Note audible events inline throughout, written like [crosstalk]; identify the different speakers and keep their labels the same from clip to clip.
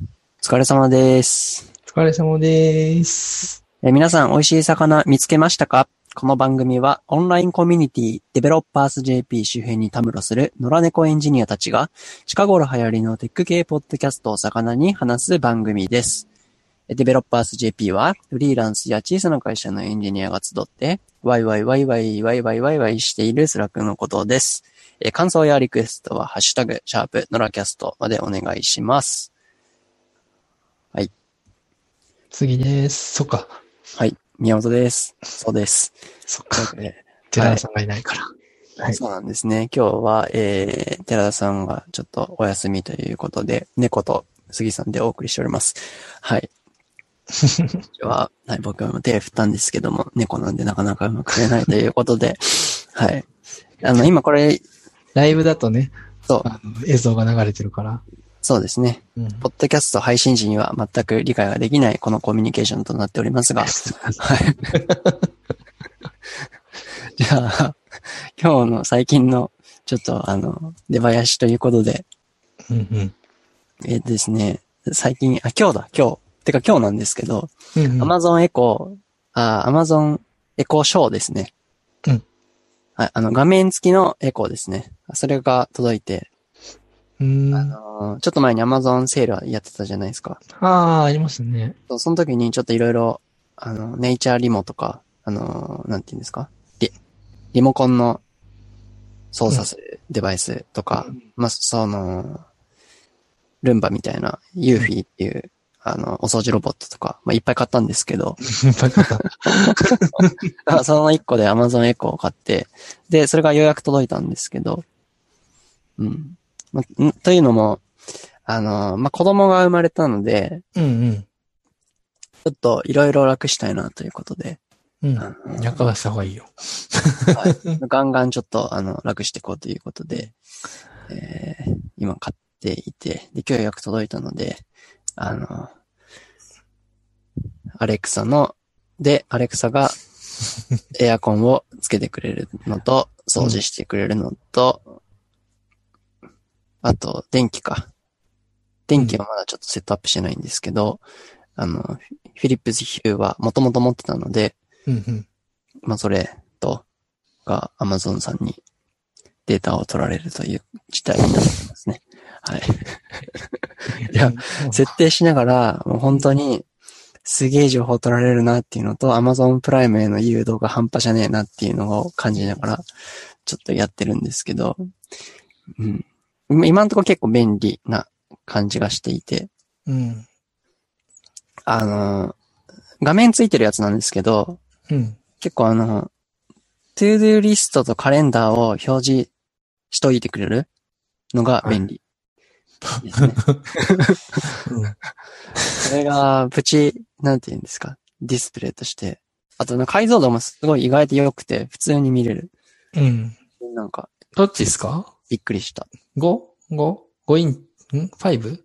Speaker 1: お疲れ様です。
Speaker 2: お疲れ様でーす。
Speaker 1: えー皆さん、美味しい魚見つけましたかこの番組は、オンラインコミュニティ、デベロッパーズ JP 周辺にたむろする野良猫エンジニアたちが、近頃流行りのテック系ポッドキャストを魚に話す番組です。えーデベロッパーズ JP は、フリーランスや小さな会社のエンジニアが集って、ワイワイワイワイワイワイワイワイしているスラックのことです。えー感想やリクエストは、ハッシュタグ、シャープ、野良キャストまでお願いします。
Speaker 2: 次です。そっか。
Speaker 1: はい。宮本です。そうです。
Speaker 2: そっ
Speaker 1: というわ
Speaker 2: か。
Speaker 1: けで
Speaker 2: 寺田さんがいないから。はい
Speaker 1: そうなんですね。今日は、えー、寺田さんがちょっとお休みということで、猫と杉さんでお送りしております。
Speaker 2: [laughs]
Speaker 1: はい。今日は、はい、僕も手振ったんですけども、猫なんでなかなかうまく言えないということで、はい。あの、今これ、
Speaker 2: ライブだとね、
Speaker 1: そう、
Speaker 2: あの映像が流れてるから。
Speaker 1: そうですね。
Speaker 2: うん。
Speaker 1: ポッドキャスト配信時には全く理解ができないこのコミュニケーションとなっておりますが、はい。 [laughs] じゃあ、今日の最近の、ちょっとあの、出囃子ということで、
Speaker 2: うんうん。
Speaker 1: えーですね、最近、あ、今日だ、今日。てか今日なんですけど、
Speaker 2: うんうん
Speaker 1: Amazon エコー、あ、Amazon エコーショーですね。
Speaker 2: うん。
Speaker 1: はい、あの、画面付きのエコーですね。それが届いて、
Speaker 2: うん。
Speaker 1: あ
Speaker 2: あ
Speaker 1: のーちょっと前に Amazon セールやってたじゃないですか。
Speaker 2: あー、ありますね。
Speaker 1: そうその時にちょっといろいろ、あの、ネイチャーリモとか、あの、なんて言うんですかリ、リモコンの操作するデバイスとか、
Speaker 2: うん
Speaker 1: まあ、その、ルンバみたいな、ユーフィーっていう、あの、お掃除ロボットとか、まあ、いっぱい買ったんですけ
Speaker 2: [laughs]
Speaker 1: ど、
Speaker 2: バカだ
Speaker 1: あその一個で Amazon エコーを買って、で、それがようやく届いたんですけど、うん。まあ、んというのも、あの、まあ、子供が生まれたので、
Speaker 2: [laughs] うん
Speaker 1: ちょっといろいろ楽したいなということで、
Speaker 2: うん。
Speaker 1: あ
Speaker 2: う
Speaker 1: の
Speaker 2: ん。やかわした方がいいよ。
Speaker 1: はい、ガンガンちょっと、あの、楽していこうということで、えー、今買っていて、で、今日よく届いたので、あの、アレクサの、で、アレクサがエアコンをつけてくれるのと、掃除してくれるのと、あと、電気か。電気はまだちょっとセットアップしてないんですけど、あの、フィリップスヒューはもともと持ってたので、
Speaker 2: うんうん。
Speaker 1: まあ、それと、が Amazon さんにデータを取られるという事態になってますね。はい。いや
Speaker 2: うん、
Speaker 1: 設定しながら、もう本当に、すげえ情報取られるなっていうのと、Amazon プライムへの誘導が半端じゃねえなっていうのを感じながら、ちょっとやってるんですけど、うん。今のところ結構便利な感じがしていて、
Speaker 2: うん。
Speaker 1: あの、画面ついてるやつなんですけど、
Speaker 2: うん。
Speaker 1: 結構あの、トゥードゥーリストとカレンダーを表示しといてくれるのが便利ですね。
Speaker 2: うん
Speaker 1: それが、プチ、なんて言うんですか、ディスプレイとして。あと、解像度もすごい意外と良くて、普通に見れる。
Speaker 2: うん。
Speaker 1: なんか、
Speaker 2: どっちですか
Speaker 1: びっくりした。
Speaker 2: ?5?5?5 イン、ん ?5?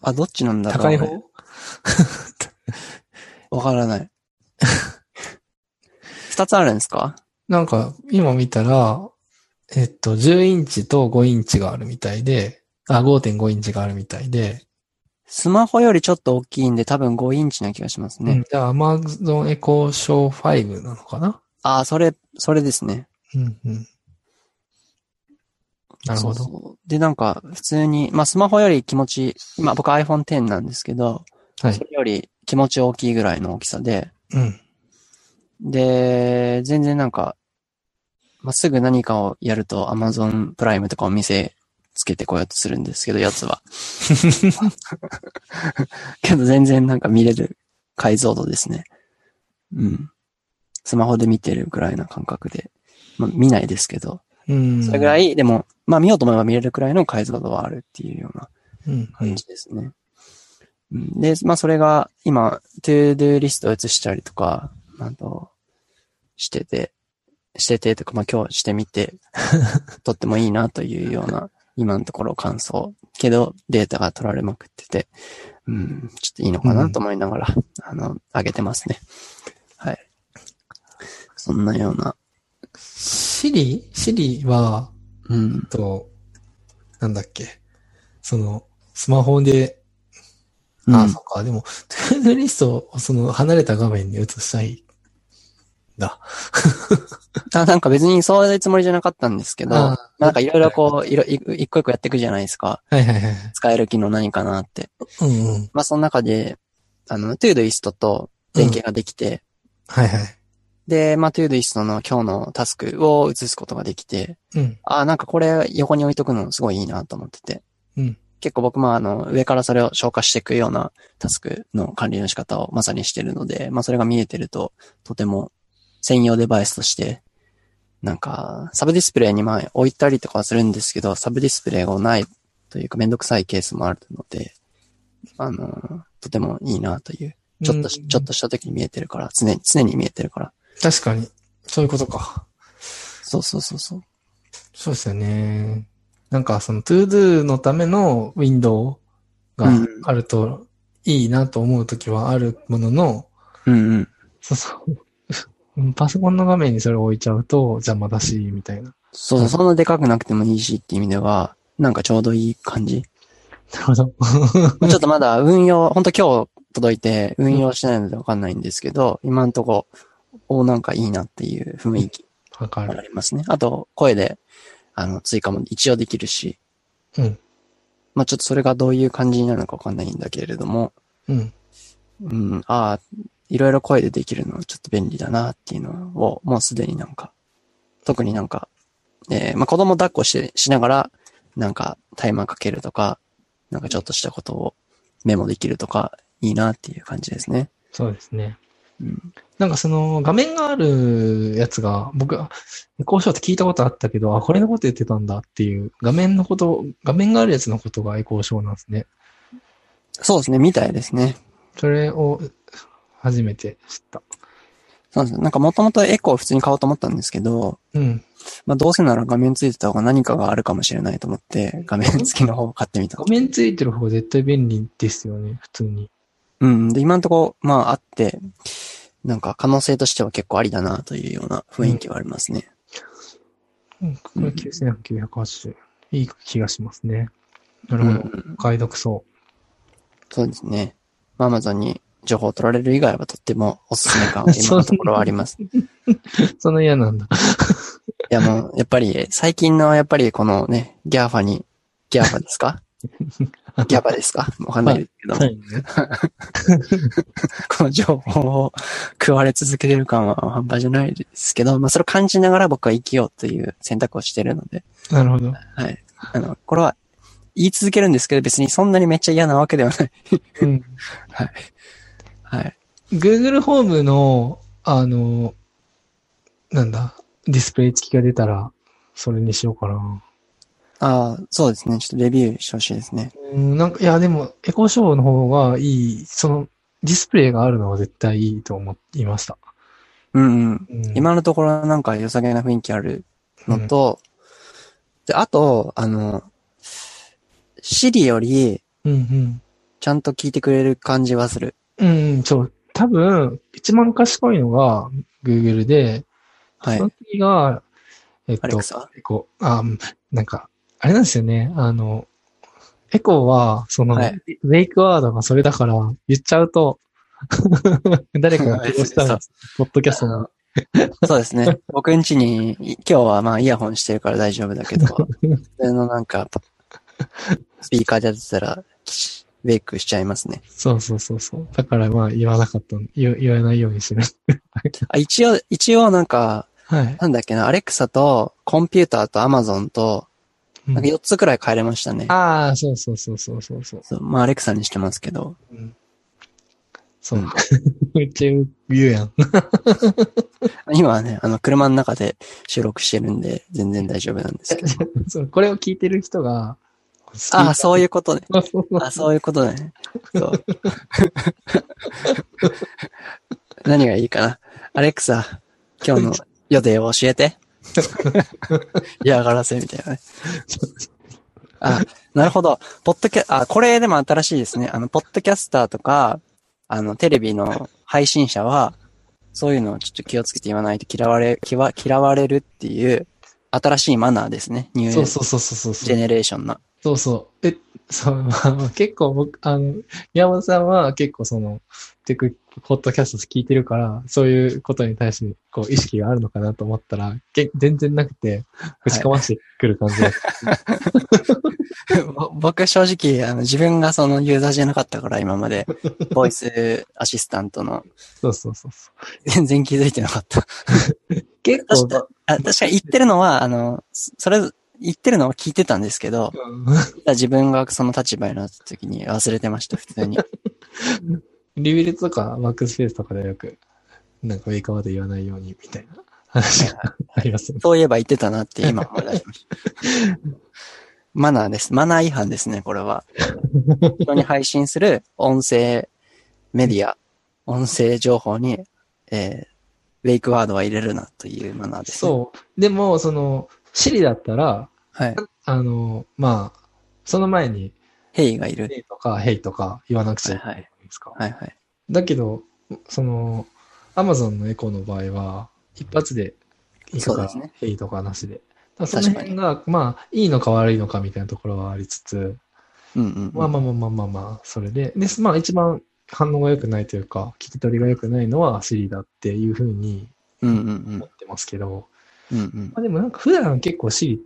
Speaker 1: あ、どっちなんだろう
Speaker 2: 高い方
Speaker 1: わからない。二つあるんですか
Speaker 2: なんか、今見たら、えっと、10インチと5インチがあるみたいで、あ、5.5インチがあるみたいで、
Speaker 1: スマホよりちょっと大きいんで、多分5インチな気がしますね。
Speaker 2: うんじゃあ Amazon Echo Show 5なのかな
Speaker 1: あ、それ、それですね。
Speaker 2: うんうん。なる
Speaker 1: そ
Speaker 2: ほ
Speaker 1: う
Speaker 2: ど。
Speaker 1: そうで、なんか、普通に、まあ、スマホより気持ち、今僕 iPhone X なんですけど、
Speaker 2: はい
Speaker 1: そ。れより気持ち大きいぐらいの大きさで、
Speaker 2: うん。
Speaker 1: で、全然なんか、まあ、すぐ何かをやると Amazon プライムとかお店つけてこようとするんですけど、やつ
Speaker 2: [laughs]
Speaker 1: は。けど全然なんか見れる解像度ですね。うん。スマホで見てるぐらいな感覚で。まあ、見ないですけど。
Speaker 2: うん。
Speaker 1: それぐら
Speaker 2: い。
Speaker 1: い、でも、まあ見ようと思えば見れるくらいの解像度はあるっていうような
Speaker 2: うん。
Speaker 1: 感じですね。うんで、まあそれが今、to do リストを移したりとか、あと、してて、しててとか、まあ今日してみて、 [laughs] とってもいいなというような、今のところ感想。けど、データが取られまくってて、うん、ちょっといいのかなと思いながら、あの、上げてますね。はい。そんなような、
Speaker 2: シリシリは、
Speaker 1: うん
Speaker 2: えっ、と、なんだっけ。その、スマホで
Speaker 1: うん
Speaker 2: ああ、そっか。でも、トゥードゥーリストをその離れた画面に移したい。
Speaker 1: あなんか別にそういうつもりじゃなかったんですけど、
Speaker 2: あー
Speaker 1: なんかいろいろこう、いろ、い一個一個やっていくじゃないですか。
Speaker 2: はいはいはい。
Speaker 1: 使える機能何かなって。
Speaker 2: うんうん。
Speaker 1: まあその中で、あの、トゥードゥイストと連携ができて、
Speaker 2: はいはい。
Speaker 1: で、まあトゥードゥイストの今日のタスクを移すことができて、
Speaker 2: うん。
Speaker 1: ああ、なんかこれ横に置いとくのすごいいいなと思ってて。
Speaker 2: うん
Speaker 1: 結構僕もあの、上からそれを消化していくようなタスクの管理の仕方をまさにしてるので、まあそれが見えてると、とても専用デバイスとして、なんか、サブディスプレイにまあ置いたりとかはするんですけど、サブディスプレイがないというかめんどくさいケースもあるので、あの、とてもいいなという、ちょっとし、
Speaker 2: うん
Speaker 1: ちょっとした時に見えてるから、常に、常に見えてるから。
Speaker 2: 確かに。そういうことか。
Speaker 1: そうそうそうそう。
Speaker 2: そうですよね。なんか、その、トゥードゥのためのウィンドウが
Speaker 1: うん
Speaker 2: あるといいなと思うときはあるものの、
Speaker 1: うんうん。
Speaker 2: そうそう。 [laughs] パソコンの画面にそれを置いちゃうと邪魔だし、みたいな。
Speaker 1: そうそう、そんなでかくなくてもいいしって意味では、なんかちょうどいい感じ。
Speaker 2: なるほど。
Speaker 1: まあちょっとまだ運用、本当今日届いて運用してないのでわかんないんですけど、今んとこ、おなんかいいなっていう雰囲気
Speaker 2: わか
Speaker 1: があ
Speaker 2: る。
Speaker 1: りますね。あと、声で、あの、追加も一応できるし、
Speaker 2: うん。
Speaker 1: まあちょっとそれがどういう感じになるのかわかんないんだけれども、
Speaker 2: うん。
Speaker 1: うん、ああ、いろいろ声でできるのはちょっと便利だなっていうのを、もうすでになんか、特になんか、えーまあ子供抱っこして、しながら、なんかタイマーかけるとか、なんかちょっとしたことをメモできるとか、いいなっていう感じですね。
Speaker 2: そうですね。
Speaker 1: うん。
Speaker 2: なんかその画面があるやつが、僕は、こうしようって聞いたことあったけど、あ、これのこと言ってたんだっていう、画面のこと、画面があるやつのことがエコーショーなんですね。
Speaker 1: そうですね、みたいですね。
Speaker 2: それを初めて知った。
Speaker 1: そうですね。なんかもともとエコー普通に買おうと思ったんですけど、
Speaker 2: うん。
Speaker 1: まあどうせなら画面ついてた方が何かがあるかもしれないと思って、画面付きの方を買ってみた
Speaker 2: 画。面ついてる方が絶対便利ですよね、普通に。
Speaker 1: うん。で、今んとこ、まあ、あって、なんか可能性としては結構ありだなというような雰囲気はありますね。
Speaker 2: うん、これ9980、いい気がしますね。
Speaker 1: う
Speaker 2: なる
Speaker 1: ん
Speaker 2: ほど。お買い得そ
Speaker 1: そうですね。まあ Amazon に情報を取られる以外はとってもおすすめ [laughs] 感は
Speaker 2: そ
Speaker 1: 今
Speaker 2: う。
Speaker 1: のところはあります。いう
Speaker 2: そんな嫌なんだ。
Speaker 1: やもう、やっぱり最近のやっぱりこのね、ギャーファに、ギャーファですか [laughs] ギャーファですかわかんないですけども、
Speaker 2: はい。
Speaker 1: この情報を食われ続けてる感は半端じゃないですけど、まあそれを感じながら僕は生きようという選択をしてるので、
Speaker 2: なるほど。
Speaker 1: はい。あの、これは言い続けるんですけど、別にそんなにめっちゃ嫌なわけではない。
Speaker 2: うん。
Speaker 1: はい。はい。
Speaker 2: Google ホームの、あの、なんだ、ディスプレイ付きが出たら、それにしようかな。
Speaker 1: ああ、そうですね。ちょっとレビューしてほしいですね。
Speaker 2: うん、なんか、いや、でも、エコーショーの方がいい、その、ディスプレイがあるのは絶対いいと思いました。
Speaker 1: うんうん。
Speaker 2: うん、
Speaker 1: 今のところなんか良さげな雰囲気あるのと、で、あと、あの、Siri より
Speaker 2: うん、うん。
Speaker 1: ちゃんと聞いてくれる感じはする。
Speaker 2: うん、そう。多分、一番賢いのが Google で、
Speaker 1: はい
Speaker 2: そ。の次が、えっ
Speaker 1: アレ
Speaker 2: と
Speaker 1: ク、サ。
Speaker 2: こう、あ、うんなんか、あれなんですよね。あの、エコーは、その、
Speaker 1: はい
Speaker 2: ウェイクワードがそれだから、言っちゃうと、 [laughs] 誰かが起動したら、ポッドキャストの、
Speaker 1: そうですね。僕ん家に、い今日はまあイヤホンしてるから大丈夫だけ
Speaker 2: [laughs]
Speaker 1: ど、普通のなんか、スピーカーでやってたら、ウェイクしちゃいますね。
Speaker 2: そうそうそうそう。だからまあ、言わなかったの言、言わないようにする。
Speaker 1: あ、一応、一応なんか、
Speaker 2: はい。
Speaker 1: なんだっけな、アレクサと、コンピューターとアマゾンと、
Speaker 2: うん
Speaker 1: なんか4つくらい変えれましたね。
Speaker 2: ああ、そうそうそうそうそうそう。
Speaker 1: そうまあ、アレクサにしてますけど。
Speaker 2: うんそう。 [laughs] めっちゃ言うやん。
Speaker 1: 今はね、あの、車の中で収録してるんで、全然大丈夫なんです
Speaker 2: [laughs]
Speaker 1: けど。
Speaker 2: そうこれを聞いてる人が、
Speaker 1: ああ、そういうことね。
Speaker 2: そう [laughs] そうそ
Speaker 1: [laughs]
Speaker 2: う
Speaker 1: あ、そういうことだね。そう。 [laughs] 何がいいかな。アレクサ、今日の予定を教えて。 [laughs] 嫌がらせみたいなね。あ、なるほど。ポッドキャ、あ、これでも新しいですね。あの、ポッドキャスターとか、あの、テレビの配信者は、そういうのをちょっと気をつけて言わないと嫌われ、嫌わ嫌われるっていう、新しいマナーですね。ニュ
Speaker 2: そう
Speaker 1: ー
Speaker 2: そうそうそうそう
Speaker 1: ジェネレーションな。
Speaker 2: そうそう。え、そう、まあ結構僕、あの、宮本さんは結構その、テク、ポッドキャスト聞いてるから、そういうことに対して、こう、意識があるのかなと思ったら、け全然なくて、ぶちかましてくる感じだった。
Speaker 1: [laughs] ぼ僕正直、あの、自分がそのユーザーじゃなかったから、今まで、ボイスアシスタントの、
Speaker 2: そうそうそうそ
Speaker 1: 全然気づいてなかった。
Speaker 2: う。結
Speaker 1: 確
Speaker 2: 構
Speaker 1: か、あ確かに言ってるのは、あの、そそれ、言ってるのを聞いてたんですけど、自分がその立場になった時に忘れてました、普通に。
Speaker 2: リビルドとかワークスペースとかでよく、なんかウェイカーまで言わないようにみたいな話がありますよね。
Speaker 1: そういえば言ってたなって今思い出しました。マナーです。マナー違反ですね、これは。人に配信する音声メディア、音声情報に、えー、ウェイクワードは入れるなというマナーです、ね。う。
Speaker 2: そう。でも、その、シリだったら、
Speaker 1: はい。
Speaker 2: あの、まあ、その前に、
Speaker 1: ヘイがいる。
Speaker 2: ヘイとか、ヘイとか言わなくち
Speaker 1: は
Speaker 2: ゃ
Speaker 1: い
Speaker 2: いけ
Speaker 1: はい。
Speaker 2: ないんですか。
Speaker 1: はいはい。
Speaker 2: だけど、その、アマゾンのエコーの場合は、一発でいく
Speaker 1: そう
Speaker 2: か
Speaker 1: で
Speaker 2: ら
Speaker 1: すね、
Speaker 2: ヘイとかなしで。だ
Speaker 1: か
Speaker 2: から
Speaker 1: に
Speaker 2: その辺が、まあ、いいのか悪いのかみたいなところはありつつ、
Speaker 1: うんうん、うん。
Speaker 2: まあまあまあまあまあまあ、それで。で、まあ一番反応が良くないというか、聞き取りが良くないのはシリだっていうふうに
Speaker 1: うんうん
Speaker 2: 思ってますけど、
Speaker 1: うん。うんうん
Speaker 2: ま。あでもなんか普段結構シリ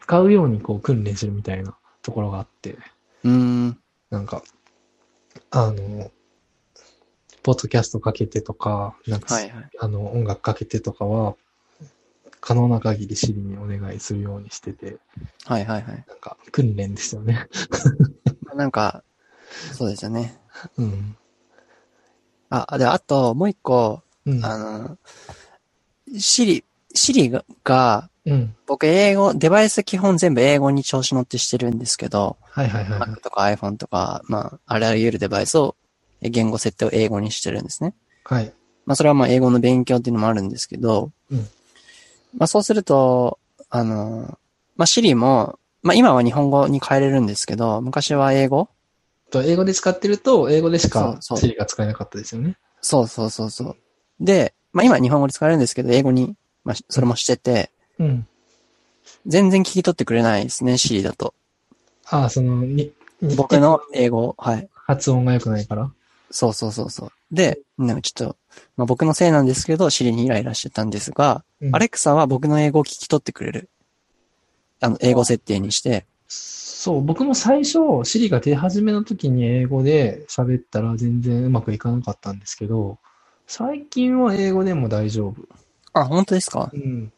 Speaker 2: 使うようにこう訓練してるみたいなところがあって、
Speaker 1: うーん。
Speaker 2: なんか、あの、ポッドキャストかけてとか、なんか、
Speaker 1: はいはい。
Speaker 2: あの、音楽かけてとかは、可能な限りシリにお願いするようにしてて、
Speaker 1: はいはいはい。
Speaker 2: なんか訓練ですよね。 [laughs]
Speaker 1: なんか、そうですよね。
Speaker 2: うん。
Speaker 1: あ、で、あと、もう一個、
Speaker 2: うん。
Speaker 1: あの、シリ、シリが、が
Speaker 2: うん。
Speaker 1: 僕英語、デバイス基本全部英語に調子乗ってしてるんですけど、
Speaker 2: はいはいはいはい。
Speaker 1: Mac とか iPhone とか、まあ、あらゆるデバイスを、え言語設定を英語にしてるんですね。
Speaker 2: はい。
Speaker 1: まあ、それはまあ、英語の勉強っていうのもあるんですけど、
Speaker 2: うん
Speaker 1: まあ、そうすると、あの、まあ、Siri も、まあ、今は日本語に変えれるんですけど、昔は英語
Speaker 2: と、英語で使ってると、英語でしか
Speaker 1: そうそう
Speaker 2: シリが使えなかったですよね。
Speaker 1: そうそうそうそう。で、まあ、今日本語で使えるんですけど、英語に、まあ、それもしてて、
Speaker 2: うん。
Speaker 1: 全然聞き取ってくれないですね、Siri だと。
Speaker 2: ああ、その、に、に
Speaker 1: 僕の英語、はい。
Speaker 2: 発音が良くないから。
Speaker 1: そうそうそうそう。で、なんかちょっと、まあ、僕のせいなんですけど、シリにイライラしてたんですが、
Speaker 2: うん
Speaker 1: アレクサは僕の英語を聞き取ってくれる。あの、英語設定にして、
Speaker 2: そう、僕も最初、シリが出始めの時に英語で喋ったら全然うまくいかなかったんですけど、最近は英語でも大丈夫。
Speaker 1: あ、本当ですか
Speaker 2: うん。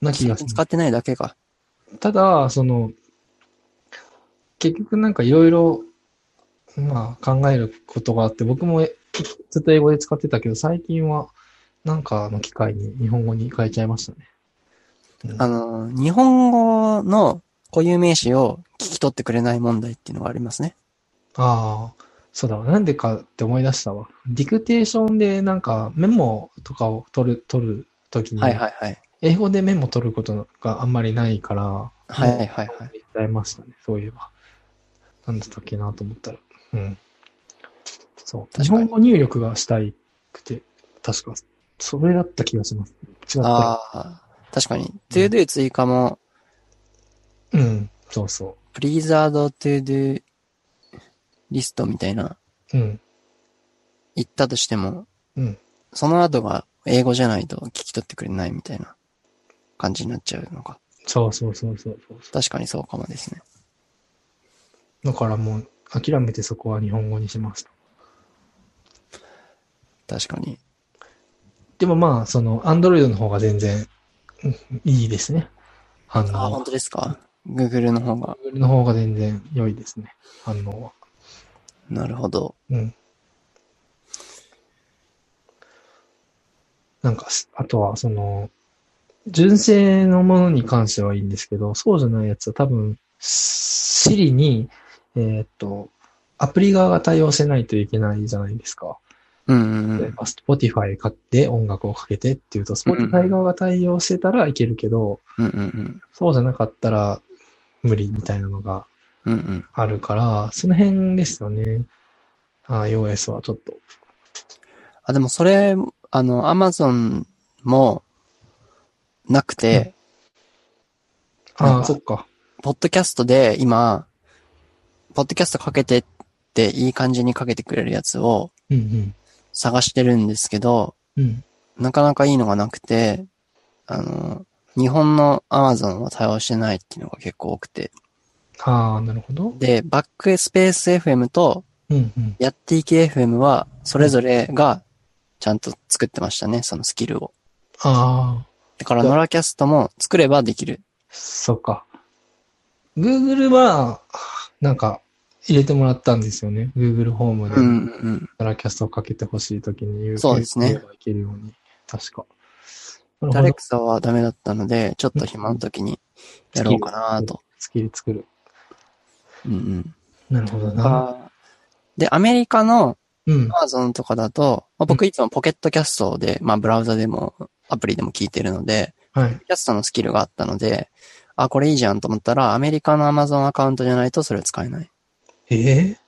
Speaker 2: な気
Speaker 1: 使
Speaker 2: がする。
Speaker 1: ってないだけか。
Speaker 2: ただ、その、結局なんかいろいろ、まあ考えることがあって、僕もえずっと英語で使ってたけど、最近はなんかの機会に日本語に変えちゃいましたね。うん
Speaker 1: あの、日本語の固有名詞を聞き取ってくれない問題っていうのがありますね。
Speaker 2: ああ、そうだわ。なんでかって思い出したわ。ディクテーションでなんかメモとかを取る、取るときに、
Speaker 1: はいはいはい。
Speaker 2: 英語でメモ取ることがあんまりないから、
Speaker 1: はいはいはい
Speaker 2: 言っちゃいましたね、そういえば。なんだったっけなと思ったら。うん。そう。
Speaker 1: 確
Speaker 2: 日
Speaker 1: かに
Speaker 2: 本語入力がしたいくて、確か、それだった気がします。違ったら。
Speaker 1: ああ、確かに。to do 追加も、
Speaker 2: うん。そうそ
Speaker 1: preserved to do リストみたいな
Speaker 2: う。うん。
Speaker 1: 言ったとしても、
Speaker 2: うん。
Speaker 1: その後が英語じゃないと聞き取ってくれないみたいな感じになっちゃうのか。
Speaker 2: そうそうそうそうそうそ
Speaker 1: 確かにそうかもですね。
Speaker 2: う。だからもう、諦めてそこは日本語にしました。
Speaker 1: 確かに。
Speaker 2: でもまあ、その、アンドロイドの方が全然、うんいいですね。反
Speaker 1: あ、
Speaker 2: 応
Speaker 1: 本
Speaker 2: は。
Speaker 1: 当ですか ?Google の方が。
Speaker 2: Google の方が全然良いですね。反応は。
Speaker 1: なるほど。
Speaker 2: うん。なんかす、あとは、その、純正のものに関してはいいんですけど、そうじゃないやつは多分、Siri に、えーっと、アプリ側が対応してないといけないじゃないですか。
Speaker 1: うんうんう
Speaker 2: 例え
Speaker 1: ん。
Speaker 2: ば Spotify 買って音楽をかけてっていうと、Spotify 側が対応してたらいけるけど、
Speaker 1: うんうんうん。
Speaker 2: そうじゃなかったら無理みたいなのが
Speaker 1: うんうん。
Speaker 2: あるから、その辺ですよね。iOS はちょっと。
Speaker 1: あ、でもそれ、あの、Amazon も、なくて、
Speaker 2: あ
Speaker 1: なん
Speaker 2: あ、
Speaker 1: か
Speaker 2: そっか。
Speaker 1: ポッドキャストで今、ポッドキャストかけてっていい感じにかけてくれるやつを
Speaker 2: うん
Speaker 1: 探してるんですけど、
Speaker 2: うん。うん。
Speaker 1: なかなかいいのがなくて、あの、日本の Amazon は対応してないっていうのが結構多くて。
Speaker 2: ああ、なるほど。
Speaker 1: で、バックスペース FM と
Speaker 2: うんうん。
Speaker 1: やっていけ FM は、それぞれがちゃんと作ってましたね、そのスキルを。
Speaker 2: ああ、
Speaker 1: だから、ノラキャストも作ればできる。
Speaker 2: そうか。Google は、なんか、入れてもらったんですよね。Google ホームで。
Speaker 1: うん、うん。
Speaker 2: ドラキャストをかけてほしいときに言う
Speaker 1: そうですね
Speaker 2: 言えばいけるように。確か。
Speaker 1: ダレクサはダメだったので、ちょっと暇の時にやろうかなと。
Speaker 2: スキル作る。
Speaker 1: うんうん。
Speaker 2: なるほどな。
Speaker 1: あーで、アメリカの
Speaker 2: うん。
Speaker 1: Amazon とかだと、まあ、僕いつもポケットキャストで、まあブラウザでもアプリでも聞いてるので、
Speaker 2: はい。
Speaker 1: キャストのスキルがあったので、あ、これいいじゃんと思ったら、アメリカの Amazon アカウントじゃないとそれは使えない。
Speaker 2: ええ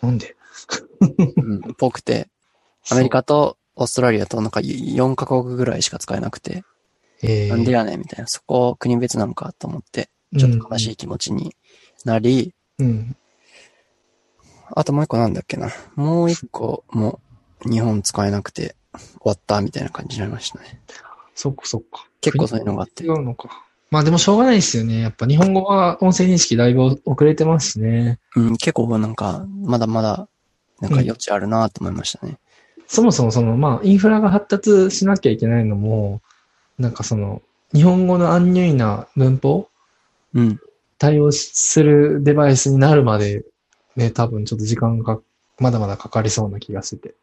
Speaker 2: なんで
Speaker 1: うん、ぽくて、アメリ。カとオーストラリアとなんか4カ国ぐらいしか使えなくて、
Speaker 2: ええ
Speaker 1: なんでやねんみたいな、そこ国別なのかと思って、ちょっと悲しい気持ちになり、
Speaker 2: うん。うん。
Speaker 1: あともう一個なんだっけな。もう一個も日本使えなくて終わったみたいな感じになりましたね。
Speaker 2: そっかそっか。
Speaker 1: 結構そういうのがあって
Speaker 2: 違。うのか。まあでもしょうがないですよね。やっぱ日本語は音声認識だいぶ遅れてますしね。
Speaker 1: うん、結構なんか、まだまだ、なんか余地あるなと思いましたね。
Speaker 2: そもそもその、まあインフラが発達しなきゃいけないのも、なんかその、日本語の安入意な文法
Speaker 1: うん。
Speaker 2: 対応するデバイスになるまで、ね、多分ちょっと時間がまだまだかかりそうな気がしてて。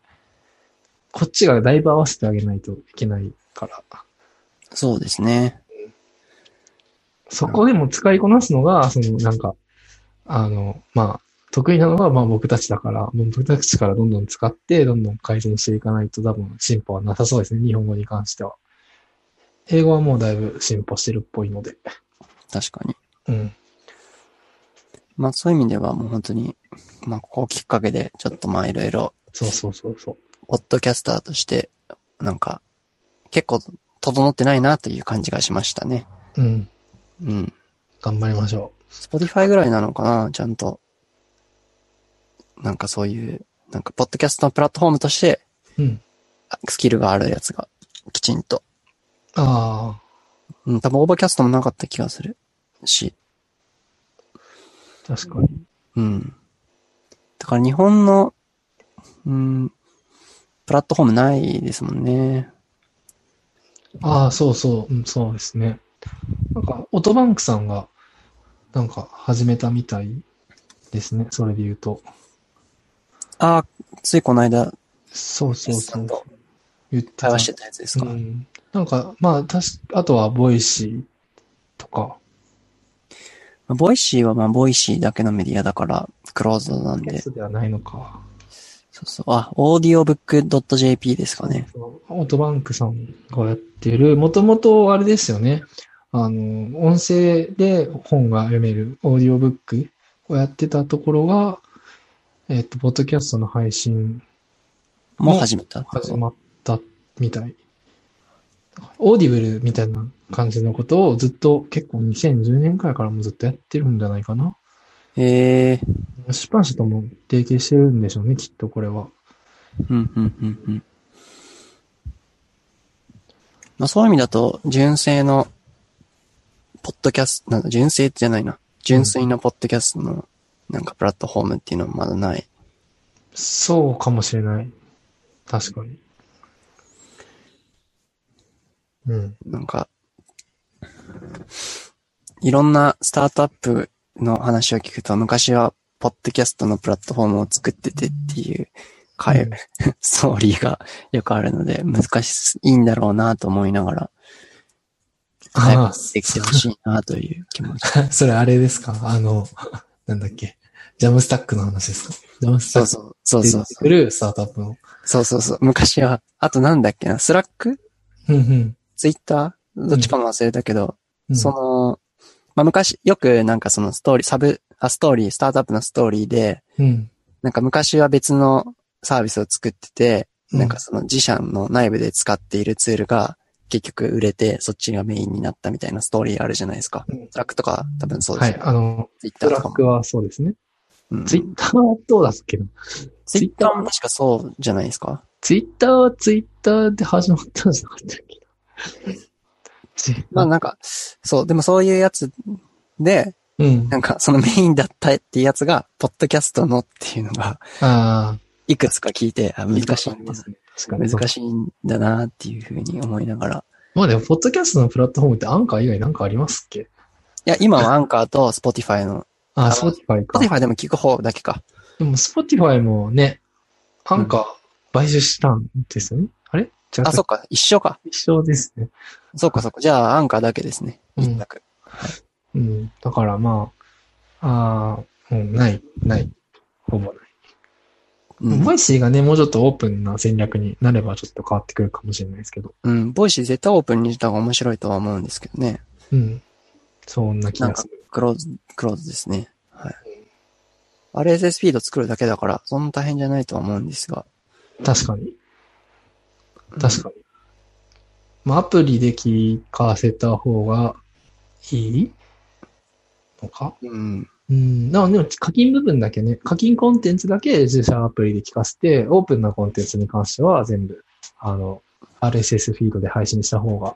Speaker 2: こっちがだいぶ合わせてあげないといけないから。
Speaker 1: そうですね。
Speaker 2: そこでも使いこなすのが、そのなんか、あの、まあ、得意なのがまあ僕たちだから、もう僕たちからどんどん使って、どんどん改善していかないと多分進歩はなさそうですね、日本語に関しては。英語はもうだいぶ進歩してるっぽいので。
Speaker 1: 確かに。
Speaker 2: うん。
Speaker 1: まあそういう意味ではもう本当に、まあここをきっかけで、ちょっとまあいろいろ、
Speaker 2: そうそうそうそう。
Speaker 1: ポッドキャスターとして、なんか、結構整ってないなという感じがしましたね。
Speaker 2: うん。
Speaker 1: うん。
Speaker 2: 頑張りましょ
Speaker 1: Spotify ぐらいなのかなちゃんと。なんかそういう、なんか、ポッドキャストのプラットフォームとして、
Speaker 2: う。うん。
Speaker 1: あスキルがあるやつが、きちんと。
Speaker 2: あ
Speaker 1: うん、多分オーバーキャストもなかった気がするし。
Speaker 2: あ、確かに。
Speaker 1: うん。だから日本の、うん、プラットフォームないですもんね。
Speaker 2: ああ、そうそう、うん、そうですね。なんか、オトバンクさんが、なんか、始めたみたいですね、それで言うと。
Speaker 1: ああ、ついこの間、
Speaker 2: そうそう
Speaker 1: さ
Speaker 2: そ
Speaker 1: ん
Speaker 2: う。
Speaker 1: と
Speaker 2: 言ってた
Speaker 1: 会話してたやつですか。
Speaker 2: うん。なんか、まあ、確か、あとは、ボイシーとか。
Speaker 1: まあボイシーはまあ、ボイシーだけのメディアだから、クローズドなん
Speaker 2: や
Speaker 1: で。そ
Speaker 2: つではないのか。
Speaker 1: うそう。あ、audiobook.jp ですかね。
Speaker 2: そうオートバンクさんがやってる、もともとあれですよね。あの、音声で本が読めるオーディオブックをやってたところが、えっと、ポッドキャストの配信
Speaker 1: もう始めた。
Speaker 2: 始まったみたい。オーディブルみたいな感じのことをずっと結構2010年くらいからもずっとやってるんじゃないかな。
Speaker 1: ええ
Speaker 2: 出版社とも提携してるんでしょうね、きっとこれは。
Speaker 1: うん、うん、うん、うん。まあそういう意味だと、純正の、ポッドキャスト、なんだ、純正じゃないな。純粋なポッドキャストの、なんかプラットフォームっていうのはまだない。
Speaker 2: そうかもしれない。確かに。うん。
Speaker 1: なんか、いろんなスタートアップの話を聞くと、昔は、ポッドキャストのプラットフォームを作っててっていう、か [laughs]
Speaker 2: うん
Speaker 1: ストーリーがよくあるので、難しいんだろうなと思いながら、早
Speaker 2: あ
Speaker 1: くできてほしいなという気持ち。
Speaker 2: あ、それ [laughs] あれですかあの、 [laughs] なんだっけ。ジャムスタックの話ですかジャムスタ
Speaker 1: そ
Speaker 2: ッ
Speaker 1: う
Speaker 2: ク
Speaker 1: そう、そう
Speaker 2: で
Speaker 1: そう
Speaker 2: 出て。くるスタートアップの。
Speaker 1: そうそうそう。昔は、あとなんだっけな、スラック
Speaker 2: うんうん
Speaker 1: ツイッターどっちかも忘れたけど、
Speaker 2: うん。
Speaker 1: その、まあ、昔、よくなんかそのストーリー、サブ、あ、ストーリー、スタートアップのストーリーで、
Speaker 2: うん。
Speaker 1: なんか昔は別のサービスを作ってて、
Speaker 2: うん
Speaker 1: なんかその自社の内部で使っているツールが、結局売れて、そっちがメインになったみたいなストーリーあるじゃないですか。
Speaker 2: うん
Speaker 1: トラックとか多分そうで
Speaker 2: は
Speaker 1: す
Speaker 2: い
Speaker 1: よ。。
Speaker 2: あの、
Speaker 1: ツイッタ
Speaker 2: ト
Speaker 1: ー
Speaker 2: ラ
Speaker 1: とか
Speaker 2: ッ
Speaker 1: も。
Speaker 2: クはそうですね。
Speaker 1: うん
Speaker 2: ツイッターはどうだっけな
Speaker 1: ツイッターも確かそうじゃないですか。
Speaker 2: ツイッターはツイッターで始まったんじゃなかったっけな
Speaker 1: まあなんか、そう、でもそういうやつで、
Speaker 2: うん。
Speaker 1: なんかそのメインだったっていうやつが、ポッドキャストのっていうのが、
Speaker 2: ああ、
Speaker 1: いくつか聞いて、あ、難しいんだ
Speaker 2: で
Speaker 1: な
Speaker 2: すね。確かに。
Speaker 1: 難しいんだなっていうふうに思いながら。
Speaker 2: まあでも、ポッドキャストのプラットフォームってアンカー以外なんかありますっけ
Speaker 1: いや、今はアンカーとスポティファイの、
Speaker 2: あ、
Speaker 1: あ
Speaker 2: スポティファイ
Speaker 1: スポ
Speaker 2: か
Speaker 1: ティ。ファイでも聞く方だけか。
Speaker 2: でも、スポティファイもね、アンカー買収したんですよね。あれ違う。
Speaker 1: あ、そっか、一緒か。
Speaker 2: 一緒ですね。
Speaker 1: そっかそっか。じゃあ、アンカーだけですね。
Speaker 2: うん
Speaker 1: 一択。
Speaker 2: うん。だからまあ、ああ、うん、ない、ない。ほぼない。
Speaker 1: うん
Speaker 2: ボイシーがね、もうちょっとオープンな戦略になればちょっと変わってくるかもしれないですけど。
Speaker 1: うん。ボイシー絶対オープンにした方が面白いとは思うんですけどね。
Speaker 2: うん。そんな気
Speaker 1: なん
Speaker 2: が
Speaker 1: か
Speaker 2: する。、
Speaker 1: クローズ、クローズですね。はい。RSS フィード作るだけだから、そんな大変じゃないとは思うんですが。
Speaker 2: 確かに。確かに。まあ、アプリで聞かせた方がいいのか
Speaker 1: に。うん。
Speaker 2: うん。なでも課金部分だけね、課金コンテンツだけ自社アプリで聞かせて、オープンなコンテンツに関しては全部、あの、RSS フィードで配信した方が、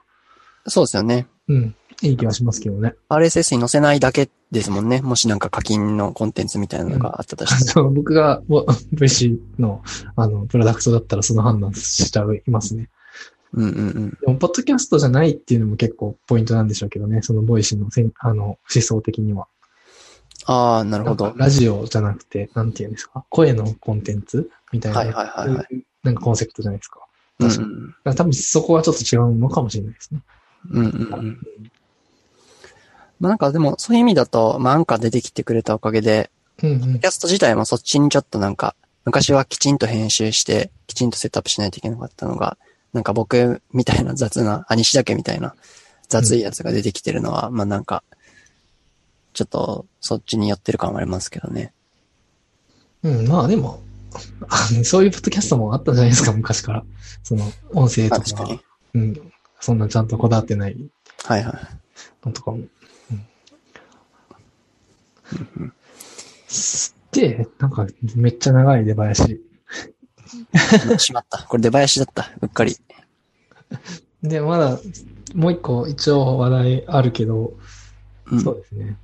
Speaker 1: そうですよね。
Speaker 2: うん、いい気がしますけどね。 [laughs]
Speaker 1: RSS に載せないだけですもんね。もしなんか課金のコンテンツみたいなのがあったと
Speaker 2: [laughs]
Speaker 1: して。
Speaker 2: そう、僕がもう VC の、あの、プロダクトだったらその判断しちゃいますね。
Speaker 1: うんうんうん。
Speaker 2: でも、ポッドキャストじゃないっていうのも結構ポイントなんでしょうけどね、そのボイシーのせん、あの、思想的には。
Speaker 1: ああ、なるほど。
Speaker 2: なんかラジオじゃなくて、なんていうんですか、声のコンテンツみたいな。
Speaker 1: はいはいはいはい
Speaker 2: そううなんかコンセプトじゃないですか。
Speaker 1: うん
Speaker 2: 確かに。だから多分そこはちょっと違うのかもしれないですね。
Speaker 1: うんうんうん。まあなんかでも、そういう意味だと、まあアンカー出てきてくれたおかげで、
Speaker 2: うんうん
Speaker 1: キ。ャスト自体もそっちにちょっとなんか、昔はきちんと編集して、きちんとセットアップしないといけなかったのが、なんか僕みたいな雑な、あ、西だけみたいな雑いやつが出てきてるのは、まあなんか、ちょっとそっちに寄ってる感はありますけどね。
Speaker 2: うん、まあでも、あのそういうポッドキャストもあったじゃないですか、昔から。その、音声と
Speaker 1: 確か
Speaker 2: か
Speaker 1: に。。
Speaker 2: うん。そんなちゃんとこだわってない
Speaker 1: はいはい。
Speaker 2: のとかも。すで、なんかめっちゃ長い出囃
Speaker 1: [laughs]
Speaker 2: 子。
Speaker 1: しまった。これ出囃子だった。うっかり。
Speaker 2: で、まだ、もう一個一応話題あるけど、
Speaker 1: うん。
Speaker 2: そうですね。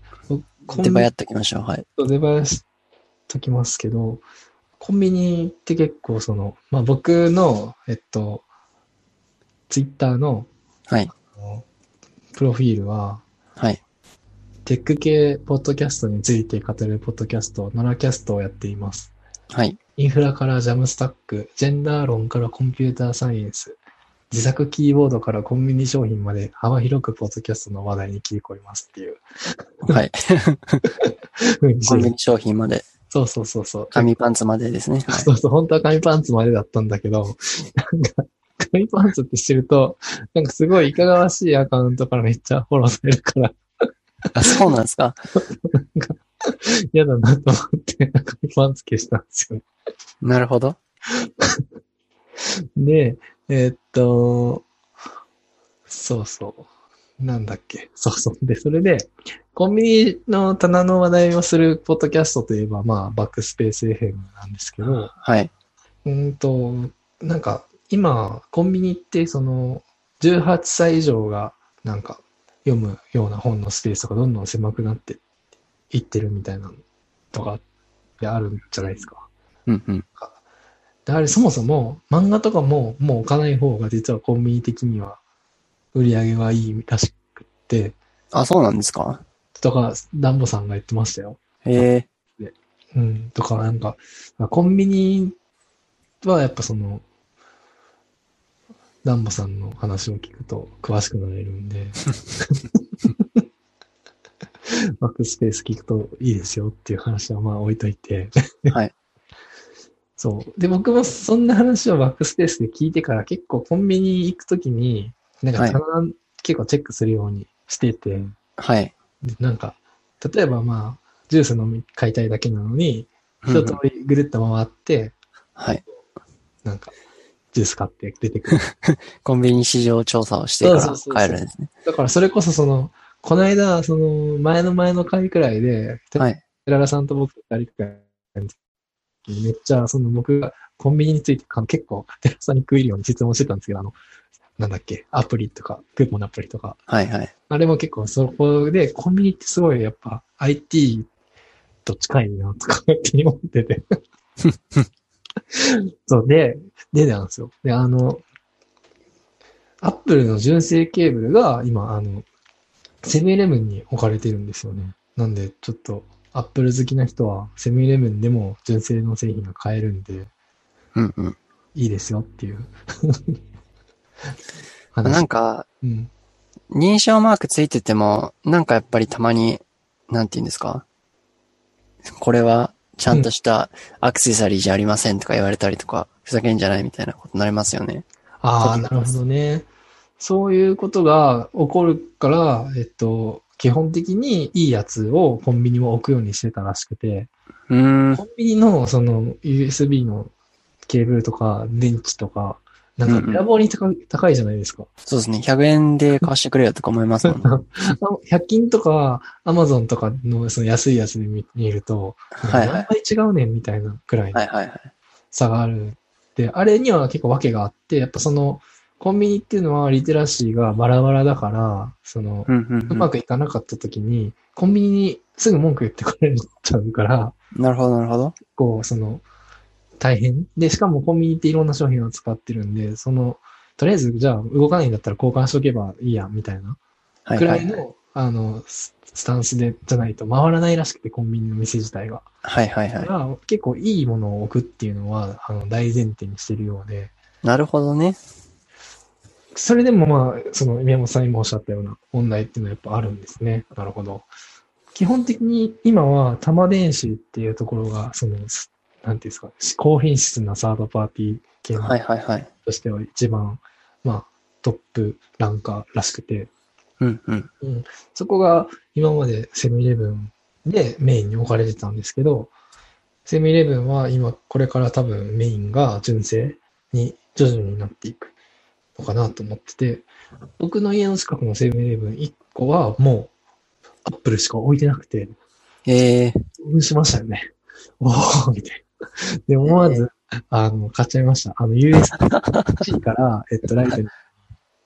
Speaker 2: こん
Speaker 1: 出囃ってきましょう。はい。
Speaker 2: ちょっと出囃しときますけど、コンビニって結構その、まあ僕の、えっと、ツイッターの
Speaker 1: はい。
Speaker 2: あのプロフィールは、
Speaker 1: はい。
Speaker 2: テック系ポッドキャストについて語るポッドキャスト、ノラキャストをやっています。
Speaker 1: はい。
Speaker 2: インフラからジャムスタック、ジェンダー論からコンピューターサイエンス、自作キーボードからコンビニ商品まで幅広くポッドキャストの話題に切り込みますっていう
Speaker 1: はい。
Speaker 2: 風にし
Speaker 1: コ
Speaker 2: て
Speaker 1: ンビ
Speaker 2: る
Speaker 1: ニ商品まで。
Speaker 2: そうそうそうそう。
Speaker 1: 紙パンツまでですね。はい。
Speaker 2: そうそう、本当は紙パンツまでだったんだけど、なんか、紙パンツってしてると、なんかすごいいかがわしいアカウントからめっちゃフォローされるから
Speaker 1: あ、そうなんですか。
Speaker 2: 嫌だなと思って、紙パンツ消したんですよ。
Speaker 1: なるほど。
Speaker 2: で、えーっと、そうそう。なんだっけ。そうそう。で、それで、コンビニの棚の話題をするポッドキャストといえば、まあ、バックスペース FM なんですけど、
Speaker 1: はい。
Speaker 2: うーんと、なんか、今、コンビニって、その、18歳以上が、なんか、読むような本のスペースとか、どんどん狭くなっていってるみたいなのとかってあるんじゃないですか。
Speaker 1: うんうん。
Speaker 2: で、あれ、そもそも、漫画とかも、もう置かない方が、実はコンビニ的には、売り上げはいいらしくって、
Speaker 1: あ、そうなんですか
Speaker 2: とか、ダンボさんが言ってましたよ。
Speaker 1: へえ。
Speaker 2: うん、とか、なんか、コンビニはやっぱその、ダンボさんの話を聞くと詳しくなれるん
Speaker 1: [laughs]
Speaker 2: で、バックスペース聞くといいですよっていう話はまあ置いといて。
Speaker 1: はい。
Speaker 2: [laughs] そう。で、僕もそんな話をバックスペースで聞いてから結構コンビニ行くときに、なんか棚、結構チェックするようにしてて、
Speaker 1: はい。
Speaker 2: でなんか、例えばまあ、ジュース飲み、買いたいだけなのに、
Speaker 1: うんう
Speaker 2: 一
Speaker 1: ん
Speaker 2: 通りぐるっと回って、
Speaker 1: はい。
Speaker 2: なんか、ですかって出てくる。 [laughs]
Speaker 1: コンビニ市場調査をしてか
Speaker 2: そ
Speaker 1: ら
Speaker 2: うそうそうそう
Speaker 1: 帰るんですね。
Speaker 2: だからそれこそその、この間、その、前の前の回くらいで、
Speaker 1: はい。
Speaker 2: 寺田さんと僕二人くらいめっちゃ、その僕がコンビニについてか結構、寺田さんに食いるように質問してたんですけど、あの、なんだっけ、アプリとか、クーポンのアプリとか、
Speaker 1: はいはい。
Speaker 2: あれも結構そこで、コンビニってすごいやっぱ IT と近いなとかって思っ
Speaker 1: [laughs]
Speaker 2: てて。そう、で、でなんですよ。で、あの、アップルの純正ケーブルが今、あの、セブンイレブンに置かれてるんですよね。なんで、ちょっと、アップル好きな人は、セブンイレブンでも純正の製品が買えるんで、
Speaker 1: うんうん。
Speaker 2: いいですよっていう話。
Speaker 1: なんか、
Speaker 2: [laughs] うん。
Speaker 1: 認証マークついてても、なんかやっぱりたまに、なんて言うんですかこれは、ちゃんとしたアクセサリーじゃありませんとか言われたりとか、ふざけんじゃないみたいなことになりますよね。
Speaker 2: ああ、なるほどね。そういうことが起こるから、えっと、基本的にいいやつをコンビニも置くようにしてたらしくて、
Speaker 1: うーん。
Speaker 2: コンビニのその USB のケーブルとか電池とか、なん
Speaker 1: うんう
Speaker 2: か
Speaker 1: ん
Speaker 2: べらぼうに高い高いじゃないですか。
Speaker 1: そうですね。100円で貸してくれよとか思いますもんね。
Speaker 2: 100均とか Amazon とかのその安いやつで見見ると、
Speaker 1: はいは
Speaker 2: 何
Speaker 1: い。
Speaker 2: 倍違うねんみたいなくらいの
Speaker 1: はいはいはい。
Speaker 2: 差がある。で、あれには結構訳があって、やっぱそのコンビニっていうのはリテラシーがバラバラだから、その、
Speaker 1: うんうん、
Speaker 2: うまくいかなかった時に、コンビニにすぐ文句言ってこられちゃうから、
Speaker 1: なるほどなるほど。
Speaker 2: こう、その、大変。で、しかもコンビニっていろんな商品を使ってるんで、その、とりあえず、じゃあ動かないんだったら交換しとけばいいや、みたいな。
Speaker 1: はい
Speaker 2: く
Speaker 1: は
Speaker 2: ら
Speaker 1: い
Speaker 2: い
Speaker 1: はい。
Speaker 2: の、あの、ススタンスで、じゃないと回らないらしくて、コンビニの店自体が。
Speaker 1: はいはい
Speaker 2: だ
Speaker 1: は
Speaker 2: から結構いいものを置くっていうのは、あの、大前提にしてるようで、
Speaker 1: い。なるほどね。
Speaker 2: それでもまあ、その宮本さんにもおっしゃったような問題っていうのはやっぱあるんですね。なるほど。基本的に今は多摩電子っていうところが、その、すなんていうんですか、高品質なサードパーティー系
Speaker 1: はいはいはい。
Speaker 2: としては一番、まあ、トップランカーらしくて、
Speaker 1: うんうん。
Speaker 2: そこが今までセブンイレブンでメインに置かれてたんですけど、セブンイレブンは今これから多分メインが純正に徐々になっていくのかなと思ってて、僕の家の近くのセブンイレブン1個はもうアップルしか置いてなくて、
Speaker 1: ええ
Speaker 2: 興奮しましたよね。 [laughs] おーみたいな。で、思わず、あの、買っちゃいました。あの、USB-C から、えっと、ライトに、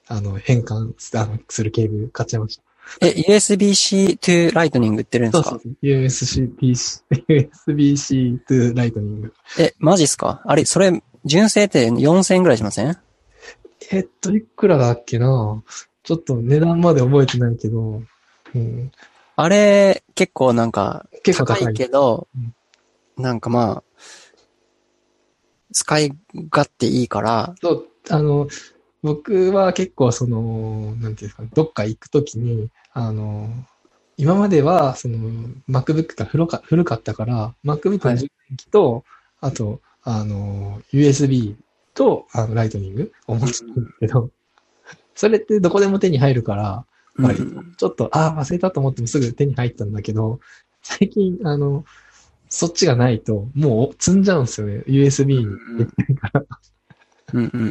Speaker 2: あの、変換すあのするケーブル買っちゃいました。
Speaker 1: え、USB-C to Lightning 売ってるんで
Speaker 2: そ
Speaker 1: す
Speaker 2: う
Speaker 1: か
Speaker 2: そうそう。USB-C、USB-C to Lightning。
Speaker 1: え、マジっすかあれ、それ、純正って4000円ぐらいしません
Speaker 2: えっと、いくらだっけなちょっと値段まで覚えてないけど、うん、
Speaker 1: あれ、結構なんか、
Speaker 2: 結構
Speaker 1: 高
Speaker 2: 高い。
Speaker 1: いけど
Speaker 2: うん、
Speaker 1: なんかまあ、使い勝手いいから、
Speaker 2: そうあの、僕は結構その、なんていうんですか、どっか行くときに、あの、今までは、その、MacBook が古か古かったから、MacBook
Speaker 1: は
Speaker 2: の
Speaker 1: い
Speaker 2: 充電器と、あと、あの、USB と、あの、ライトニングを持ってたんですけど、それってどこでも手に入るから、はい
Speaker 1: うん
Speaker 2: ちょっと、ああ、忘れたと思ってもすぐ手に入ったんだけど、最近、あの、そっちがないと、もう積んじゃうんですよね。USB に。
Speaker 1: うんうんうんう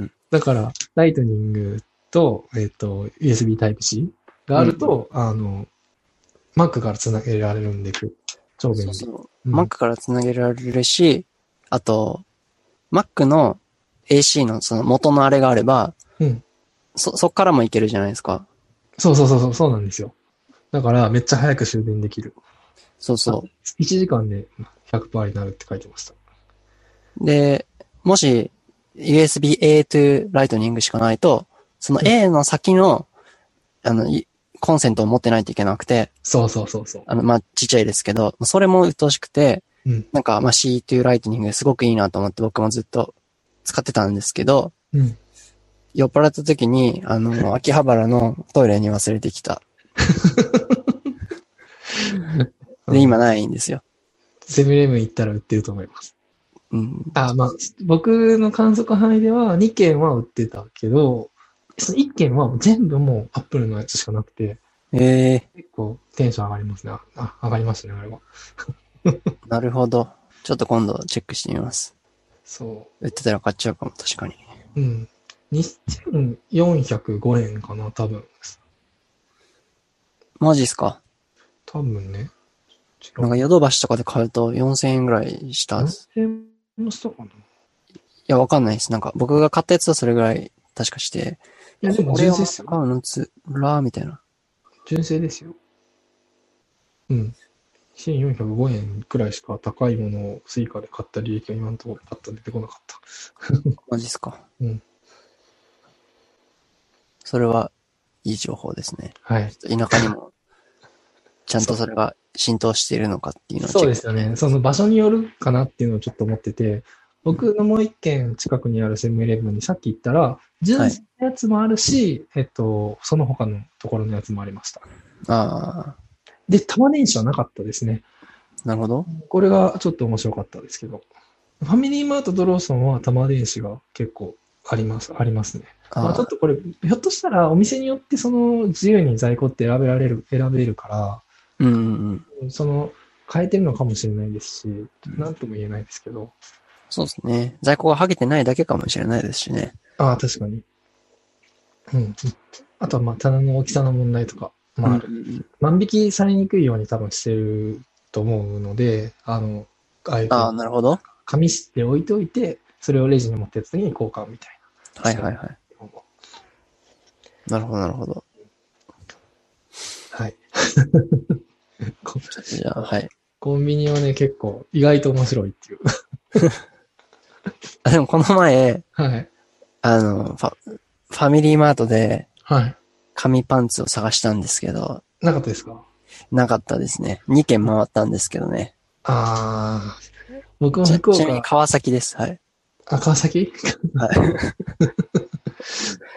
Speaker 1: ん
Speaker 2: だから、ライトニングと、えっ、と、USB Type-C があると、あの、Mac から繋げられるんで、超
Speaker 1: うん。
Speaker 2: 便
Speaker 1: そ
Speaker 2: 利。
Speaker 1: うそうう。
Speaker 2: ん
Speaker 1: Mac から繋げられるし、あと、Mac の AC のその元のあれがあれば、
Speaker 2: うん
Speaker 1: そ、そっからもいけるじゃないですか。
Speaker 2: そうそうそうそう、そうなんですよ。だから、めっちゃ早く終電できる。
Speaker 1: そうそう。
Speaker 2: 1時間で100%になるって書いてました。
Speaker 1: で、もし USB-A to Lightning しかないと、その
Speaker 2: うん
Speaker 1: A の先の、あの、いコンセントを持ってないといけなくて、
Speaker 2: そうそうそうそう。
Speaker 1: あの、まあ、ちっちゃいですけど、それも鬱陶しくて、
Speaker 2: うん
Speaker 1: なんか、まあ、C to Lightning すごくいいなと思って僕もずっと使ってたんですけど、
Speaker 2: うん。
Speaker 1: 酔っ払った時に、あの、秋葉原のトイレに忘れてきた。で、今ないんですよ。
Speaker 2: セブンイレブン行ったら売ってると思います。
Speaker 1: うん。
Speaker 2: あ、まあ、僕の観測範囲では2件は売ってたけど、その1件は全部もうアップルのやつしかなくて、
Speaker 1: ええ
Speaker 2: 結構テンション上がりますね。あ、上がりましたね、あれは。
Speaker 1: なるほど。ちょっと今度チェックしてみます。
Speaker 2: そ
Speaker 1: 売ってたら買っちゃうかも、確かに。
Speaker 2: う。うん。2405円かな、多分。
Speaker 1: マジっすか
Speaker 2: 多分ね。違
Speaker 1: なん
Speaker 2: う。
Speaker 1: かヨドバシとかで買うと4000円ぐらいしたんです。
Speaker 2: 4000もしたかな。い
Speaker 1: いや、わかんないです。なんか僕が買ったやつはそれぐらい、確かして。
Speaker 2: や、でも
Speaker 1: これ
Speaker 2: 純
Speaker 1: は
Speaker 2: 正ですよ。
Speaker 1: 買うのつらーみたいな。
Speaker 2: 純正ですよ。うん。1405円くらいしか高いものをスイカで買った利益が今のところパッと出てこなかった。
Speaker 1: マジっすか
Speaker 2: うん。
Speaker 1: それは、いい情報ですね。
Speaker 2: はい。
Speaker 1: 田舎にも、ちゃんとそれが浸透しているのかっていうのをチェッ
Speaker 2: そう
Speaker 1: ク
Speaker 2: ですよね。その場所によるかなっていうのをちょっと思ってて、僕のもう一軒近くにあるセブンイレブンにさっき言ったら、純正のやつもあるし、えっと、その他のところのやつもありました。
Speaker 1: あ
Speaker 2: で、玉ねぎしはなかったですね。
Speaker 1: あ、なるほど。
Speaker 2: これがちょっと面白かったですけど。ファミリーマートとローソンは玉電子が結構あります、ありますね。
Speaker 1: あー
Speaker 2: まあ、ちょっとこれ、ひょっとしたらお店によってその自由に在庫って選べられる、選べるか
Speaker 1: うんうんうん。
Speaker 2: ら、その変えてるのかもしれないですし、なんとも言えないですけど。
Speaker 1: そうですね。在庫が剥げてないだけかもしれないですしね。
Speaker 2: ああ、確かに。うん。あとはまあ棚の大きさの問題とかもある。
Speaker 1: うんうんうん
Speaker 2: 万引きされにくいように多分してると思うので、あの、ああいう
Speaker 1: ああ、なるほど。
Speaker 2: 紙して置いておいて、それをレジに持ってった時に交換みたい
Speaker 1: はいはいはい。な
Speaker 2: な。
Speaker 1: るほどなるほど。 [laughs]
Speaker 2: はい。こ
Speaker 1: じゃあ、はい。
Speaker 2: コンビニはね、結構意外と面白いっていう。
Speaker 1: あ、でもこの前、
Speaker 2: はい。
Speaker 1: あの、ファ、ファミリーマートで
Speaker 2: はい。
Speaker 1: 紙パンツを探したんですけど、
Speaker 2: なかったですか
Speaker 1: なかったですね。2軒回ったんですけどね。
Speaker 2: ああ。僕も
Speaker 1: ち
Speaker 2: 福
Speaker 1: ちなみに
Speaker 2: 岡、
Speaker 1: 川崎です。はい。
Speaker 2: あ、川崎
Speaker 1: はい。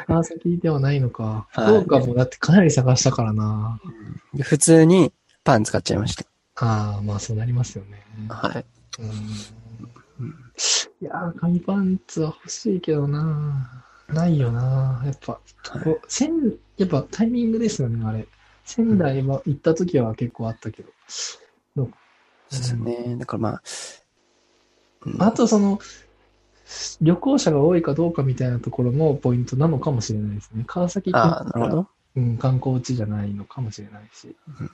Speaker 2: 川崎ではないのか。
Speaker 1: はい
Speaker 2: 福岡もだってかなり探したからな。 [laughs]
Speaker 1: で普通にパン使っちゃいました。
Speaker 2: ああ、まあそうなりますよね。
Speaker 1: はい。
Speaker 2: うん。いやー、紙パンツは欲しいけどな。ないよな。やっぱ、
Speaker 1: はい
Speaker 2: こう仙やっぱタイミングですよね、あれ。仙台は行った時は結構あったけど。
Speaker 1: そうですね。だからまあ、うん
Speaker 2: あとその、旅行者が多いかどうかみたいなところもポイントなのかもしれないですね。川崎って言
Speaker 1: ああ、
Speaker 2: っ
Speaker 1: な
Speaker 2: た
Speaker 1: る
Speaker 2: ら
Speaker 1: ほど。
Speaker 2: うん、観光地じゃないのかもしれないし。
Speaker 1: うん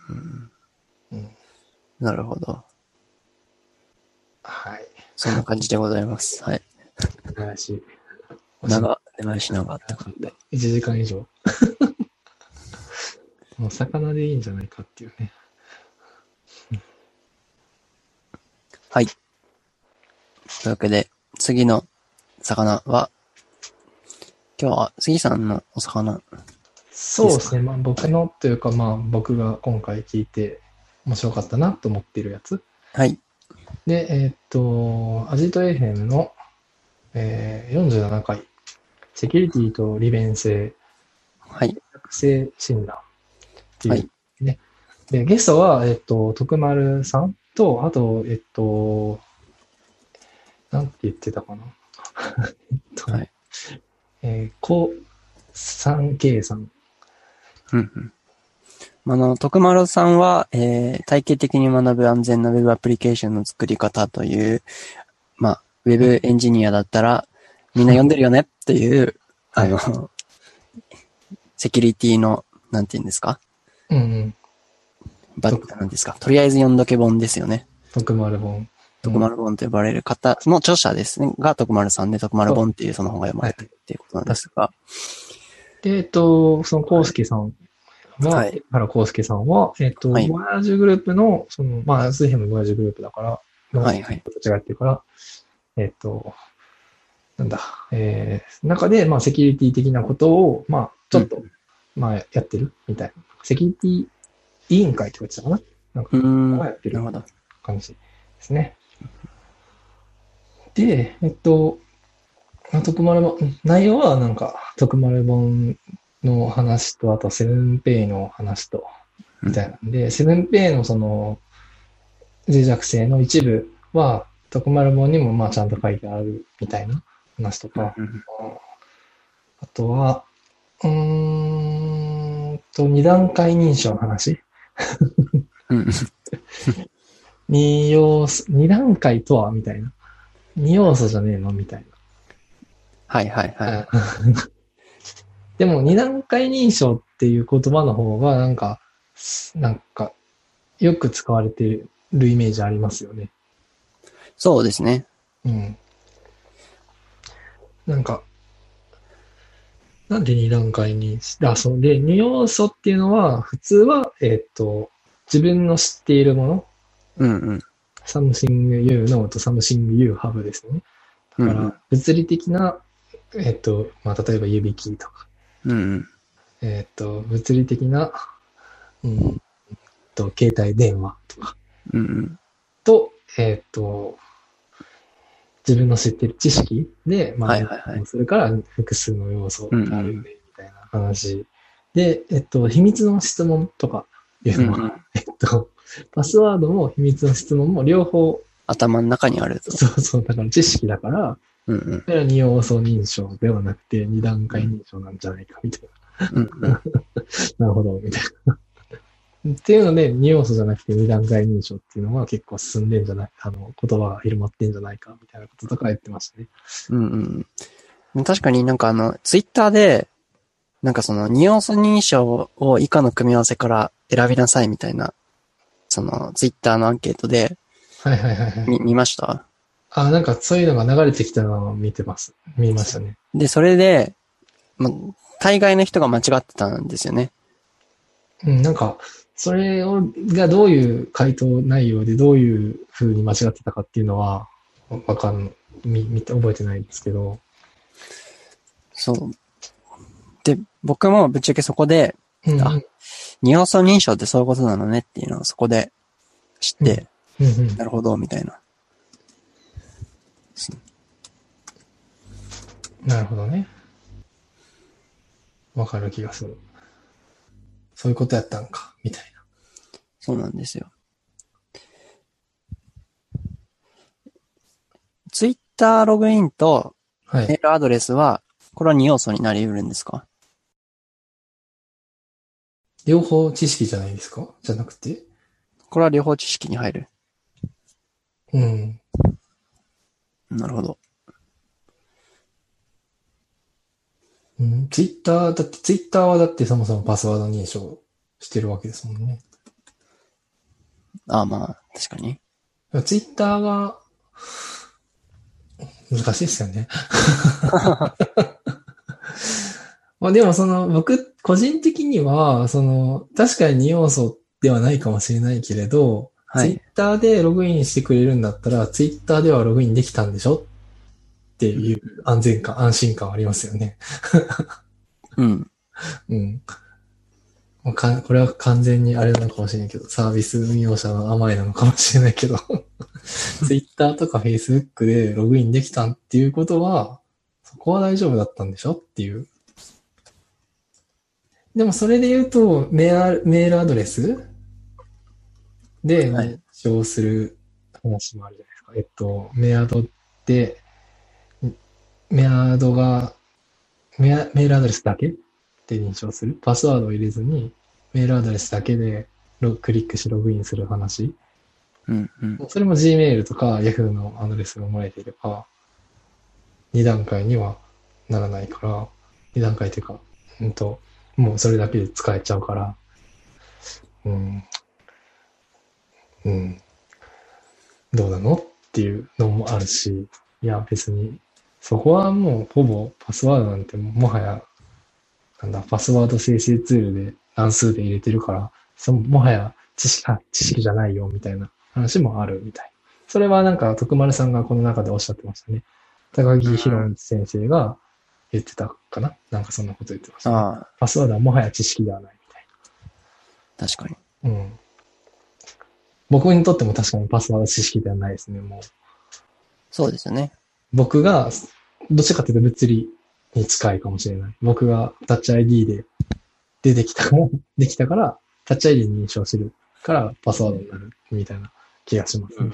Speaker 1: うん
Speaker 2: うん、
Speaker 1: なるほど。
Speaker 2: はい。
Speaker 1: そんな感じでございます。
Speaker 2: [laughs]
Speaker 1: はい。
Speaker 2: 素晴らしい。
Speaker 1: 長、出前しながった
Speaker 2: かった。1時間以上。 [laughs] もう魚でいいんじゃないかっていうね。
Speaker 1: はい。というわけで、次の魚は、今日は杉さんのお魚。
Speaker 2: そうですね。まあ僕のというか、まあ僕が今回聞いて面白かったなと思ってるやつ。
Speaker 1: はい。
Speaker 2: で、えーっと、アジトエヘンの、えー47回、セキュリティと利便性、
Speaker 1: はい。
Speaker 2: 学生診断っていう、
Speaker 1: はい
Speaker 2: ね。で、ゲストは、えっと、徳丸さんと、あと、えっと、なんて言ってたかな。 [laughs] えっと
Speaker 1: はい
Speaker 2: えー、こう、さんけいさん。
Speaker 1: うんうん。あの、徳丸さんは、えー、体系的に学ぶ安全なウェブアプリケーションの作り方という、まあ、ウェブエンジニアだったら、みんな読んでる [laughs] よねっていう、あの、セキュリティの、なんて言うんですか
Speaker 2: うんうん。
Speaker 1: バ
Speaker 2: ど
Speaker 1: なんですかとりあえず読んどけ本ですよね。
Speaker 2: 徳丸本。
Speaker 1: 徳丸本と呼ばれる方の著者ですね、が徳丸さんで徳丸本っていうその本が読まれてるっていうことなんですが、
Speaker 2: で、えっと、その、こうすけさんは、
Speaker 1: は
Speaker 2: はいい、原こうすけさんは、えっと、
Speaker 1: はい
Speaker 2: ボヤージュグループの、その、まあ、スーヘムボヤージュグループだから、の
Speaker 1: はいはい。
Speaker 2: 人たちがやってるから、えっと、なんだ、えー、中で、まあ、セキュリティ的なことを、まあ、ちょっと、まあ、やってるみたいな。セキュリティ委員会って言われてたかな
Speaker 1: うーん。な
Speaker 2: がやって
Speaker 1: る
Speaker 2: る
Speaker 1: ほど。
Speaker 2: 感じですね。で、えっと、まあ徳丸本、うん内容はなんか、徳丸本の話と、あとセブンペイの話と、みたいなんで、セブンペイのその、脆弱性の一部は、徳丸本にもまあちゃんと書いてあるみたいな話とか、
Speaker 1: うん
Speaker 2: あとは、うーんと、二段階認証の話
Speaker 1: うん。
Speaker 2: 二要素、二段階とはみたいな。二要素じゃねえのみたい
Speaker 1: はいはい
Speaker 2: な。
Speaker 1: はい。
Speaker 2: [laughs] でも、二段階認証っていう言葉の方が、なんか、なんか、よく使われてるイメージありますよね。
Speaker 1: そうですね。
Speaker 2: うん。なんか、なんで二段階にし、あ、そうで、二要素っていうのは、普通は、えっ、と、自分の知っているもの、
Speaker 1: うんうん。
Speaker 2: something you know と something you have ですね。だか
Speaker 1: うんうん
Speaker 2: ら、物理的な、えっ、と、まあ、例えば指キーとか、
Speaker 1: うんうん。
Speaker 2: えっ、と、物理的な、うん、と、携帯電話とか、
Speaker 1: うんうん。
Speaker 2: と、えっ、と、自分の知ってる知識で、まあ、
Speaker 1: はいはいはい
Speaker 2: それから複数の要素があるよね、みたいな話。で、えっと、秘密の質問とかいうのは、
Speaker 1: うんうん
Speaker 2: えっと、パスワードも秘密の質問も両方、
Speaker 1: 頭の中にあると。
Speaker 2: そうそう、だから知識だから、
Speaker 1: うんうん。
Speaker 2: それは二要素認証ではなくて二段階認証なんじゃないか、みたい
Speaker 1: うんうん。
Speaker 2: な。なるほど、みたいな。っていうので、二要素じゃなくて二段階認証っていうのは結構進んでんじゃないあの、言葉が広まってんじゃないか、みたいなこととか言ってましたね。
Speaker 1: うんうん。確かになんかあの、ツイッターで、なんかその二要素認証を以下の組み合わせから選びなさいみたいな、そのツイッターのアンケートで
Speaker 2: はいはいはいはい。
Speaker 1: 見見ました
Speaker 2: あ、なんかそういうのが流れてきたのを見てます。見ましたね。
Speaker 1: で、それで、ま、大概の人が間違ってたんですよね。
Speaker 2: うん、なんか、それをがどういう回答内容でどういう風に間違ってたかっていうのは、わかん、み、見て、覚えてないんですけど。
Speaker 1: そう。で、僕もぶっちゃけそこで、
Speaker 2: うん。
Speaker 1: あ二要素認証ってそういうことなのねっていうのをそこで知って、
Speaker 2: うんうん
Speaker 1: なるほど、みたいな。
Speaker 2: なるほどね。わかる気がする。そういうことやったんか、みたい
Speaker 1: そうなんですよ。ツイッターログインと
Speaker 2: な。は
Speaker 1: メ
Speaker 2: い。
Speaker 1: ールアドレスは、これは二要素になり得るんですか
Speaker 2: 両方知識じゃないですかじゃなくて。
Speaker 1: これは両方知識に入る。
Speaker 2: うん。
Speaker 1: なるほど。
Speaker 2: うん、ツイッター、だってツイッターはだってそもそもパスワード認証してるわけですもんね。
Speaker 1: ああ、まあ、確かに。
Speaker 2: ツイッターが、難しいですよね。 [laughs] まあでもその、僕、個人的には、その、確かに二要素ではないかもしれないけれど、
Speaker 1: は
Speaker 2: ツイッ
Speaker 1: い。
Speaker 2: ターでログインしてくれるんだったら、ツイッターではログインできたんでしょっていう安全感、安心感はありますよね。
Speaker 1: うん。
Speaker 2: うん。もうかこれは完全にあれなのかもしれないけど、サービス運用者の甘えなのかもしれない
Speaker 1: [laughs]
Speaker 2: けど、Twitter とか Facebook でログインできたっていうことは、そこは大丈夫だったんでしょっていう。でもそれで言うと、メールメールアドレスで
Speaker 1: はい
Speaker 2: 認証する話もあるじゃないですか。えっと、メアドって、メアドが、メアメールアドレスだけで認証する。パスワードを入れずに、メールアドレスだけでロクリックしログインする話。
Speaker 1: うん。うん。
Speaker 2: それも Gmail とか Yahoo のアドレスが漏れていれば、二段階にはならないから、二段階というか、うんと、もうそれだけで使えちゃうから、うん。うん。どうなのっていうのもあるし、いや別に、そこはもうほぼパスワードなんてもはや、なんだ、パスワード生成ツールで乱数で入れてるから、そのもはや知識あ知識じゃないよみたいな話もあるみたい。それはなんか徳丸さんがこの中でおっしゃってましたね。高木宏光先生が言ってたかななんかそんなこと言ってました、
Speaker 1: ああ、
Speaker 2: パスワードはもはや知識ではないみたいな。
Speaker 1: 確かに。
Speaker 2: うん。僕にとっても確かにパスワード知識ではないですね、もう。
Speaker 1: そうですよね。
Speaker 2: 僕が、どっちかというと物理に近いかもしれない。僕がタッチ ID で出てきた [laughs] から、できたから、タッチ ID に認証するからパスワードになるみたいな気がします、ね
Speaker 1: ん。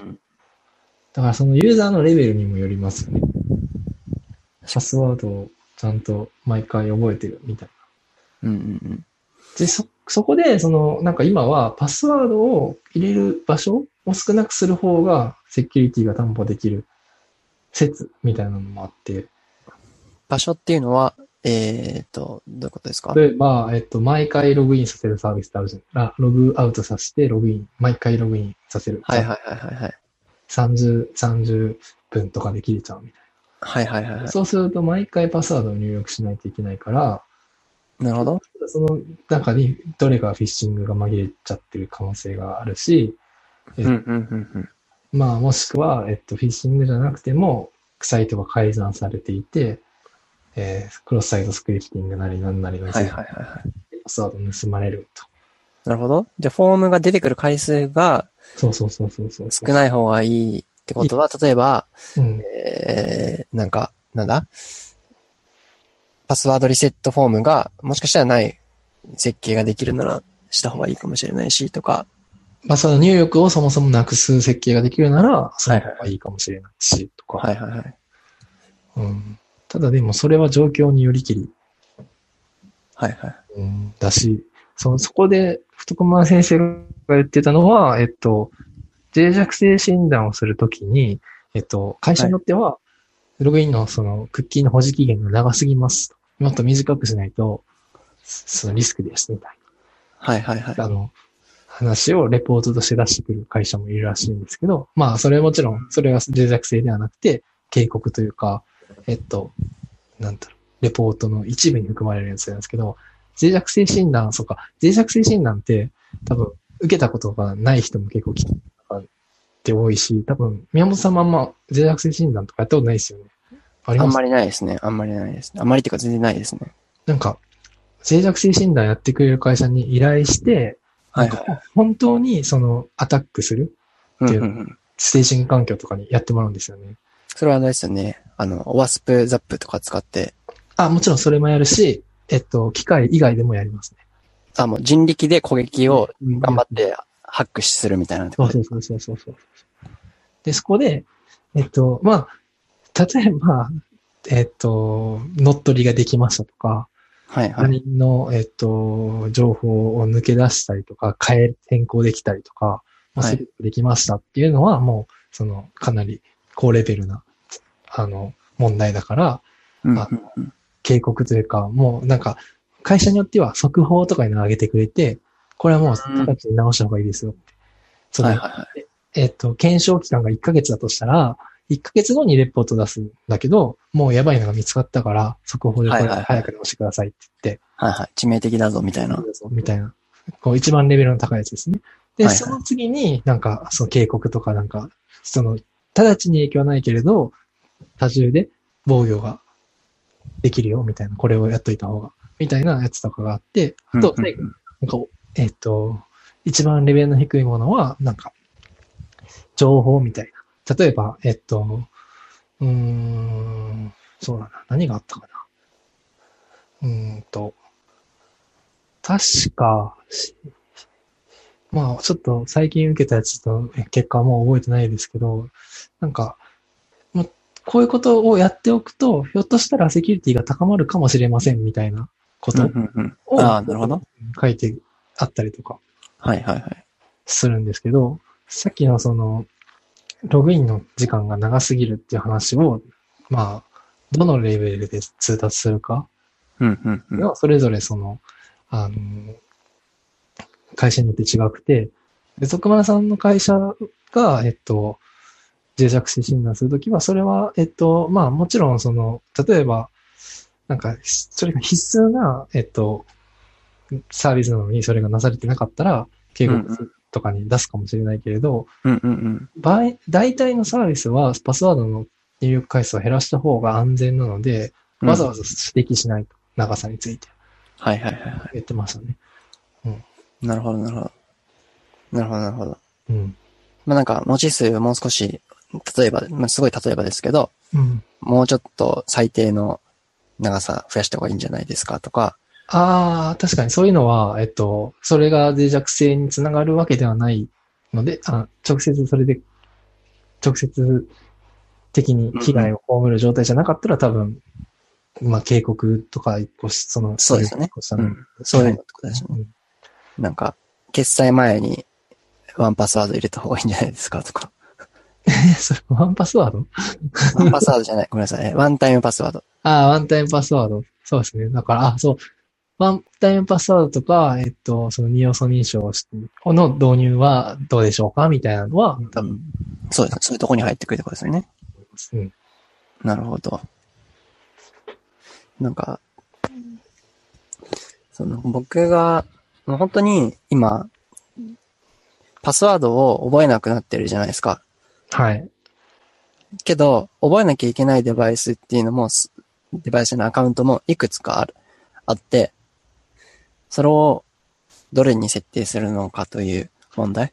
Speaker 2: だからそのユーザーのレベルにもよりますよね。パスワードをちゃんと毎回覚えてるみたいな。
Speaker 1: うんうん
Speaker 2: で、そ、そこで、その、なんか今はパスワードを入れる場所を少なくする方がセキュリティが担保できる説みたいなのもあって、
Speaker 1: 場所っていうのは、えっと、どういうことですか
Speaker 2: 例えば、えっと、毎回ログインさせるサービスってあるじゃん。あログアウトさせて、ログイン、毎回ログインさせる。
Speaker 1: はいはいはいはいはい。
Speaker 2: 30、30分とかで切れちゃうみたい
Speaker 1: はいはいはい
Speaker 2: な。
Speaker 1: は
Speaker 2: そうすると、毎回パスワードを入力しないといけないから、
Speaker 1: い。なるほど。
Speaker 2: その中にどれかフィッシングが紛れちゃってる可能性があるし、
Speaker 1: うんうんうんうん。
Speaker 2: まあ、もしくは、えっと、フィッシングじゃなくても、サイトが改ざんされていて、えークロスサイトスクリプティングなりなんなりの
Speaker 1: はいはい
Speaker 2: 全部
Speaker 1: はいはい。
Speaker 2: パスワード盗まれると。
Speaker 1: なるほど。じゃあ、フォームが出てくる回数が
Speaker 2: そうそうそうそうそう。
Speaker 1: 少ない方がいいってことは、例えば、
Speaker 2: うん。
Speaker 1: えー、なんか、なんだパスワードリセットフォームが、もしかしたらない設計ができるなら、した方がいいかもしれないし、とか。
Speaker 2: まあ、その入力をそもそもなくす設計ができるなら、そ
Speaker 1: は
Speaker 2: の
Speaker 1: い
Speaker 2: 方がいいかもしれないし、とか。
Speaker 1: はいはいはい。
Speaker 2: うん、ただでも、それは状況によりきり、
Speaker 1: はいはい。
Speaker 2: うん、だし、そのそこで、太駒先生が言ってたのは、えっと、脆弱性診断をするときに、えっと、会社によっては、ログインのそのクッキーの保持期限が長すぎますと。もっと短くしないと、そのリスクですみたい
Speaker 1: はいはいはい。
Speaker 2: あの、話をレポートとして出してくる会社もいるらしいんですけど、まあ、それはもちろん、それは脆弱性ではなくて、警告というか、えっと、なんだろう、レポートの一部に含まれるやつなんですけど、脆弱性診断、そうか、脆弱性診断って、多分、受けたことがない人も結構聞くって多いし、多分、宮本さんもあんま脆弱性診断とかやったことないですよね。あり
Speaker 1: あ
Speaker 2: ま
Speaker 1: ん
Speaker 2: す
Speaker 1: まりないですね。あんまりないです。あんまりっていうか全然ないですね。
Speaker 2: なんか、脆弱性診断やってくれる会社に依頼して、
Speaker 1: はい
Speaker 2: なん
Speaker 1: は
Speaker 2: か
Speaker 1: い。
Speaker 2: 本当にそのアタックする
Speaker 1: うん
Speaker 2: て
Speaker 1: う
Speaker 2: いうん
Speaker 1: うん。
Speaker 2: 精神環境とかにやってもらうんですよね。
Speaker 1: それはあれですよね。あの、ワスプ、ザップとか使って、
Speaker 2: あ、もちろんそれもやるし、えっと、機械以外でもやりますね。
Speaker 1: あ、もう人力で攻撃を
Speaker 2: うん
Speaker 1: 頑張っ。てハックするみたいなって
Speaker 2: そ
Speaker 1: こ
Speaker 2: う
Speaker 1: と
Speaker 2: そうそうそうそうそう。で、そこで、えっと、まあ、例えば、えっと、乗っ取りができましたとか、
Speaker 1: はい
Speaker 2: 他
Speaker 1: はい。
Speaker 2: 人の、えっと、情報を抜け出したりとか、変え、変更できたりとか、まあ
Speaker 1: はい
Speaker 2: することできましたっていうのは、もう、その、かなり高レベルな、あの、問題だから、
Speaker 1: うん
Speaker 2: あ警告というか、もうなんか、会社によっては速報とかに上げてくれて、これはもう直ちに直した方がいいですよって。その
Speaker 1: はいはいはい。
Speaker 2: えっと、検証期間が1ヶ月だとしたら、1ヶ月後にレポート出すんだけど、もうやばいのが見つかったから、速報でこれ
Speaker 1: はいはいはい
Speaker 2: 早く直してくださいって言って、
Speaker 1: はいはい。致命的だぞみたいな。
Speaker 2: みたいな。こう一番レベルの高いやつですね。で、
Speaker 1: はいはい
Speaker 2: その次になんか、その警告とかなんか、その、直ちに影響はないけれど、多重で防御ができるよ、みたいな。これをやっといた方が、みたいなやつとかがあって、あと、
Speaker 1: うんう
Speaker 2: 最
Speaker 1: ん
Speaker 2: 後なんか、えっ、と、一番レベルの低いものは、なんか、情報みたいな。例えば、えっ、と、うーん、そうだな。何があったかな。うーんと、確か、しまあ、ちょっと最近受けたやつとえ結果はもう覚えてないですけど、なんか、まあこういうことをやっておくと、ひょっとしたらセキュリティが高まるかもしれませんみたいなこ
Speaker 1: うん
Speaker 2: と
Speaker 1: うんうん
Speaker 2: を
Speaker 1: ああ、なるほど。
Speaker 2: 書いてあったりとか
Speaker 1: はいはいはい。
Speaker 2: するんですけど、さっきのその、ログインの時間が長すぎるっていう話を、まあ、どのレベルで通達するか
Speaker 1: うんうんうん。
Speaker 2: が、それぞれその、あの、会社によって違くて、で、徳丸さんの会社が、えっと、脆弱性診断するときは、それは、えっと、まあ、もちろん、その、例えば、なんか、しそれが必須な、えっと、サービスなのにそれがなされてなかったら、警
Speaker 1: うんうん
Speaker 2: 告とかに出すかもしれないけれど、
Speaker 1: うんうんうん。
Speaker 2: 場合、大体のサービスはパスワードの入力回数を減らした方が安全なので、
Speaker 1: うん
Speaker 2: わざわざ指摘しないと、長さについて
Speaker 1: はいはいはいは
Speaker 2: 言ってましたね。
Speaker 1: い。なるほどなるほど。なるほどなるほど。
Speaker 2: うん。
Speaker 1: まあなんか文字数をもう少し、例えば、まあすごい例えばですけど、
Speaker 2: うん。
Speaker 1: もうちょっと最低の長さ増やした方がいいんじゃないですかとか。
Speaker 2: ああ、確かにそういうのは、えっと、それが脆弱性につながるわけではないので、あ直接それで、直接的に被害を被る状態じゃなかったら多分、まあ警告とか一個し、その、
Speaker 1: そうですよね
Speaker 2: 一個下
Speaker 1: う
Speaker 2: の
Speaker 1: ん。そういうのってことですよね。なんか、決済前にワンパスワード入れた方がいいんじゃないですかとか。
Speaker 2: [laughs] それ、ワンパスワード
Speaker 1: ワンパスワードじゃない。ごめんなさい。ワンタイムパスワード。
Speaker 2: ああ、ワンタイムパスワード。そうですね。だから、あ、そう。ワンタイムパスワードとか、えっと、その二要素認証の導入はどうでしょうかみたいなのは、多分、
Speaker 1: そうですね。そういうとこに入ってくるってことですよね。
Speaker 2: うん、
Speaker 1: なるほど。なんか、その僕が、もう本当に今、パスワードを覚えなくなってるじゃないですか。
Speaker 2: はい。
Speaker 1: けど、覚えなきゃいけないデバイスっていうのも、すデバイスのアカウントもいくつかある、あって、それをどれに設定するのかという問題。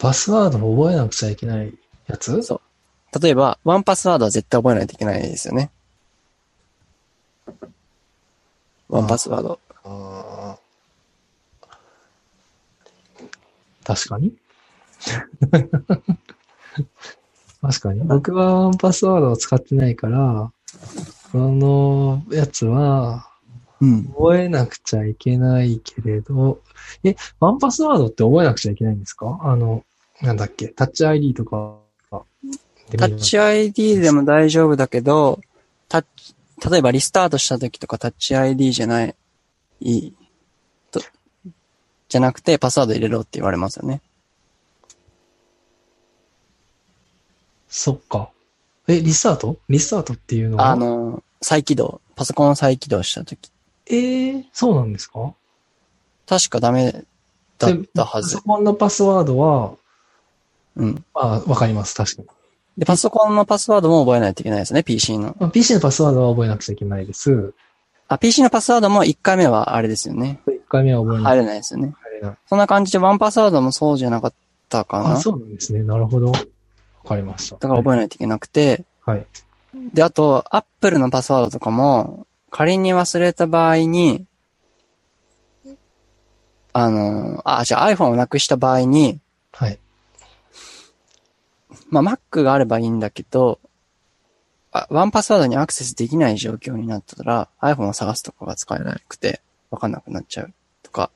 Speaker 2: パスワードを覚えなくちゃいけないやつ
Speaker 1: そう例えば、ワンパスワードは絶対覚えないといけないですよね。ワンパスワード。
Speaker 2: あー確かに [laughs] 確かに。僕はワンパスワードを使ってないから、このやつは
Speaker 1: うん。
Speaker 2: 覚えなくちゃいけないけれど、え、ワンパスワードって覚えなくちゃいけないんですかあの、なんだっけ、タッチ ID とか。
Speaker 1: タッチ ID でも大丈夫だけど、タッチ、例えばリスタートした時とかタッチ ID じゃない、いい、と、じゃなくてパスワード入れろって言われますよね。
Speaker 2: そっか。え、リスタートリスタートっていうのは
Speaker 1: あの、再起動、パソコンを再起動した時、
Speaker 2: えー、そうなんですか
Speaker 1: 確かダメだったは
Speaker 2: パ
Speaker 1: ず
Speaker 2: ソ。コンのパスワードは、
Speaker 1: うん。
Speaker 2: あわかります、確かに。
Speaker 1: で、パソコンのパスワードも覚えないといけないですね、PC の。
Speaker 2: まあ PC のパスワードは覚えなくちゃいけないです。
Speaker 1: あ、PC のパスワードも1回目はあれですよね。
Speaker 2: 1回目は覚えな
Speaker 1: 入
Speaker 2: く
Speaker 1: れないですよね。
Speaker 2: ちゃいけない。
Speaker 1: そんな感じでワンパスワードもそうじゃなかったかな。
Speaker 2: あ、そうなんですね。なるほど。わかりました。
Speaker 1: だから覚えないといけなくて。
Speaker 2: はい。
Speaker 1: で、あと、Apple のパスワードとかも、仮に忘れた場合に、あの、あ、じゃあ iPhone をなくした場合に、
Speaker 2: はい。
Speaker 1: まあ、Mac があればいいんだけど、あワンパスワードにアクセスできない状況になったら、iPhone を探すとかが使えなくて、わかんなくなっちゃうとか、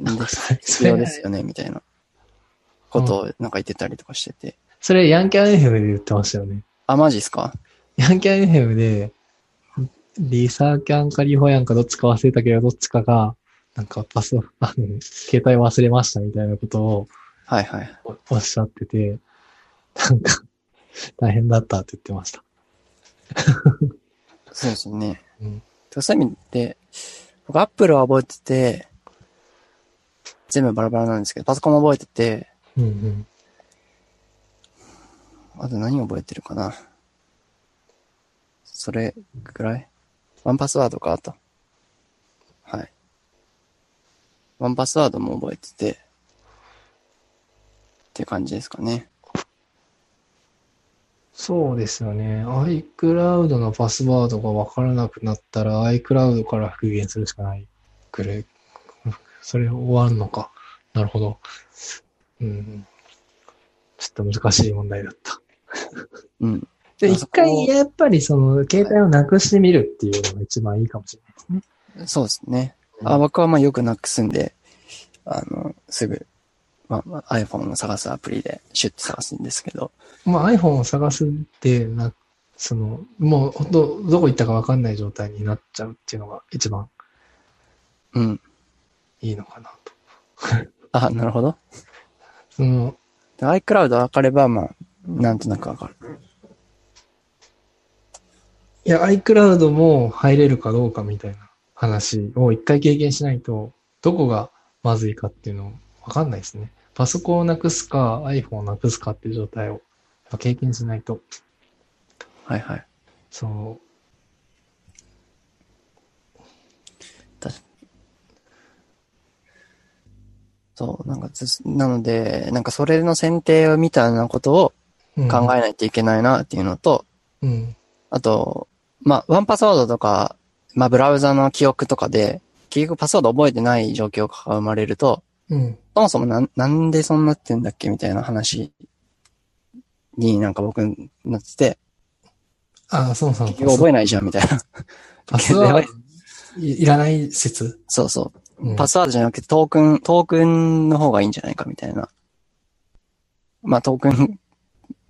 Speaker 2: なんかそれ、そ
Speaker 1: 必要
Speaker 2: れ
Speaker 1: で、すよね、みたいなことをなんか言ってたりとかしてて。
Speaker 2: それヤンキャン FM で言ってましたよね。
Speaker 1: あ、マジっすか
Speaker 2: ヤンキャン FM で、リサーキャンかリホヤンかどっちか忘れたけど、どっちかが、なんかパスワード、あの携帯忘れましたみたいなことを
Speaker 1: はいはい。
Speaker 2: おおっしゃってて、なんか、大変だったって言ってました。
Speaker 1: そうですよね。
Speaker 2: うん
Speaker 1: そういう意味で、僕、アップルは覚えてて、全部バラバラなんですけど、パソコンも覚えてて、
Speaker 2: うんうん。
Speaker 1: あと何覚えてるかな。それくらいワンパスワードか、あと。はい。ワンパスワードも覚えてて、って感じですかね。
Speaker 2: そうですよね。iCloud のパスワードがわからなくなったら iCloud から復元するしかない。くれ、それ終わるのか。なるほど。うん。ちょっと難しい問題だった。
Speaker 1: うん。あ
Speaker 2: で、一回、
Speaker 1: そこ
Speaker 2: やっぱりその、携帯をなくしてみるっていうのが一番いいかもしれないですね。
Speaker 1: そうですね。
Speaker 2: うん
Speaker 1: あ僕はまあよくなくすんで、あの、すぐ、まあ、まあ iPhone を探すアプリでシュッと探すんですけど、
Speaker 2: まあ、iPhone を探すってな、その、もう、ほんと、どこ行ったかわかんない状態になっちゃうっていうのが一番
Speaker 1: うん。
Speaker 2: いいのかなと。
Speaker 1: あ、なるほど。
Speaker 2: その、
Speaker 1: で iCloud 分かれば、まあ、なんとなく分かる。
Speaker 2: いや、iCloud も入れるかどうかみたいな話を一回経験しないと、どこがまずいかっていうのわかんないですね。パソコンをなくすか iPhone をなくすかっていう状態をやっぱ経験しないと、
Speaker 1: はいはい。
Speaker 2: そう。
Speaker 1: そう、なんかず、なので、なんかそれの選定みたいなことを
Speaker 2: うん
Speaker 1: 考えないといけないなっていうのと、
Speaker 2: うん。
Speaker 1: あと、まあ、ワンパスワードとか、まあ、ブラウザの記憶とかで、結局パスワード覚えてない状況が生まれると、
Speaker 2: うん。
Speaker 1: そもそもなん、なんでそんなってんだっけみたいな話になんか僕になってて、
Speaker 2: あ、そうそう。
Speaker 1: 結局覚えないじゃんみたいな。 [laughs]
Speaker 2: パスワードいいらない説。
Speaker 1: そうそう。
Speaker 2: うん
Speaker 1: パスワードじゃなくてトークン、トークンの方がいいんじゃないかみたいなまあトークン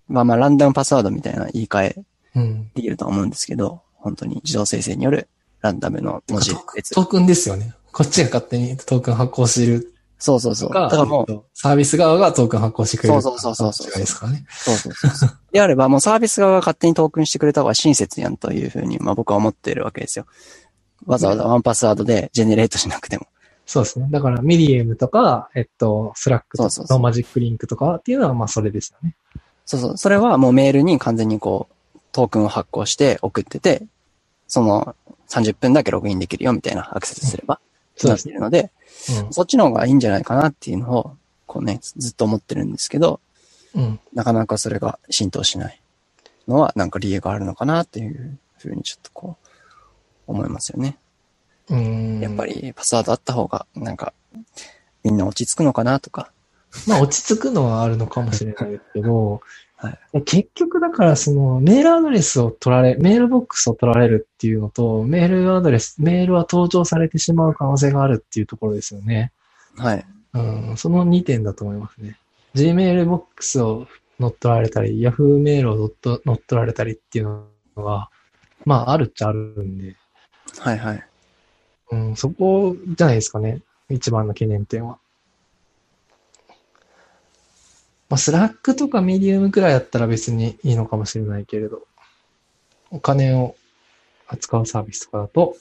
Speaker 1: はまあランダムパスワードみたいな言い換え
Speaker 2: うん。
Speaker 1: できると思うんですけど、本当に自動生成によるランダムの
Speaker 2: ト
Speaker 1: 文字列。
Speaker 2: ークンですよね。こっちが勝手にトークン発行してる
Speaker 1: そうそうそ
Speaker 2: と
Speaker 1: う。だか
Speaker 2: か、
Speaker 1: らもう
Speaker 2: えっ、とサービス側がトークン発行してくれる
Speaker 1: そうそうそうそう
Speaker 2: 違いですからね。
Speaker 1: そうそうそうそう。であれば、もうサービス側が勝手にトークンしてくれた方が親切やんというふうに、まあ僕は思っているわけですよ。わざわざワンパスワードでジェネレートしなくても。
Speaker 2: そうですね。だから、ミディエムとか、えっと、スラックと
Speaker 1: そうそう
Speaker 2: か
Speaker 1: そう
Speaker 2: のマジックリンクとかっていうのは、まあ、それですよね。
Speaker 1: そうそう。それはもうメールに完全にこう、トークンを発行して送ってて、その30分だけログインできるよみたいなアクセスすれば、なっているので、
Speaker 2: ね。
Speaker 1: そっちの方がいいんじゃないかなっていうのを、こうね、ずっと思ってるんですけど、
Speaker 2: うん。うん。
Speaker 1: なかなかそれが浸透しないのは、なんか理由があるのかなっていうふうにちょっとこう、思いますよね。
Speaker 2: うん。
Speaker 1: やっぱ。りパスワードあった方が、なんか、みんな落ち着くのかなとか。
Speaker 2: まあ、落ち着くのはあるのかもしれないですけど、
Speaker 1: はい
Speaker 2: や結局、だから、その、メールアドレスを取られ、メールボックスを取られるっていうのと、メールアドレス、メールは登場されてしまう可能性があるっていうところですよね。
Speaker 1: はい。
Speaker 2: うん。その2点だと思いますね。Gmail ボックスを乗っ取られたり、Yahoo メールを乗っ取乗っ取られたりっていうのは、まあ、あるっちゃあるんで、
Speaker 1: はいはい。
Speaker 2: うん、そこじゃないですかね。一番の懸念点は。まあ、スラックとかミディウムくらいだったら別にいいのかもしれないけれど、お金を扱うサービスとかだと、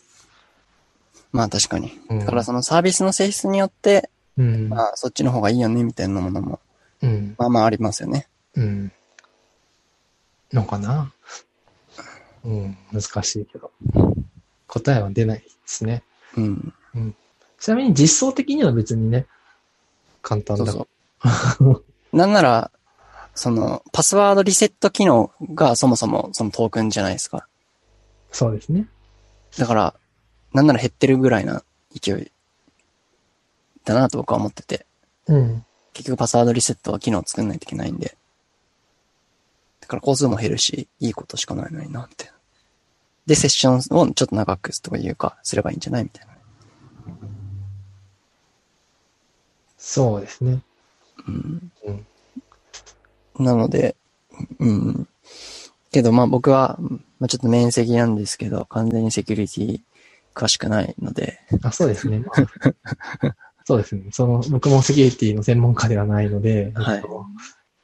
Speaker 1: まあ確かに。
Speaker 2: うん、
Speaker 1: だからそのサービスの性質によって、
Speaker 2: うん、
Speaker 1: まあそっちの方がいいよねみたいなものも、
Speaker 2: うん、
Speaker 1: まあまあありますよね。
Speaker 2: うん。のかな。うん、難しいけど。答えは出ないですね。
Speaker 1: うん。
Speaker 2: ちなみに実装的には別にね、簡単
Speaker 1: そ
Speaker 2: だ
Speaker 1: う
Speaker 2: から。
Speaker 1: そう。なんなら、その、パスワードリセット機能がそもそもそのトークンじゃないですか。
Speaker 2: そうですね。
Speaker 1: だから、なんなら減ってるぐらいな勢いだなと僕は思ってて。
Speaker 2: うん。
Speaker 1: 結局パスワードリセットは機能作んないといけないんで。だから工数も減るし、いいことしかないのにな、みたいな。で、セッションをちょっと長くすとかいうか、すればいいんじゃないみたいな。
Speaker 2: そうですね。
Speaker 1: うん。
Speaker 2: うん
Speaker 1: なので、うん。けど、まあ僕は、まあちょっと面積なんですけど、完全にセキュリティ詳しくないので、
Speaker 2: あ、そうですね。
Speaker 1: [laughs]
Speaker 2: そうですね。その、僕もセキュリティの専門家ではないので、
Speaker 1: はい
Speaker 2: えっと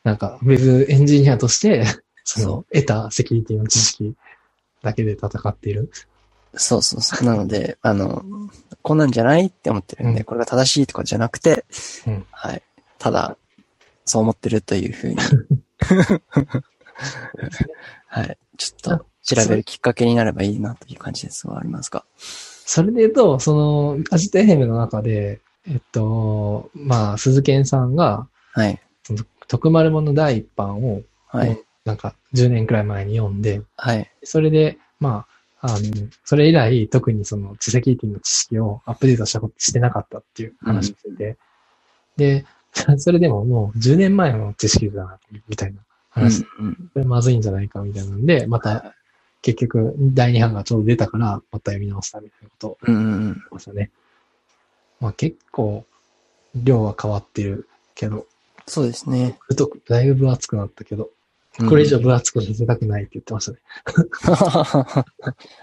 Speaker 2: なんか、ウェブエンジニアとして、その
Speaker 1: [laughs] そ、
Speaker 2: 得たセキュリティの知識だけで戦っている。
Speaker 1: そうそうそう。なの
Speaker 2: [laughs]
Speaker 1: で、あの、こんなんじゃないって思ってるんで、
Speaker 2: うん
Speaker 1: これが正しいとかじゃなくて、
Speaker 2: うん
Speaker 1: はい。ただ、そう思ってるという
Speaker 2: [laughs]
Speaker 1: ふうに。はい。ちょっと、調べるきっかけになればいいなという感じですはありますが。
Speaker 2: それで言うと、その、アジトエヘムの中で、えっと、まあ、鈴賢さんが、
Speaker 1: はい。
Speaker 2: その徳丸もの第一版を、
Speaker 1: はい。
Speaker 2: うんなんか、10年くらい前に読んで、
Speaker 1: はい。
Speaker 2: それで、まあ、あの、それ以来、特にその、セキュリティの知識をアップデートしたことしてなかったっていう話をしてて、で、 [laughs] それでももう10年前の知識だな、みたいな話、こ
Speaker 1: うんうん
Speaker 2: れまずいんじゃないか、みたいなんで、また、結局、第2版がちょうど出たから、また読み直したみたいなことを
Speaker 1: うんうんうん。
Speaker 2: 言ってましたね。まあ結構、量は変わってるけど、
Speaker 1: そうですね。
Speaker 2: 太くだいぶ分厚くなったけど、これ以上
Speaker 1: うん
Speaker 2: 分厚くさせたくないって言ってましたね。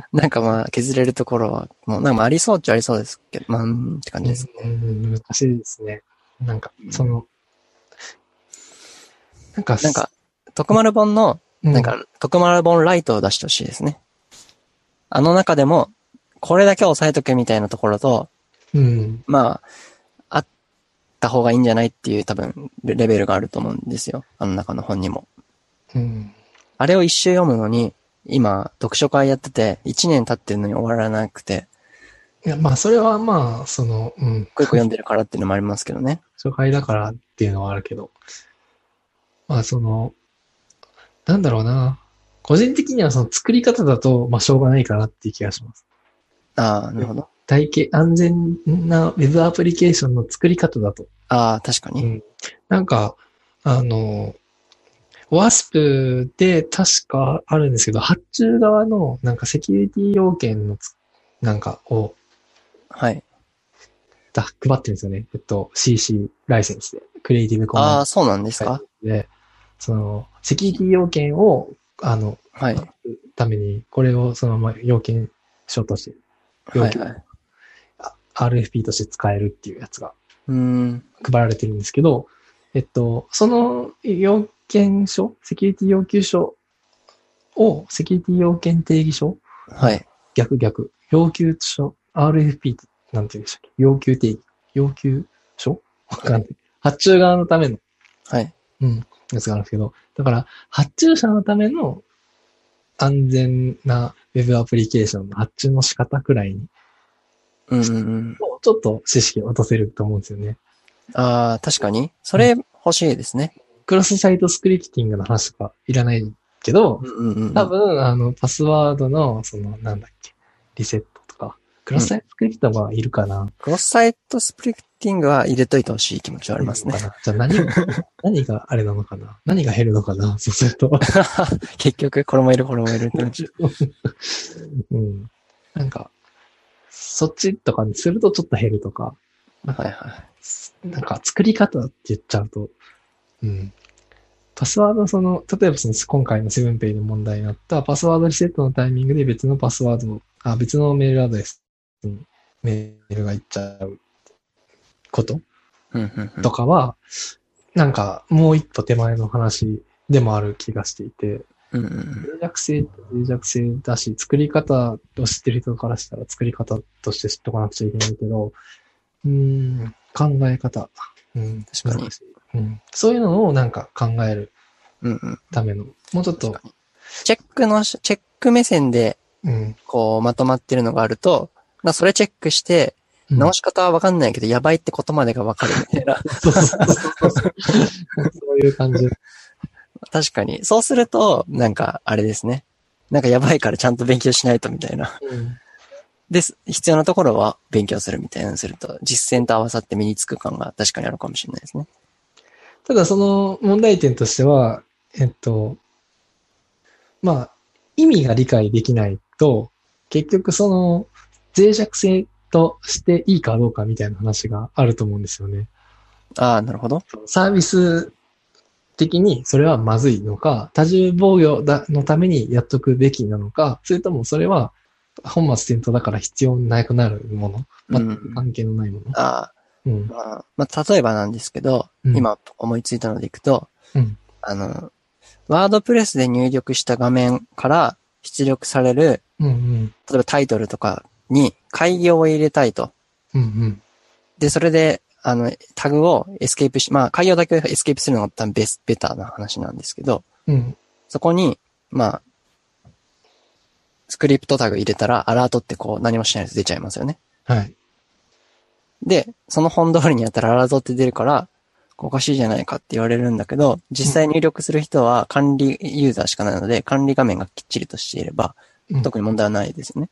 Speaker 1: [laughs] なんかまあ、削れるところは、もう、なんかまあありそうっちゃありそうですけど、まあ、うんって感じですね。
Speaker 2: うん、難しいですね。なんか、その、なんか、
Speaker 1: なんか、徳丸本の
Speaker 2: う、
Speaker 1: なんか、徳丸本ライトを出してほしいですね。あの中でも、これだけ押さえとけみたいなところと、
Speaker 2: うん、
Speaker 1: まあ、あった方がいいんじゃないっていう多分、レレベルがあると思うんですよ。あの中の本にも。
Speaker 2: うん、
Speaker 1: あれを一周読むのに、今、読書会やってて、一年経ってるのに終わらなくて、
Speaker 2: いや、まあ、それはまあ、その、うん、
Speaker 1: 一個一個読んでるからっていうのもありますけど
Speaker 2: [laughs]
Speaker 1: ね。
Speaker 2: 初回だからっていうのはあるけど、まあ、その、なんだろうな。個人的にはその作り方だと、まあ、しょうがないかなっていう気がします。
Speaker 1: ああ、なるほど。
Speaker 2: 体系、安全なウェブアプリケーションの作り方だと。
Speaker 1: ああ、確か
Speaker 2: う
Speaker 1: に。
Speaker 2: んなんか、あの、ワスプで確かあるんですけど、発注側のなんかセキュリティ要件のつなんかを
Speaker 1: はい。
Speaker 2: だ配ってるんですよね。えっと、CC ライセンスで、クリエイティブコモン
Speaker 1: あ
Speaker 2: ズ
Speaker 1: あ、そうなんですか、
Speaker 2: はいで、その、セキュリティ要件を、あの、
Speaker 1: はい。
Speaker 2: ために、これをそのまま要件書として、要
Speaker 1: はい
Speaker 2: 件
Speaker 1: はい。
Speaker 2: RFP として使えるっていうやつが
Speaker 1: うーん。
Speaker 2: 配られてるんですけど、えっと、その要件書、セキュリティ要求書を、セキュリティ要件定義書
Speaker 1: はい。
Speaker 2: 逆逆。要求書、RFP ってなんて言うんでしたっけ要求定義。要求書わかんない。発注側のための、
Speaker 1: はい。
Speaker 2: うん、やつがあるんですけど、だから、発注者のための安全な Web アプリケーションの発注の仕方くらいに、
Speaker 1: うんうんうん。
Speaker 2: もうちょっと知識を落とせると思うんですよね。
Speaker 1: ああ、確かに。それ欲しいですね。
Speaker 2: クロスサイトスクリプティングの話とかいらないけど、
Speaker 1: うんうんうん。
Speaker 2: 多分、あの、パスワードの、その、なんだっけ、リセットとか、クロスサイトスクリプトがいるかな、
Speaker 1: クロスサイトスプリクティングは入れといてほしい気持ちはあります [laughs] ね。
Speaker 2: じゃあ何が、
Speaker 1: [laughs]
Speaker 2: 何があれなのかな何が減るのかなそうすると。
Speaker 1: 結局、これもいる、これもいるってなっちゃ
Speaker 2: うん。なんか、そっちとかにするとちょっと減るとか、
Speaker 1: う。はいはい。
Speaker 2: すなんか作り方って言っちゃうと、うん。パスワードその、例えばその今回のセブンペイの問題になったパスワードリセットのタイミングで別のパスワードの、あ、別のメールアドレスにメールがいっちゃうこと
Speaker 1: うんうんうん
Speaker 2: とかは、なんかもう一歩手前の話でもある気がしていて、
Speaker 1: うんうんうん。
Speaker 2: 脆弱性、脆弱性だし、作り方を知ってる人からしたら作り方として知っとかなくちゃいけないけど、うーん、考え方。うん、
Speaker 1: 確かに
Speaker 2: 難しいうん。そういうのをなんか考える
Speaker 1: うんうん。
Speaker 2: ための、もうちょっと
Speaker 1: 確、かにチェックのし、チェック目線で、
Speaker 2: うん。
Speaker 1: こう、まとまってるのがあると、まあ、それチェックして、
Speaker 2: うん
Speaker 1: 直し方はわかんないけど、やばいってことまでがわかるみたいな。 [laughs]
Speaker 2: そうそうそうそう。 [laughs] そういう感じ。
Speaker 1: 確かに。そうすると、なんか、あれですね。なんかやばいからちゃんと勉強しないとみたいな。
Speaker 2: うん
Speaker 1: です。必要なところは勉強するみたいなのすると、実践と合わさって身につく感が確かにあるかもしれないですね。
Speaker 2: ただその問題点としては、えっと、まあ、意味が理解できないと、結局その脆弱性としていいかどうかみたいな話があると思うんですよね。
Speaker 1: ああ、なるほど。
Speaker 2: サービス的にそれはまずいのか、多重防御だのためにやっとくべきなのか、それともそれは本末転倒だから必要なくなるもの、
Speaker 1: う
Speaker 2: 全
Speaker 1: ん
Speaker 2: く関係のないもの。
Speaker 1: ああ、
Speaker 2: うん。
Speaker 1: まあ、まあ、例えばなんですけど、
Speaker 2: うん
Speaker 1: 今思いついたのでいくと、
Speaker 2: うん
Speaker 1: あの、ワードプレスで入力した画面から出力される、
Speaker 2: うんうん。
Speaker 1: 例えばタイトルとかに改行を入れたいと。
Speaker 2: うんうん。
Speaker 1: で、それで、あの、タグをエスケープし、まあ、改行だけエスケープするのが多分ベス、ベターな話なんですけど、
Speaker 2: うん。
Speaker 1: そこに、まあ、スクリプトタグ入れたら、アラートってこう何もしないと出ちゃいますよね。
Speaker 2: はい。
Speaker 1: で、その本通りにやったらアラートって出るから、おかしいじゃないかって言われるんだけど、実際入力する人は管理ユーザーしかないので、管理画面がきっちりとしていれば
Speaker 2: うん、
Speaker 1: 特に問題はないですよね。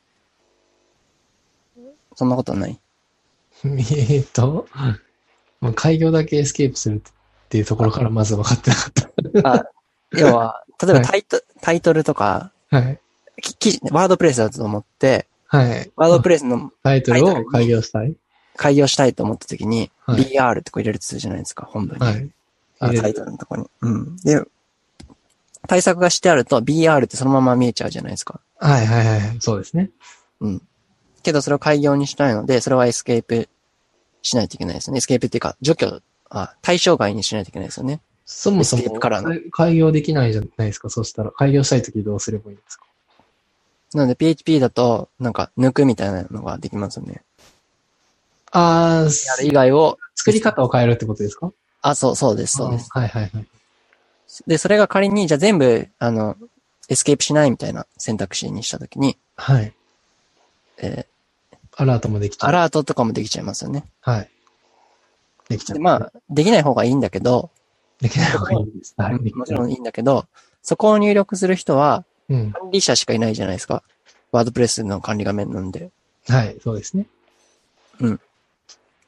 Speaker 1: そんなことはない。
Speaker 2: えーっと、もう開業だけエスケープするっていうところからまず分かってなかっ
Speaker 1: あ要は、例えば
Speaker 2: [laughs] はい
Speaker 1: タイト,、タイトルとか、
Speaker 2: た。はい。
Speaker 1: き記事ワードプレスだと思って、
Speaker 2: はい。
Speaker 1: ワードプレスの
Speaker 2: タイトルを開業したい。
Speaker 1: 開業したいと思った時に、
Speaker 2: はい
Speaker 1: BR ってこう入れるとするじゃないですか、本文に。
Speaker 2: はい。
Speaker 1: あ
Speaker 2: 入れる
Speaker 1: タイトルのとこに。うん。で、対策がしてあると BR ってそのまま見えちゃうじゃないですか。
Speaker 2: はいはいはい。そうですね。
Speaker 1: うん。けどそれを開業にしないので、それはエスケープしないといけないですね。エスケープっていうか、除去、あ、対象外にしないといけないですよね。
Speaker 2: そもそ
Speaker 1: エスケー
Speaker 2: も
Speaker 1: プからの
Speaker 2: 開業できないじゃないですか。そうしたら。開業したいときどうすればいいんですか
Speaker 1: なので PHP だと、なんか抜くみたいなのができますよね。
Speaker 2: あー、
Speaker 1: あれ以外を、
Speaker 2: 作り方を変えるってことですか
Speaker 1: あ、そう、そうです、そうです。
Speaker 2: あーはいはいはい。
Speaker 1: で、それが仮に、じゃあ全部、あの、エスケープしないみたいな選択肢にしたときに、
Speaker 2: はい。
Speaker 1: え
Speaker 2: アラートもできち
Speaker 1: ー
Speaker 2: ゃう。
Speaker 1: アラートとかもできちゃいますよね。
Speaker 2: はい。できちゃ
Speaker 1: で、
Speaker 2: う。
Speaker 1: まあ、できない方がいいんだけど、
Speaker 2: できない方がいいです。はい。でき
Speaker 1: もち
Speaker 2: ない
Speaker 1: ろんいいんだけど、そこを入力する人は
Speaker 2: うん。
Speaker 1: 管理者しかいないじゃないですか。ワードプレスの管理画面なんで。
Speaker 2: はい。そうですね。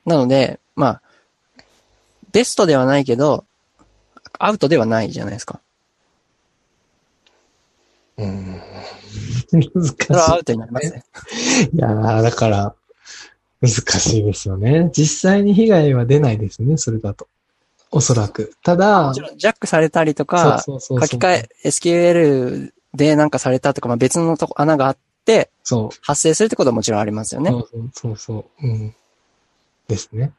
Speaker 1: なので、まあ、ベストではないけど、アウトではないじゃないですか。
Speaker 2: うん。 [laughs] 難しい
Speaker 1: それ。はアウトになりますね。
Speaker 2: いやー、だから、難しいですよね。実際に被害は出ないですね、それだと。おそらく。ただ
Speaker 1: もち、ろんジャックされたりとか、
Speaker 2: そうそうそうそう
Speaker 1: 書き換え、SQL でなんかされたとか、まあ、別のとこ穴があって、
Speaker 2: そう。
Speaker 1: 発生するってことはもちろんありますよね。
Speaker 2: そうそうそうそう。うん。ですね。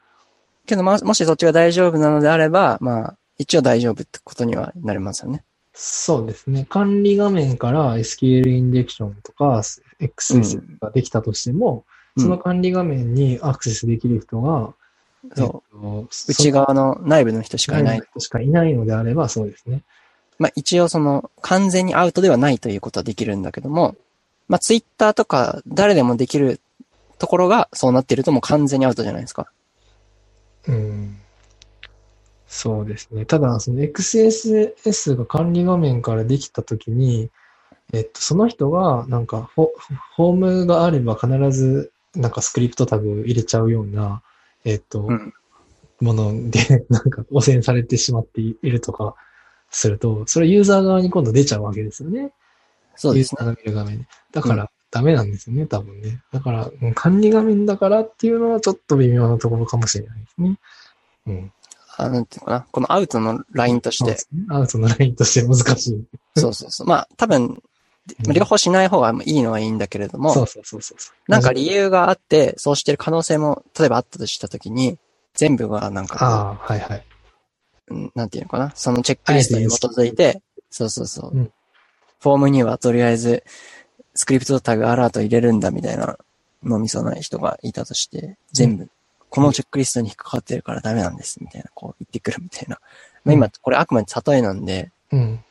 Speaker 1: けど、まあ、もしそっちが大丈夫なのであれば、まあ、一応大丈夫ってことにはなりますよね。
Speaker 2: そうですね。管理画面から SQL インジェクションとか XS ができたとしても、
Speaker 1: うん
Speaker 2: その管理画面にアクセスできる人が、
Speaker 1: そう
Speaker 2: えっと、
Speaker 1: う。内側の内部の人しかいない。
Speaker 2: 人しかいないのであれば、そうですね。
Speaker 1: まあ、一応その、完全にアウトではないということはできるんだけども、まあ、ツイッターとか誰でもできるところがそうなってるともう完全にアウトじゃないですか。
Speaker 2: うん。そうですね。ただ、その XSS が管理画面からできたときに、えっと、その人が、なんかホ、ホームがあれば必ず、なんかスクリプトタグ入れちゃうような、えっと、
Speaker 1: うん。
Speaker 2: もので、 [laughs] なんか汚染されてしまっているとかすると、それユーザー側に今度出ちゃうわけですよね。
Speaker 1: そうですね。
Speaker 2: ユーザーが見る画面に。だから、ダメなんですよね、多分ね。だから、うん管理画面だからっていうのはちょっと微妙なところかもしれないですね。うん。
Speaker 1: あなんていうのかな。このアウトのラインとし
Speaker 2: そうで
Speaker 1: て、
Speaker 2: すね。アウトのラインとして難しい。
Speaker 1: そうそうそう。まあ、多分、両方しない方がいいのはいいんだけれど
Speaker 2: そ
Speaker 1: も
Speaker 2: う、そうそうそうそう。
Speaker 1: なんか理由があって、そうしてる可能性も、例えばあったとしたときに、全部がなんか、
Speaker 2: ああ、はいはい。
Speaker 1: うんなんていうのかな、そのチェックリストに基づいて、そうそうそう。
Speaker 2: うん
Speaker 1: フォームにはとりあえず、スクリプトタグアラート入れるんだみたいなのを見そうない人がいたとして、全部、このチェックリストに引っかかってるからダメなんです、みたいな、こう言ってくるみたいな。まあ、今、これあくまで例えなんで、
Speaker 2: うん。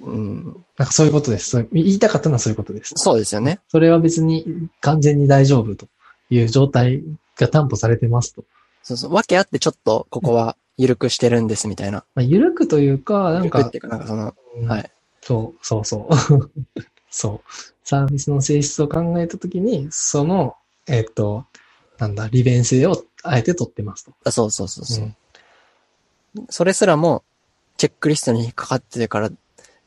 Speaker 1: うん、
Speaker 2: なんかそういうことです。そう言いたかったのはそういうことです。
Speaker 1: そうですよね。
Speaker 2: それは別に完全に大丈夫という状態が担保されてますと。
Speaker 1: そうそう。わけあってちょっと、ここは緩くしてるんです、みたいな。
Speaker 2: まあ、緩くというか、なん
Speaker 1: 緩く
Speaker 2: か
Speaker 1: っていうか、なんかその、
Speaker 2: うん
Speaker 1: はい
Speaker 2: そう、そうそう。 [laughs] そう。サービスの性質を考えたときに、その、えっと、なんだ、利便性をあえて取ってますと。
Speaker 1: あそうそうそうそうう。
Speaker 2: ん
Speaker 1: それすらも、チェックリストに引っかかってるから、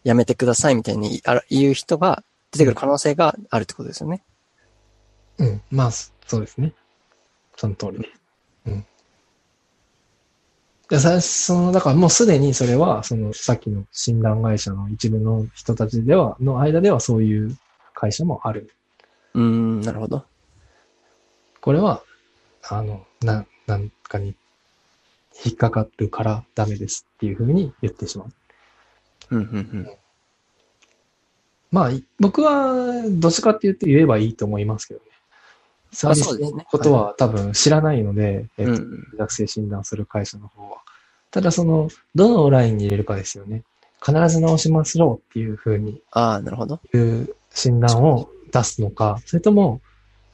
Speaker 1: やめてくださいみたいにあら言う人が出てくる可能性があるってことですよね。
Speaker 2: うん。まあ、そそうですね。その通りです。うん。で、さその、だからもうすでにそれは、その、さっきの診断会社の一部の人たちでは、の間ではそういう会社もある。
Speaker 1: うーん、なるほど。
Speaker 2: これは、あの、な、なんかに引っかかるからダメですっていうふうに言ってしまう。
Speaker 1: うん、うん、うん。
Speaker 2: まあ、い僕は、どっちかって言って言えばいいと思いますけどね。サービスのことは多分知らないので、えっ
Speaker 1: う
Speaker 2: と
Speaker 1: んうん、
Speaker 2: 学生診断する会社の方は。ただその、どのラインに入れるかですよね。必ず直しましょうっていうふうに
Speaker 1: ああ、なるほど。
Speaker 2: いう診断を出すのか、それとも、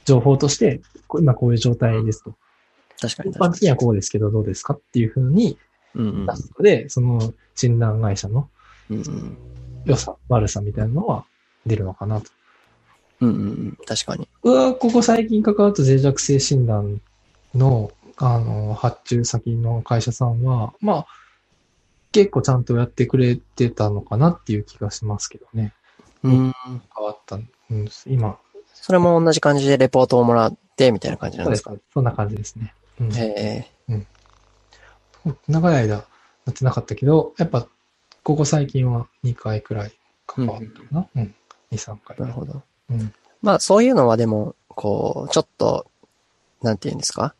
Speaker 2: 情報として、こ今こういう状態ですと。
Speaker 1: 確かに
Speaker 2: 一
Speaker 1: 確
Speaker 2: 般
Speaker 1: か
Speaker 2: 的にはこうですけどどうですかっていうふうに
Speaker 1: に。うん、うん
Speaker 2: 出すので、その診断会社の
Speaker 1: うんうん。
Speaker 2: 良さ、悪さみたいなのは出るのかなと。
Speaker 1: うん、うんうん。確かに。
Speaker 2: 僕はここ最近関わった脆弱性診断の、あの、発注先の会社さんは、まあ、結構ちゃんとやってくれてたのかなっていう気がしますけどね。
Speaker 1: うん。
Speaker 2: 変わったんです。今。
Speaker 1: それも同じ感じでレポートをもらって、みたいな感じなんですか。
Speaker 2: かそんな感じですね。うん。
Speaker 1: へえ。
Speaker 2: 長い間なってなかったけど、やっぱ、ここ最近は2回くらい関わったかな。うん。2、3回。
Speaker 1: なるほど。
Speaker 2: うん。
Speaker 1: まあ、そういうのはでも、こう、ちょっと、なんて言うんですか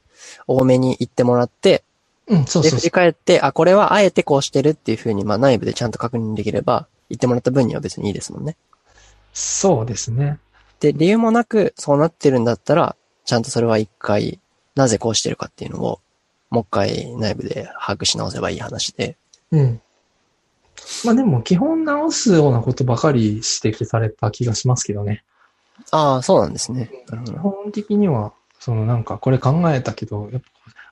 Speaker 1: 多めに言ってもらって、
Speaker 2: うん、そう
Speaker 1: で、
Speaker 2: そう
Speaker 1: 振
Speaker 2: そ
Speaker 1: り返って、あ、これはあえてこうしてるっていう風に、まあ内部でちゃんと確認できれば、言ってもらった分には別にいいですもんね。
Speaker 2: う。そうですね。
Speaker 1: で、理由もなくそうなってるんだったら、ちゃんとそれは一回、なぜこうしてるかっていうのを、もう一回内部で把握し直せばいい話で。
Speaker 2: うん。まあでも、基本直すようなことばかり指摘された気がしますけどね。
Speaker 1: ああ、そうなんですね。なるほ
Speaker 2: 基
Speaker 1: ど。
Speaker 2: 本的には、そのなんか、これ考えたけど、やっ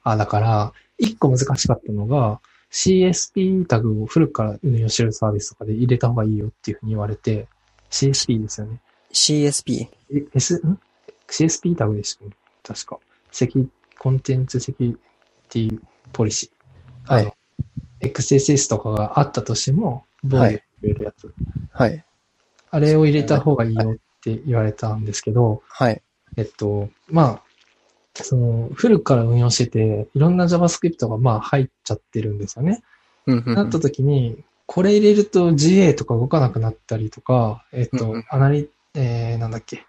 Speaker 2: ぱ、あ、だから、一個難しかったのが、CSP タグを古くから運用してるサービスとかで入れた方がいいよっていうふうに言われて、CSP ですよね。
Speaker 1: CSP。
Speaker 2: え S、ん ?CSP タグでしたね。確か。セキュコンテンツセキュリティポリシー。
Speaker 1: はい
Speaker 2: あの。XSS とかがあったとしても、防御
Speaker 1: はい
Speaker 2: を入れるやつ。
Speaker 1: はい。
Speaker 2: あれを入れた方がいいよって言われたんですけど、
Speaker 1: はい。
Speaker 2: えっと、まあ、その、古くから運用してて、いろんな JavaScript がまあ入っちゃってるんですよね。
Speaker 1: うんうんう
Speaker 2: なった時に、これ入れると GA とか動かなくなったりとか、えっ
Speaker 1: うんう
Speaker 2: と
Speaker 1: ん、
Speaker 2: アナリ、えー、なんだっけ、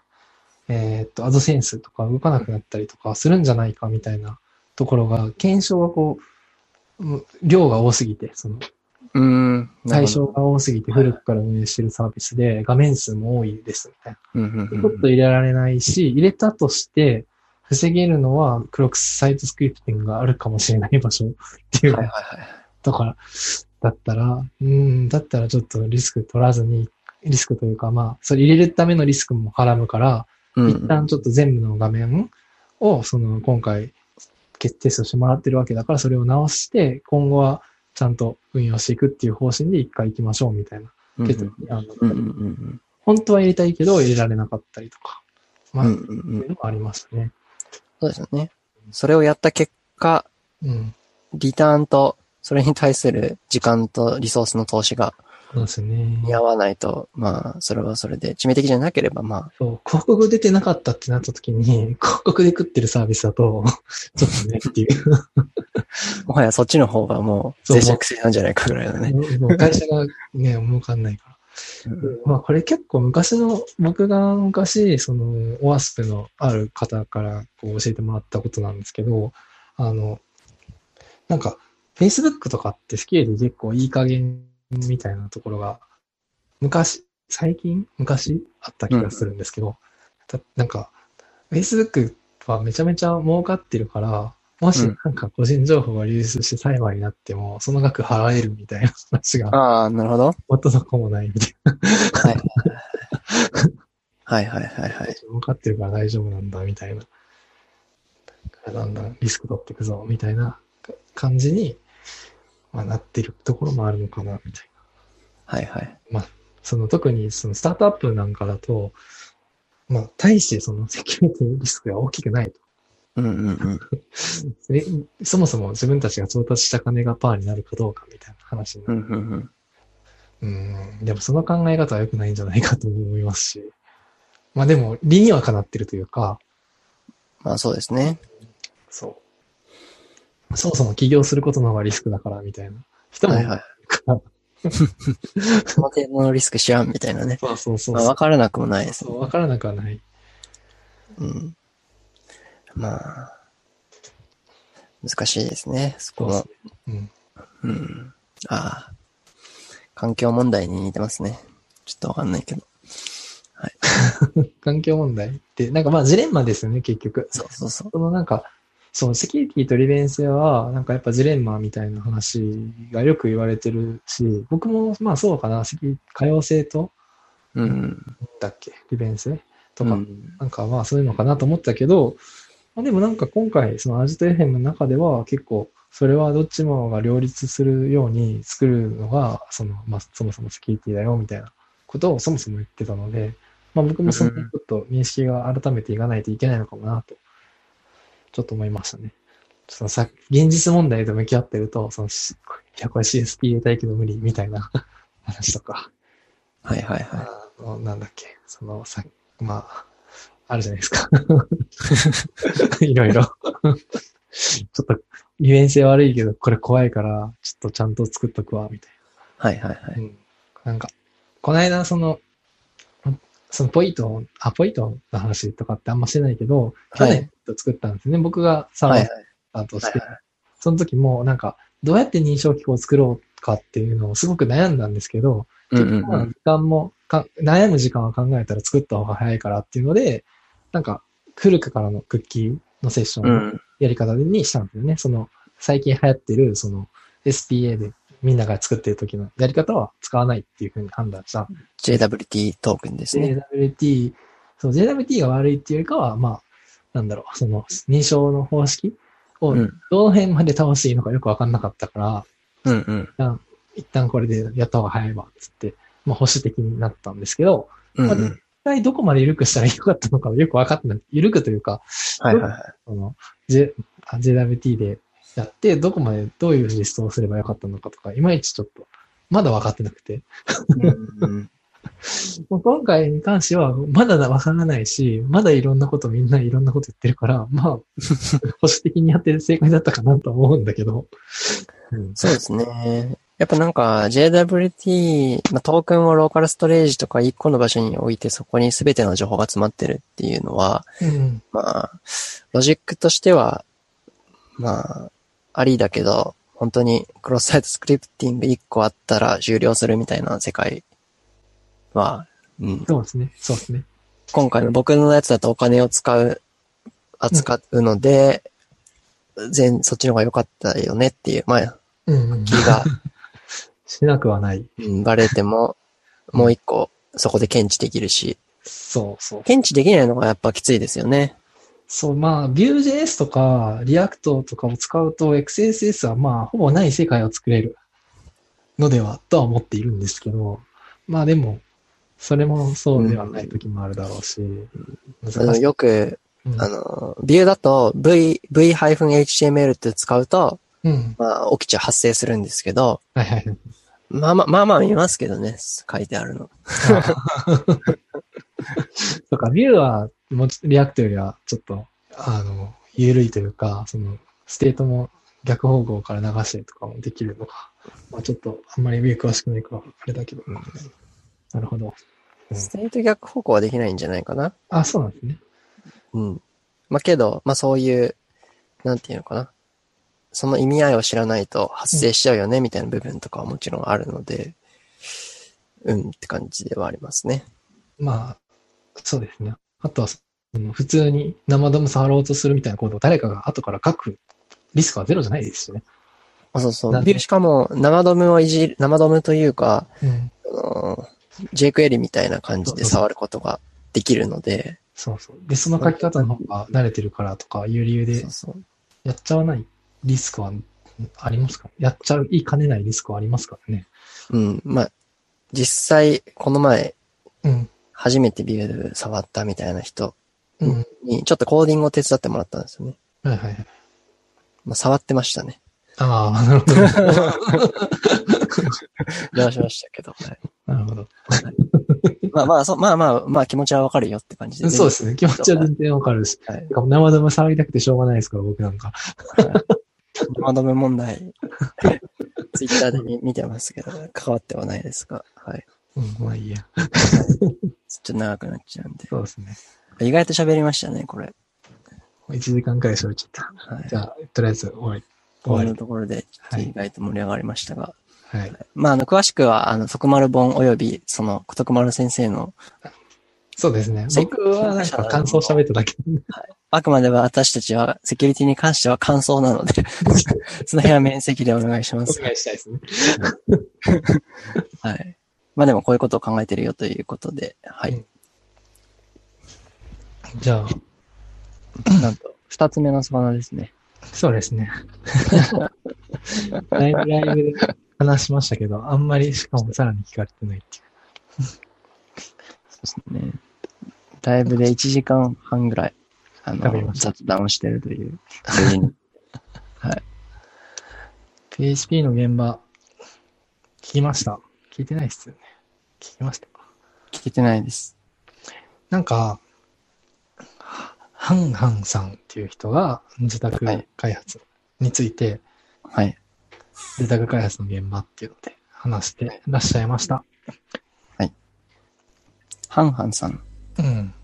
Speaker 2: えーっと、アドセンスとか動かなくなったりとかするんじゃないかみたいなところが、検証がこううん、量が多すぎて、その、
Speaker 1: ん。うん。
Speaker 2: 対象が多すぎて古くから運営してるサービスで、画面数も多いですみたいな。
Speaker 1: なるほど。うんうんうん
Speaker 2: ちょっと入れられないし、入れたとして、防げるのは、クロックスサイトスクリプティングがあるかもしれない場所っていう
Speaker 1: はいはい
Speaker 2: か、
Speaker 1: はい。
Speaker 2: だから、だったら、うん、だったらちょっとリスク取らずに、リスクというか、まあ、それ入れるためのリスクもはらむから、
Speaker 1: うん
Speaker 2: 一旦ちょっと全部の画面を、その、今回、決テストしてもらってるわけだから、それを直して、今後はちゃんと運用していくっていう方針で一回行きましょうみたいな。
Speaker 1: うん
Speaker 2: 結構あの
Speaker 1: うんうんうん
Speaker 2: 本当は入れたいけど入れられなかったりとか、
Speaker 1: う
Speaker 2: ま
Speaker 1: ん
Speaker 2: あ、
Speaker 1: うん
Speaker 2: っ
Speaker 1: うん
Speaker 2: て
Speaker 1: う
Speaker 2: い
Speaker 1: ん
Speaker 2: うのもありましたね。
Speaker 1: そうですよね。それをやった結果、
Speaker 2: うん。
Speaker 1: リターンと、それに対する時間とリソースの投資が
Speaker 2: そうですね。
Speaker 1: 見合わないと、まあ、それはそれで致命的じゃなければ、ま
Speaker 2: そう、広告出てなかったってなった時に、 [laughs] 広告で食ってるサービスだと、 [laughs] ちょっとねっていう。
Speaker 1: あ、もはやそっちの方がもう、
Speaker 2: そう
Speaker 1: 脆弱性なんじゃないかぐらいの [laughs] ね。
Speaker 2: もう会社がね、儲かんないから。まあこれ結構昔の、僕が昔、その、オアスプのある方からこう教えてもらったことなんですけど、あの、なんか、Facebook とかってスケール結構いい加減みたいなところが、昔、最近、昔あった気がするんですけど、たなんか、Facebook はめちゃめちゃ儲かってるから、もし
Speaker 1: うん
Speaker 2: なんか個人情報が流出して裁判になっても、その額払えるみたいな話が、
Speaker 1: ああ、なるほど。は
Speaker 2: 元の子もないみたい
Speaker 1: い。はいはいはいは
Speaker 2: な。
Speaker 1: い。
Speaker 2: 儲かってるから大丈夫なんだ、みたいな。だからだんだんリスク取っていくぞ、みたいな感じに、まあ、なってるところもあるのかな、みたいな。
Speaker 1: はいはい。
Speaker 2: その特にそのスタートアップなんかだと、まあ、大してそのセキュリティリスクが大きくないと。
Speaker 1: うんうんうん。
Speaker 2: でそもそも自分たちが調達した金がパーになるかどうかみたいな話にな
Speaker 1: う
Speaker 2: る。
Speaker 1: んうんうん。
Speaker 2: うん、でもその考え方は良くないんじゃないかと思いますし。まあでも、理にはかなってるというか、
Speaker 1: まあそうですね。
Speaker 2: そう。そもそも起業することの方がリスクだからみたいな人も
Speaker 1: はいい
Speaker 2: る [laughs]
Speaker 1: はい。
Speaker 2: から。
Speaker 1: その程度のリスク知らんみたいなね。
Speaker 2: そうそうそう
Speaker 1: まあ
Speaker 2: そ
Speaker 1: わからなくもないで
Speaker 2: う。
Speaker 1: す。
Speaker 2: そう、わからなくはない。
Speaker 1: うん。まあ、難しいですね、そこは。
Speaker 2: うん。
Speaker 1: うん。ああ。環境問題に似てますね。ちょっとわかんないけど。
Speaker 2: 環境問題って、なんかまあジレンマですよね、結局。
Speaker 1: そうそうそう。
Speaker 2: そのなんか、そう、セキュリティと利便性は、なんかやっぱジレンマみたいな話がよく言われてるし、僕もまあそうかな、セキュリ可用性と、
Speaker 1: うん。
Speaker 2: だっけ、利便性と
Speaker 1: う
Speaker 2: か、
Speaker 1: ん
Speaker 2: なんかまあそういうのかなと思ったけど、まあ、でもなんか今回、そのアジトエフェムの中では結構、それはどっちもが両立するように作るのが、その、まあそもそもセキュリティだよみたいなことをそもそも言ってたので、まあ僕もそのちょっと認識が改めていかないといけないのかもなと、ちょっと思いましたね。ちょっとさ、現実問題と向き合ってると、その、しいや、これ CSP 入れたいけど無理みたいな話とか、
Speaker 1: はいはいは
Speaker 2: あの、なんだっけ、その、さ、まあ、あるじゃないです
Speaker 1: [laughs]
Speaker 2: か。いろいろ。ちょっと、利便性悪いけど、これ怖いから、ちょっとちゃんと作っとくわ、みたい
Speaker 1: い。はいはいは
Speaker 2: な。
Speaker 1: い。
Speaker 2: うん。なんか、この間、その、そのポイト、あ、ポイトの話とかってあんましてないけど、去
Speaker 1: はい
Speaker 2: 年作ったんですね。僕がサーバ
Speaker 1: はいは
Speaker 2: ー
Speaker 1: い
Speaker 2: スタート
Speaker 1: は
Speaker 2: し
Speaker 1: い
Speaker 2: て、その時も、なんか、どうやって認証機構を作ろうかっていうのをすごく悩んだんですけど、
Speaker 1: うんうん
Speaker 2: ま
Speaker 1: う
Speaker 2: あ
Speaker 1: ん
Speaker 2: 時間もか、悩む時間は考えたら作った方が早いからっていうので、なんか、古くからのクッキーのセッショ
Speaker 1: う
Speaker 2: ンの
Speaker 1: ん。
Speaker 2: やり方にしたんですよね。その、最近流行ってる、その、SPA でみんなが作ってる時のやり方は使わないっていうふうに判断した。
Speaker 1: JWT トークンですね。
Speaker 2: JWT、そう、JWT が悪いっていうよりかは、まあ、なんだろう、その、認証の方式を
Speaker 1: うん。
Speaker 2: どの辺まで倒していいのかよくわかんなかったか
Speaker 1: う
Speaker 2: ら、
Speaker 1: んうん。
Speaker 2: 一旦これでやった方が早いわ、つって、まあ保守的になったんですけど、
Speaker 1: うんう
Speaker 2: まあで
Speaker 1: ん。
Speaker 2: 一体どこまで緩くしたらよかったのかよく分かってない。緩くというか、
Speaker 1: はいはいはい。
Speaker 2: その、J、あ JWT でやって、どこまでどういう実装をすればよかったのかとか、いまいちちょっと、まだ分かってなくて。
Speaker 1: うんうん
Speaker 2: もう今回に関しては、まだわからないし、まだいろんなことみんないろんなこと言ってるから、まあ、 [laughs] 保守的にやって正解だったかなとは思うんだけど。うん
Speaker 1: そうですね。やっぱなんか JWT、まあトークンをローカルストレージとか1個の場所に置いてそこに全ての情報が詰まってるっていうのは、
Speaker 2: うん。
Speaker 1: まあ、ロジックとしては、まあ、ありだけど、本当にクロスサイトスクリプティング1個あったら終了するみたいな世界は、うん、
Speaker 2: そうですね。そうですね。
Speaker 1: 今回の僕のやつだとお金を使う、扱うので、全、そっちの方が良かったよねっていう、まあ、
Speaker 2: うん、うん
Speaker 1: 気。が、
Speaker 2: しなくはない。
Speaker 1: うんバレても、もう一個、そこで検知できるし、
Speaker 2: そうそう。
Speaker 1: 検知できないのがやっぱきついですよね。
Speaker 2: そう、まあ、Vue.js とか React とかを使うと XSS はまあ、ほぼない世界を作れるのではとは思っているんですけど、まあでも、それもそうではない時もあるだろうし、
Speaker 1: あ
Speaker 2: 難
Speaker 1: の
Speaker 2: しい。
Speaker 1: よく、
Speaker 2: うん
Speaker 1: あの、ビューだと V、v-html って使うと、
Speaker 2: うん。
Speaker 1: まあ、起きちゃ発生するんですけど、
Speaker 2: はいはいはい。
Speaker 1: まあまあ、まあまあ見ますけどね、書いてあるの。
Speaker 2: [laughs] とか、Vue はもうちょリアクトよりはちょっと、あの、緩いというか、その、ステートも逆方向から流したりとかもできるのが、まあちょっと、あんまり Vue 詳しくないから、あれだけど、なるほど。うん
Speaker 1: ステート逆方向はできないんじゃないかな。
Speaker 2: あ、そうなんですね。
Speaker 1: うん。まあけど、まあそういう、なんていうのかな。その意味合いを知らないと発生しちゃうよね、みたいな部分とかはもちろんあるので、うんって感じではありますね。
Speaker 2: まあ、そうですね。あとは、その普通に生ダム触ろうとするみたいな行動を誰かが後から書くリスクはゼロじゃないですしね。
Speaker 1: あ、そうそ
Speaker 2: な
Speaker 1: う。
Speaker 2: んで
Speaker 1: ビューしかも、生ドムをいじる、生ドムというか、
Speaker 2: うん。
Speaker 1: あの、JQuery みたいな感じで触ることができるので、
Speaker 2: そうそう。で、その書き方の方が慣れてるからとかいう理由で
Speaker 1: そうそう。
Speaker 2: やっちゃわないリスクはありますかやっちゃいかねないリスクはありますからね。
Speaker 1: うん。まあ、実際、この前、
Speaker 2: うん。
Speaker 1: 初めてビュー触ったみたいな人
Speaker 2: うん。
Speaker 1: に、ちょっとコーディングを手伝ってもらったんですよね。
Speaker 2: はいはいはい。
Speaker 1: まあ、触ってましたね。 [laughs]
Speaker 2: ああ、なるほど。
Speaker 1: 出しましたけど。はい
Speaker 2: [laughs] なるほど。
Speaker 1: まあまあ、そまあまあ、まあ気持ちはわかるよって感じで。
Speaker 2: [laughs] そうですね。気持ちは全然わかるし。
Speaker 1: はい
Speaker 2: て。か生ダム触りたくてしょうがないですから、僕なんか。
Speaker 1: まとめ問題、ツイッターで見見てますけど、関わってはないですが、はい。
Speaker 2: うん、まあいいや。
Speaker 1: ちょっと長くなっちゃうんで。
Speaker 2: そうですね。
Speaker 1: 意外と喋りましたね、これ。
Speaker 2: 1時間くらい喋っちゃった。
Speaker 1: はい
Speaker 2: じ。ゃあ、とりあえず終わり。終
Speaker 1: こ
Speaker 2: わ
Speaker 1: ん
Speaker 2: り
Speaker 1: な。ところで、ちょっと意外と盛り上がりましたが。
Speaker 2: はい。
Speaker 1: まあ、あの、詳しくは、あの、徳丸本及び、その、徳丸先生の、
Speaker 2: そうですね。
Speaker 1: そう
Speaker 2: 僕はなんか感想喋っただけ。
Speaker 1: あくまでは私たちは、セキュリティに関しては感想なの
Speaker 2: [laughs]
Speaker 1: で、その辺は面積でお願いしま
Speaker 2: お
Speaker 1: す。
Speaker 2: 願いしたいですね。
Speaker 1: はい。まあでも、こういうことを考えてるよということで、はい。
Speaker 2: じゃあ、
Speaker 1: なんと、二つ目の素花ですね。
Speaker 2: そうです [laughs] ね。ライブライブで話しましたけど、あんまりしかもさらに聞かれてないってい
Speaker 1: そうですね。ライブで1時間半ぐらい、あ
Speaker 2: わかり
Speaker 1: の、
Speaker 2: ました
Speaker 1: 雑談をしてるという。
Speaker 2: う。PHP の現場、聞きました。聞いてないっすよね。聞きました。
Speaker 1: [laughs] 聞けてないです。
Speaker 2: なんか、ハンハンさんっていう人が自宅開発について、
Speaker 1: はい。
Speaker 2: 自宅開発の現場っていうので話してらっしゃいました。
Speaker 1: ハンハンさん。
Speaker 2: うん。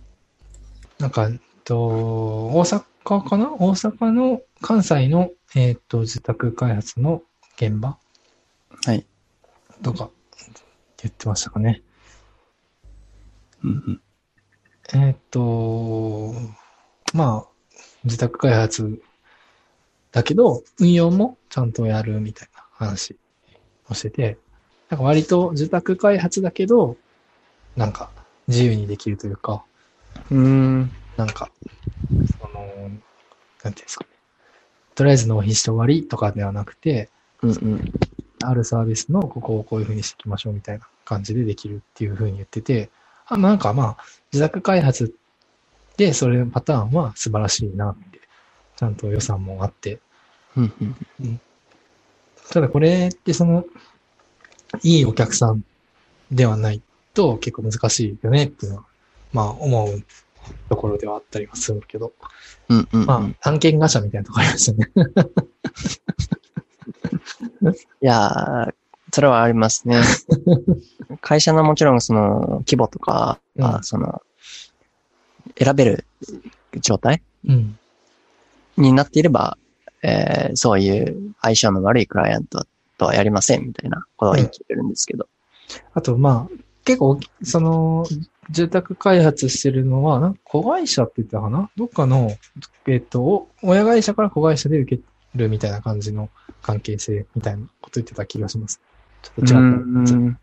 Speaker 2: なんか、えっと、大阪かな大阪の関西の、えっと、自宅開発の現場
Speaker 1: はい。
Speaker 2: とか言ってましたかね。
Speaker 1: うんうん。
Speaker 2: えっと、まあ、自宅開発だけど、運用もちゃんとやるみたいな話をしてて、なんか割と自宅開発だけど、なんか自由にできるというか、
Speaker 1: うん。
Speaker 2: なんか、その、なんていうんですかね。とりあえず納品して終わりとかではなくて、
Speaker 1: うんうん。
Speaker 2: あるサービスのここをこういうふうにしていきましょうみたいな感じでできるっていうふうに言ってて、あなんかまあ、自宅開発でそれのパターンは素晴らしいなって、ちゃんと予算もあって、
Speaker 1: うんうん。
Speaker 2: ただこれってその、いいお客さんではないと結構難しいよねっていうのは、まあ思うところではあったりはするけど、
Speaker 1: うんうん、うん
Speaker 2: まあ探検ガシャみたいなところありますよね。
Speaker 1: いやー、それはあります [laughs] ね。会社のもちろんその規模とか、
Speaker 2: うん
Speaker 1: あその、選べる状態
Speaker 2: うん。
Speaker 1: になっていれば、えーそういう相性の悪いクライアントとはやりませんみたいなことは言ってるんですけど。
Speaker 2: あとまあ、結構大き、その、住宅開発してるのは、なんか子会社って言ったかなどっかの、えっと、お親会社から子会社で受けるみたいな感じの関係性みたいなこと言ってた気がします。ちょっと違
Speaker 1: うん
Speaker 2: った。
Speaker 1: うん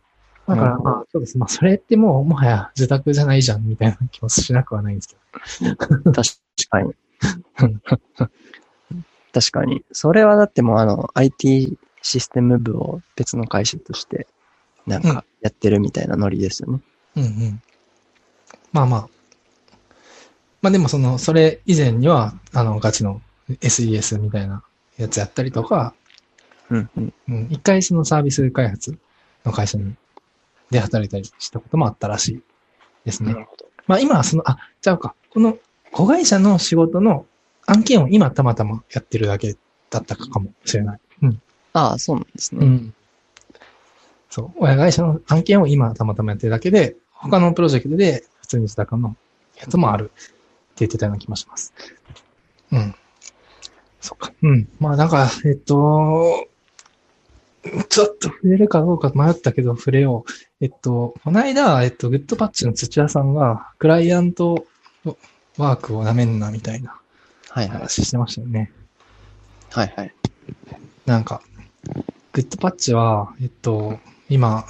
Speaker 2: だから、
Speaker 1: うん
Speaker 2: まあ、そうです。まあ、それってもう、もはや自宅じゃないじゃん、みたいな気もしなくはないんですけど。
Speaker 1: 確かに。確かに。それはだってもうあの、IT システム部を別の会社として、なん
Speaker 2: うん
Speaker 1: かやってるみたいなノリですよね。
Speaker 2: うんうん。まあまあ。まあでも、その、それ以前には、あの、ガチの SES みたいなやつやったりとか、
Speaker 1: うん、うん。
Speaker 2: うん、一回そのサービス開発の会社にで働いたりしたこともあったらしいですね。
Speaker 1: ほど。
Speaker 2: まあ今はその、あ、ちゃうか。この子会社の仕事の案件を今たまたまやってるだけだったかもしれない。
Speaker 1: ああ、そうなんです
Speaker 2: う
Speaker 1: ね。
Speaker 2: ん。そう。親会社の案件を今たまたまやってるだけで、他のプロジェクトで普通に自宅のやつもあるって言ってたような気もします。うん。そっか。うん。まあなんか、えっと、ちょっと触れるかどうか迷ったけど触れよう。えっと、この間、えっと、グッドパッチの土屋さんが、クライアントワークを舐めんなみたいな
Speaker 1: はいはい。
Speaker 2: 話してましたよね。
Speaker 1: はいはい。
Speaker 2: なんか、グッドパッチは、えっと、今、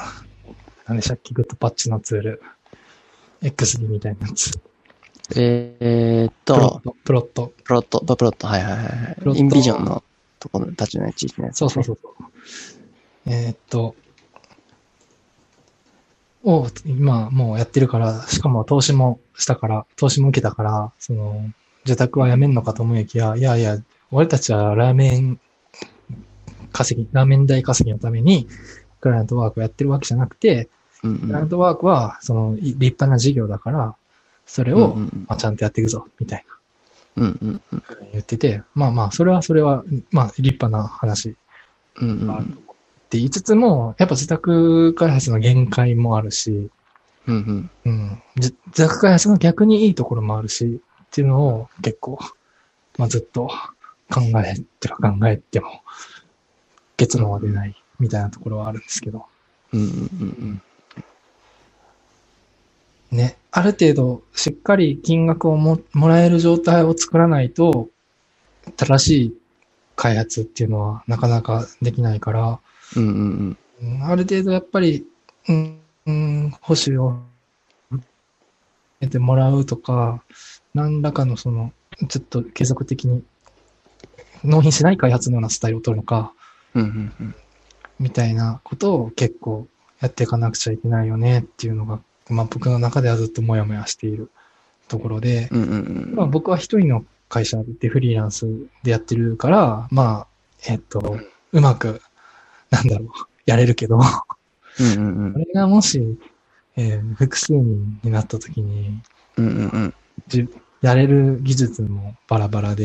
Speaker 2: 何でしたっけ、グッドパッチのツール。XD みたいなやつ。
Speaker 1: えーっ
Speaker 2: プロ
Speaker 1: と
Speaker 2: ッ、ト、プロット。
Speaker 1: プロット、プロット、はいはいは
Speaker 2: プ
Speaker 1: い
Speaker 2: ロッ
Speaker 1: はい。
Speaker 2: ト
Speaker 1: インビジョンのところたちの地域のやつ、
Speaker 2: そうそうそうそう。えーっと、を今もうやってるから、しかも投資もしたから、投資も受けたから、その、受託はやめんのかと思いきや、いやいや、俺たちはラーメン稼ぎ、ラーメン代稼ぎのために、クライアントワークをやってるわけじゃなくて、
Speaker 1: う。うん
Speaker 2: ク
Speaker 1: う
Speaker 2: ラウ
Speaker 1: ん。
Speaker 2: ドワークは、その、い立派な事業だから、それを、
Speaker 1: うんうん
Speaker 2: まあ、ちゃんとやっていくぞ、みたい
Speaker 1: うんうんうん
Speaker 2: な言ってて、まあまあ、それはそれは、まあ、立派な話っ
Speaker 1: うんうんうん
Speaker 2: て言いつつも、やっぱ自宅開発の限界もあるし、
Speaker 1: うんうん
Speaker 2: うん、自自宅開発の逆にいいところもあるし、っていうのを結構、まあずっと考えては考えても、結論は出ないみたいなところはあるんですけど。
Speaker 1: うんうん
Speaker 2: ね、ある程度しっかり金額をももらえる状態を作らないと、正しい開発っていうのはなかなかできないから、
Speaker 1: うんうんうん
Speaker 2: うんある程度やっぱり、うん、うん保守を得てもらうとか、何らかのその、ちょっと継続的に納品しない開発のようなスタイルを取るのか、
Speaker 1: うんうんうん
Speaker 2: みたいなことを結構やっていかなくちゃいけないよねっていうのが、まあ僕の中ではずっともやもやしているところで、
Speaker 1: うんうん
Speaker 2: まあ僕は一人の会社でフリーランスでやってるから、まあ、えっと、うまく、なんだろう、やれるけど、こ
Speaker 1: うんうんうん
Speaker 2: れがもし、えー複数人になった時に、
Speaker 1: うんうんうん
Speaker 2: じやれる技術もバラバラで、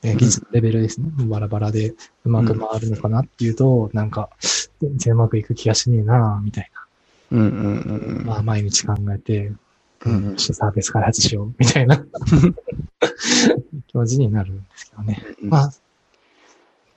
Speaker 2: えー
Speaker 1: うん
Speaker 2: 技術のレベルですね、バラバラでうまく回るのかなっていうと、なんか、全然うまくいく気がしねえなみたい
Speaker 1: うんうんうんう
Speaker 2: な。
Speaker 1: ん
Speaker 2: まあ、毎日考えて、
Speaker 1: う
Speaker 2: うんん、サービス開発しよう、みたいな気持ちになるんですけどね。まあ、っ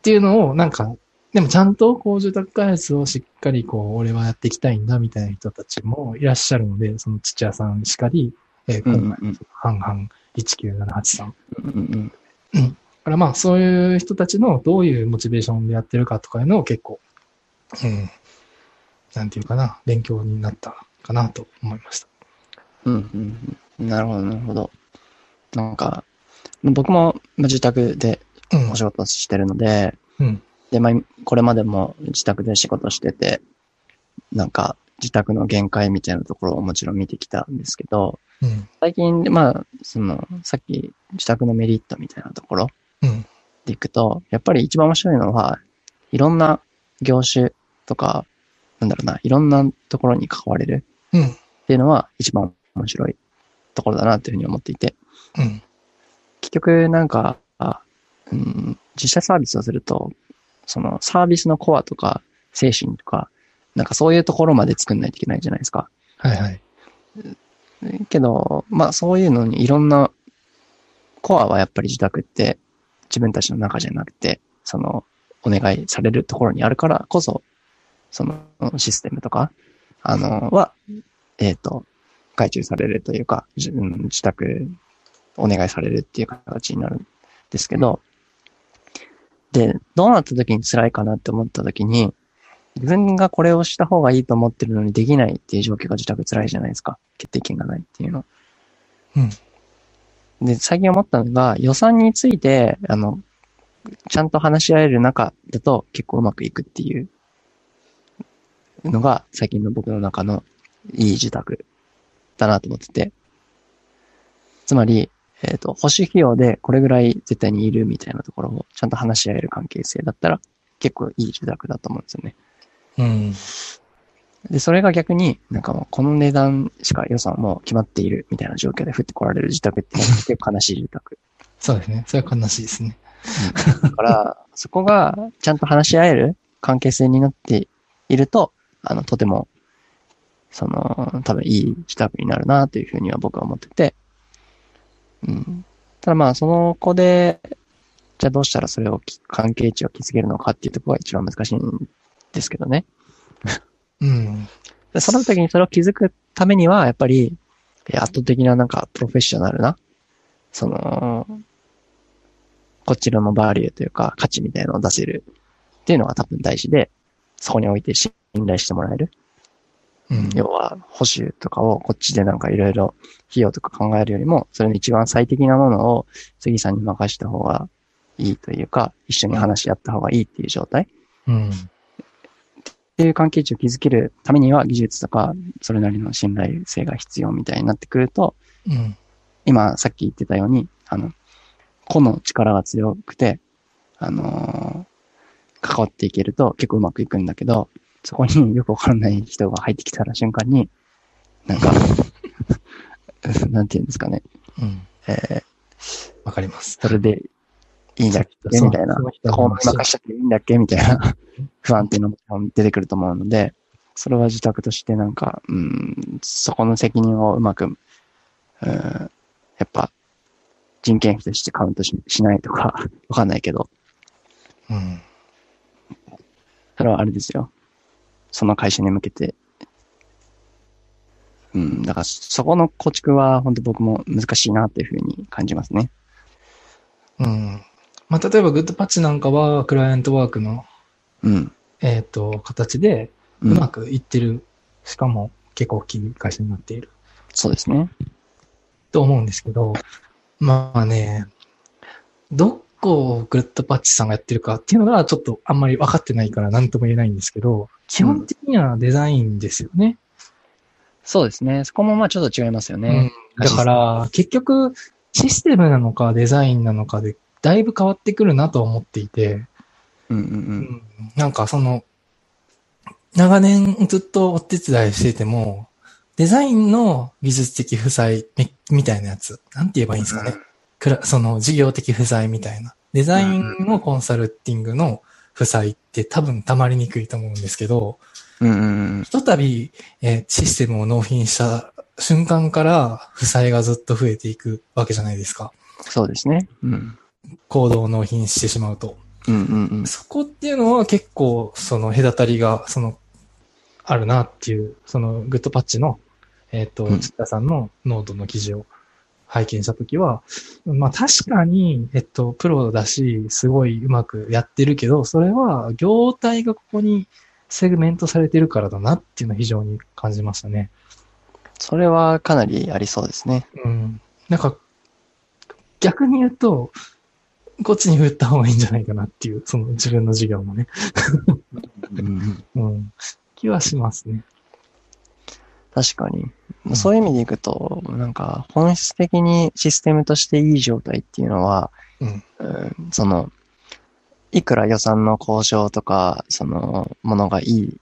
Speaker 2: ていうのを、なんか、でもちゃんと、こう、住宅開発をしっかり、こう、俺はやっていきたいんだ、みたいな人たちもいらっしゃるので、その土屋さんしかり、えー
Speaker 1: うんうん
Speaker 2: 今回、半々1978さん。だ
Speaker 1: うんうん
Speaker 2: からまあ、そういう人たちのどういうモチベーションでやってるかとかいうのを結構、うん、なんていうかな、勉強になったかなと思いました。
Speaker 1: うんうんうんなるほどなるほどなんか僕もまあ自宅で
Speaker 2: うん
Speaker 1: お仕事してるので
Speaker 2: うん。
Speaker 1: でまあこれまでも自宅で仕事しててなんか自宅の限界みたいなところをもちろん見てきたんですけど
Speaker 2: うん。
Speaker 1: 最近まあそのさっき自宅のメリットみたいなところ
Speaker 2: うん。
Speaker 1: でいくと、やっぱり一番面白いのは、いろんな業種とか、なんだろうな、いろんなところに関われる
Speaker 2: うん。
Speaker 1: っていうのは一番面白いところだなというふうに思っていて、
Speaker 2: うん。
Speaker 1: 結局なんか、あうん、実写サービスをすると、そのサービスのコアとか精神とか、なんかそういうところまで作んないといけないじゃないですか。
Speaker 2: はいはい。
Speaker 1: けど、まあそういうのにいろんな、コアはやっぱり自宅って自分たちの中じゃなくて、その、お願いされるところにあるからこそ、そのシステムとか、あの、は、えっ、と、外注されるというか、じうん自宅、お願いされるっていう形になるんですけど、で、どうなった時に辛いかなって思った時に、自分がこれをした方がいいと思ってるのにできないっていう状況が自宅辛いじゃないですか。決定権がないっていうの。で、最近思ったのが、予算について、あの、ちゃんと話し合える中だと結構うまくいくっていうのが最近の僕の中のいい自宅だなと思ってて。つまり、えっ、と、保守費用でこれぐらい絶対にいるみたいなところをちゃんと話し合える関係性だったら結構いい自宅だと思うんですよね。
Speaker 2: うん。
Speaker 1: で、それが逆に、なんかもう、この値段しか予算も決まっているみたいな状況で降ってこられる自宅って結構悲しい自宅。
Speaker 2: そうですね。それは悲しいですね。
Speaker 1: だから、そこがちゃんと話し合える関係性になっていると、あの、とても、その、多分いい自宅になるなというふうには僕は思ってて、うん。ただまあ、その子で、じゃあどうしたらそれをき、関係値を築けるのかっていうところが一番難しいんですけどね。
Speaker 2: うん。
Speaker 1: でその時にそれを気づくためには、やっぱり、え圧倒的ななんかプロフェッショナルな、その、こちらのバリューというか価値みたいなのを出せるっていうのが多分大事で、そこにおいて信頼してもらえる。
Speaker 2: うん。
Speaker 1: 要は、保守とかをこっちでなんかいろいろ費用とか考えるよりも、それの一番最適なものを杉さんに任した方がいいというか、一緒に話し合った方がいいっていう状態
Speaker 2: うん。
Speaker 1: っていう関係値を築けるためには技術とか、それなりの信頼性が必要みたいになってくると、
Speaker 2: うん。
Speaker 1: 今さっき言ってたように、あの、個の力が強くて、あのー関わっていけると結構うまくいくんだけど、そこによくわかんない人が入ってきたら瞬間に、なんか、 [laughs] なんて言うんですかね、
Speaker 2: うん。
Speaker 1: えー
Speaker 2: わかります。
Speaker 1: それでいいんだっけ
Speaker 2: そう
Speaker 1: みたいな
Speaker 2: そうそ、う
Speaker 1: こう任しちゃっていいんだっけみたいな不安定なものも出てくると思うので、それは自宅としてなんか、うん、そこの責任をうまく、うん、やっぱ人件費としてカウントししないとか、 [laughs] わかんないけど、
Speaker 2: うん。
Speaker 1: それはあれですよ。その会社に向けて。うん、だからそこの構築は本当僕も難しいなというふうに感じますね。
Speaker 2: うん。まあ、例えば、グッドパッチなんかは、クライアントワークの、
Speaker 1: うん。
Speaker 2: えっ、と、形で、
Speaker 1: う
Speaker 2: うま
Speaker 1: ん、
Speaker 2: くいってる。しかも、結構大きい会社になっている。
Speaker 1: そうですね。
Speaker 2: と思うんですけど、まあね、どこをグッドパッチさんがやってるかっていうのが、ちょっとあんまり分かってないから、何とも言えないんですけど、基本的にはデザインですよね。
Speaker 1: そうですね。そこもまあちょっと違いますよ
Speaker 2: うん
Speaker 1: ね。
Speaker 2: だから、結局、システムなのかデザインなのかで、だいぶ変わってくるなと思っていて、
Speaker 1: うんうん
Speaker 2: なんかその、長年ずっとお手伝いしてても、デザインの技術的負債みみたいなやつ、なんて言えばいいんですかね。くらその事業的負債みたいな。デザインのコンサルティングの負債って多分溜まりにくいと思うんですけど、
Speaker 1: うん。うんうんうん。
Speaker 2: ひとたび、えーシステムを納品した瞬間から負債がずっと増えていくわけじゃないですか。
Speaker 1: そうですね。うん。
Speaker 2: コードを納品してしまうと。
Speaker 1: うんうんうん。
Speaker 2: そこっていうのは結構、その隔たりが、その、あるなっていう、そのグッドパッチの、えっ、と
Speaker 1: う、ん
Speaker 2: つ田さんのノートの記事を拝見したときは、まあ確かに、えっと、プロだし、すごいうまくやってるけど、それは業態がここにセグメントされてるからだなっていうのは非常に感じましたね。
Speaker 1: それはかなりありそうですね。
Speaker 2: うん。なんか、逆に言うと、こっちに振った方がいいんじゃないかなっていう、その自分の授業もね。うん。気はしますね。
Speaker 1: 確かに。
Speaker 2: うん
Speaker 1: そういう意味でいくと、なんか本質的にシステムとしていい状態っていうのは、
Speaker 2: うん
Speaker 1: うんその、いくら予算の交渉とか、その、ものがいい、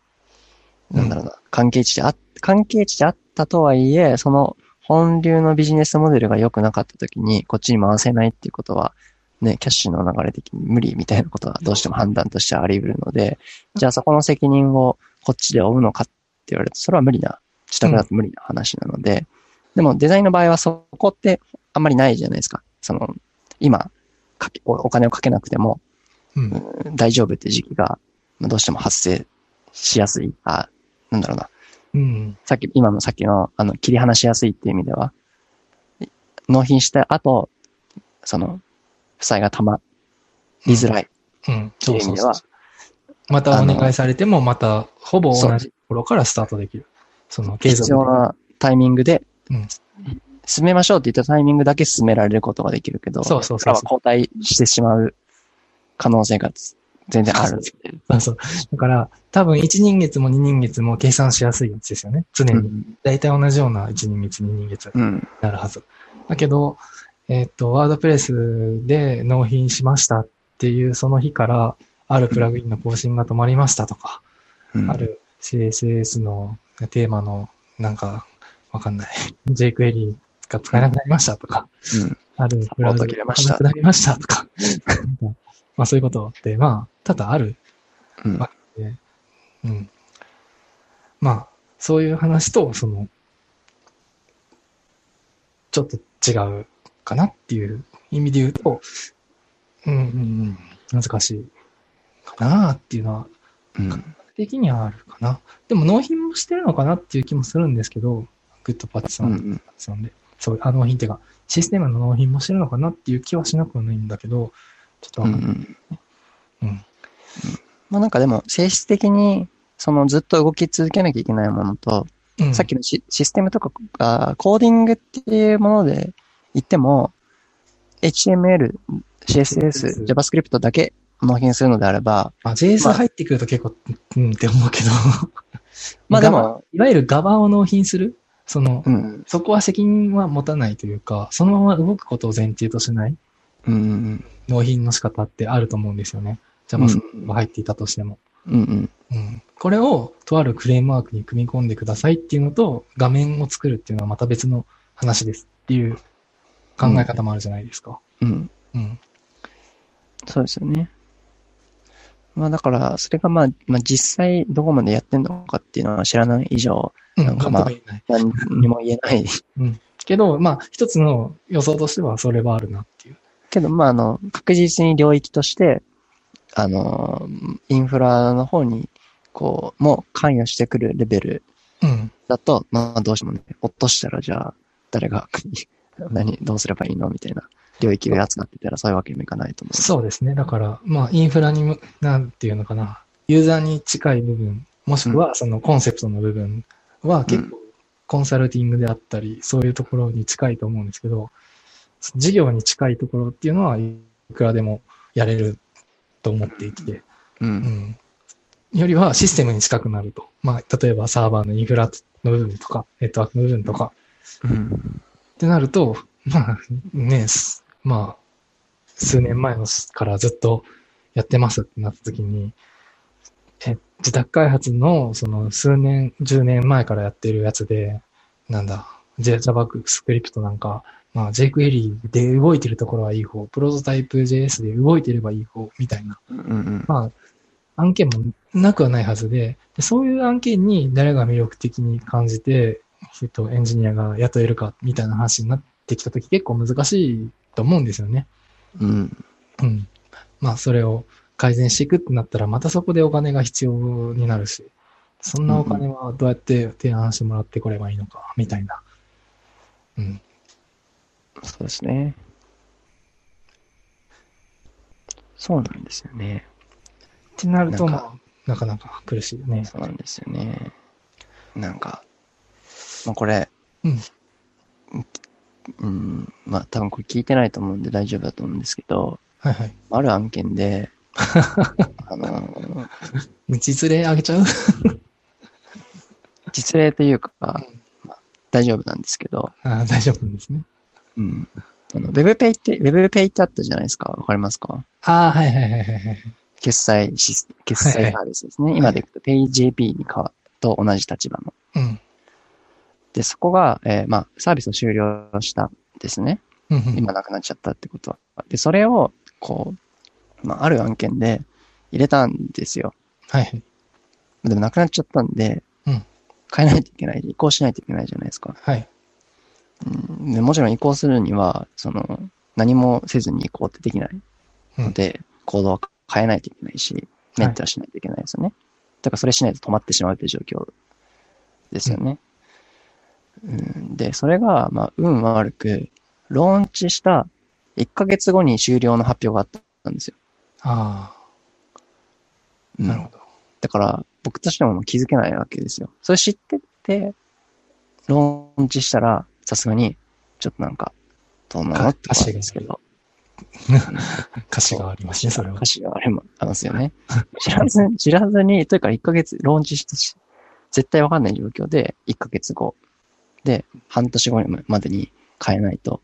Speaker 1: なんだろうな、関係値であっ、関係値であったとはいえ、その本流のビジネスモデルが良くなかった時に、こっちに回せないっていうことは、ね、キャッシュの流れ的に無理みたいなことはどうしても判断としてあり得るので、じゃあそこの責任をこっちで負うのかって言われると、それは無理な、自宅だと無理な話なので、でもデザインの場合はそこってあんまりないじゃないですか。その、今、かけおお金をかけなくても、
Speaker 2: うん。
Speaker 1: 大丈夫って時期が、まあどうしても発生しやすい。あ、なんだろうな。
Speaker 2: うん。
Speaker 1: さっき、今のさっきの、あの、切り離しやすいっていう意味では、納品した後、その、負債が溜まりづらいっ
Speaker 2: うん。
Speaker 1: てい
Speaker 2: そうう
Speaker 1: 意
Speaker 2: そ
Speaker 1: 味
Speaker 2: う
Speaker 1: で
Speaker 2: そう
Speaker 1: は、。
Speaker 2: また
Speaker 1: あ
Speaker 2: お
Speaker 1: の
Speaker 2: 願いされても、また、ほぼ
Speaker 1: そ
Speaker 2: 同
Speaker 1: う
Speaker 2: じ頃からスタートできる。その、継続
Speaker 1: 必
Speaker 2: で
Speaker 1: 要なタイミングで
Speaker 2: うん、
Speaker 1: 進めましょうって言ったタイミングだけ進められることができるけど、
Speaker 2: そうそう
Speaker 1: か
Speaker 2: そう
Speaker 1: らは
Speaker 2: そ
Speaker 1: 後退してしまう可能性が全然ある。
Speaker 2: う。そうだから、多分、1人月も2人月も計算しやすいやつですよね。常
Speaker 1: う
Speaker 2: に。
Speaker 1: ん。
Speaker 2: 大体同じような1人月、2人月に
Speaker 1: うん。
Speaker 2: なるはず。だけど、えっと、ワードプレスで納品しましたっていうその日から、あるプラグインの更新が止まりましたとか、
Speaker 1: うん
Speaker 2: あ。る CSS のテーマの、なんか、わかんない。jQuery が使えなくなりましたとか、
Speaker 1: うん
Speaker 2: あるブラウザ
Speaker 1: 切れました
Speaker 2: がなくなりましたとか、 [laughs] まあそういうことって、まあ、多々ある。
Speaker 1: うん。
Speaker 2: うん。まあ、そういう話と、その、ちょっと違うかなっていう意味で言うと、うん、うんうん、難しいかなっていうのは
Speaker 1: うん。
Speaker 2: 的にはあるかな。でも納品もしてるのかなっていう気もするんですけど、グッドパッチさ
Speaker 1: うんん。
Speaker 2: さんで、そう、あ納品っていうか、システムの納品もしてるのかなっていう気はしなくはないんだけど、ちょっとわ
Speaker 1: う
Speaker 2: か
Speaker 1: ん
Speaker 2: ん
Speaker 1: う
Speaker 2: ない。
Speaker 1: ん
Speaker 2: うん
Speaker 1: まあなんかでも性質的にそのずっと動き続けなきゃいけないものと、
Speaker 2: うん
Speaker 1: さっきのシシステムとかあーコーディングっていうもので言っても HTML、CSS、JavaScript だけ納品するのであれば、
Speaker 2: まあ、JS
Speaker 1: まあ
Speaker 2: 入ってくると結構、うんって思うけど、
Speaker 1: [laughs] まあで
Speaker 2: ガバ、
Speaker 1: も、
Speaker 2: いわゆるガバを納品する、その、
Speaker 1: うん、
Speaker 2: そこは責任は持たないというか、そのまま動くことを前提としない
Speaker 1: うん、うん、
Speaker 2: 納品の仕方ってあると思うんですよね。じゃあ、まあ、そこが入っていたとしても。
Speaker 1: うん、うん、
Speaker 2: うんこれをとあるフレームワークに組み込んでくださいっていうのと、画面を作るっていうのはまた別の話ですっていう考え方もあるじゃないですか。
Speaker 1: うん、
Speaker 2: うん。
Speaker 1: そうですよね。まあだから、それがまあ、まあ実際どこまでやってんのかっていうのは知らない以上、
Speaker 2: うん、
Speaker 1: なんかまあ
Speaker 2: なんとも言えない。
Speaker 1: 何にも言え [laughs] ない
Speaker 2: けど、まあ、一つの予想としてはそれはあるなっていう。
Speaker 1: けど、まあ、あの、確実に領域として、あの、インフラの方に、こう、もう関与してくるレベル
Speaker 2: うん。
Speaker 1: だと、まあ、どうしてもね、落としたら、じゃあ、誰が、 [laughs] 何、どうすればいいのみたいな、領域を扱ってたら、そういうわけにもいかないと思う。
Speaker 2: そうですね。だから、まあ、インフラにむ、なんていうのかな、ユーザーに近い部分、もしくはそのコンセプトの部分は結構コンサルティングであったり、そういうところに近いと思うんですけど、事業に近いところっていうのはいくらでもやれると思っていて、
Speaker 1: う。
Speaker 2: うんん。よりはシステムに近くなると。まあ、例えばサーバーのインフラの部分とか、ネットワークの部分とか、
Speaker 1: うん。
Speaker 2: ってなると、まあ、ね、すまあ、数年前のからずっとやってますってなった時に、え、自宅開発の、その数年、10年前からやってるやつで、なんだ、J- JavaScript なんか、まあ、jQuery で動いてるところはいい方、プロトタイプ JS で動いてればいい方、みたいな。
Speaker 1: うん。
Speaker 2: まあ、案件もなくはないはずで、でそういう案件に誰が魅力的に感じて、えっと、エンジニアが雇えるかみたいな話になってきたとき結構難しいと思うんですよね。
Speaker 1: うん。
Speaker 2: うん。まあ、それを改善していくってなったら、またそこでお金が必要になるし、そんなお金はどうやって提案してもらってこればいいのか、みたいな。うん。
Speaker 1: そうですね。そうなんですよね。
Speaker 2: ってなると、
Speaker 1: なん
Speaker 2: ま
Speaker 1: か
Speaker 2: あ、なかなか苦しいよね。
Speaker 1: そうなんですよね。なんか、まあこれ、
Speaker 2: うん
Speaker 1: うん、まあ多分これ聞いてないと思うんで大丈夫だと思うんですけど、
Speaker 2: はいはい。
Speaker 1: ある案件 [laughs] で、あの、
Speaker 2: 実例あげちゃう [laughs]
Speaker 1: 実例というか、まあ大丈夫なんですけど、
Speaker 2: あ大丈夫なんですね。
Speaker 1: うん。あの、ウェブペイって、ウェブペイってあったじゃないですか。わかりますか
Speaker 2: ああ、はいはいはいはいはい。
Speaker 1: 決済シス、決済サービスですね。今でいくと PayJP に変わったと同じ立場の。
Speaker 2: うん。
Speaker 1: で、そこが、えーまあ、サービスを終了したんですね。
Speaker 2: うんうん
Speaker 1: 今なくなっちゃったってことは。で、それを、こう、まあ、ある案件で入れたんですよ。
Speaker 2: はい。
Speaker 1: でもなくなっちゃったんで、
Speaker 2: うん
Speaker 1: 変えないといけない、移行しないといけないじゃないですか。
Speaker 2: はい。
Speaker 1: うん、でもちろん移行するには、その、何もせずに移行ってできないので、行動は変えないといけないし、メンテはしないといけないですよね。だからそれしないと止まってしまうという状況ですよね。うん、で、それが、まあ、運悪く、ローンチした1ヶ月後に終了の発表があったんですよ。
Speaker 2: あ
Speaker 1: う
Speaker 2: あ、
Speaker 1: ん
Speaker 2: なるほど。
Speaker 1: だから、僕としてももう気づけないわけですよ。それ知ってて、ローンチしたら、さすがに、ちょっとなんか、どうなの
Speaker 2: か
Speaker 1: って思うんですけど。
Speaker 2: 歌詞がありますね、それは
Speaker 1: 歌。詞がありますよね。知らず、知らずに、というか1ヶ月、ローンチしたし、絶対わかんない状況で、1ヶ月後。で、半年後にまでに変えないと、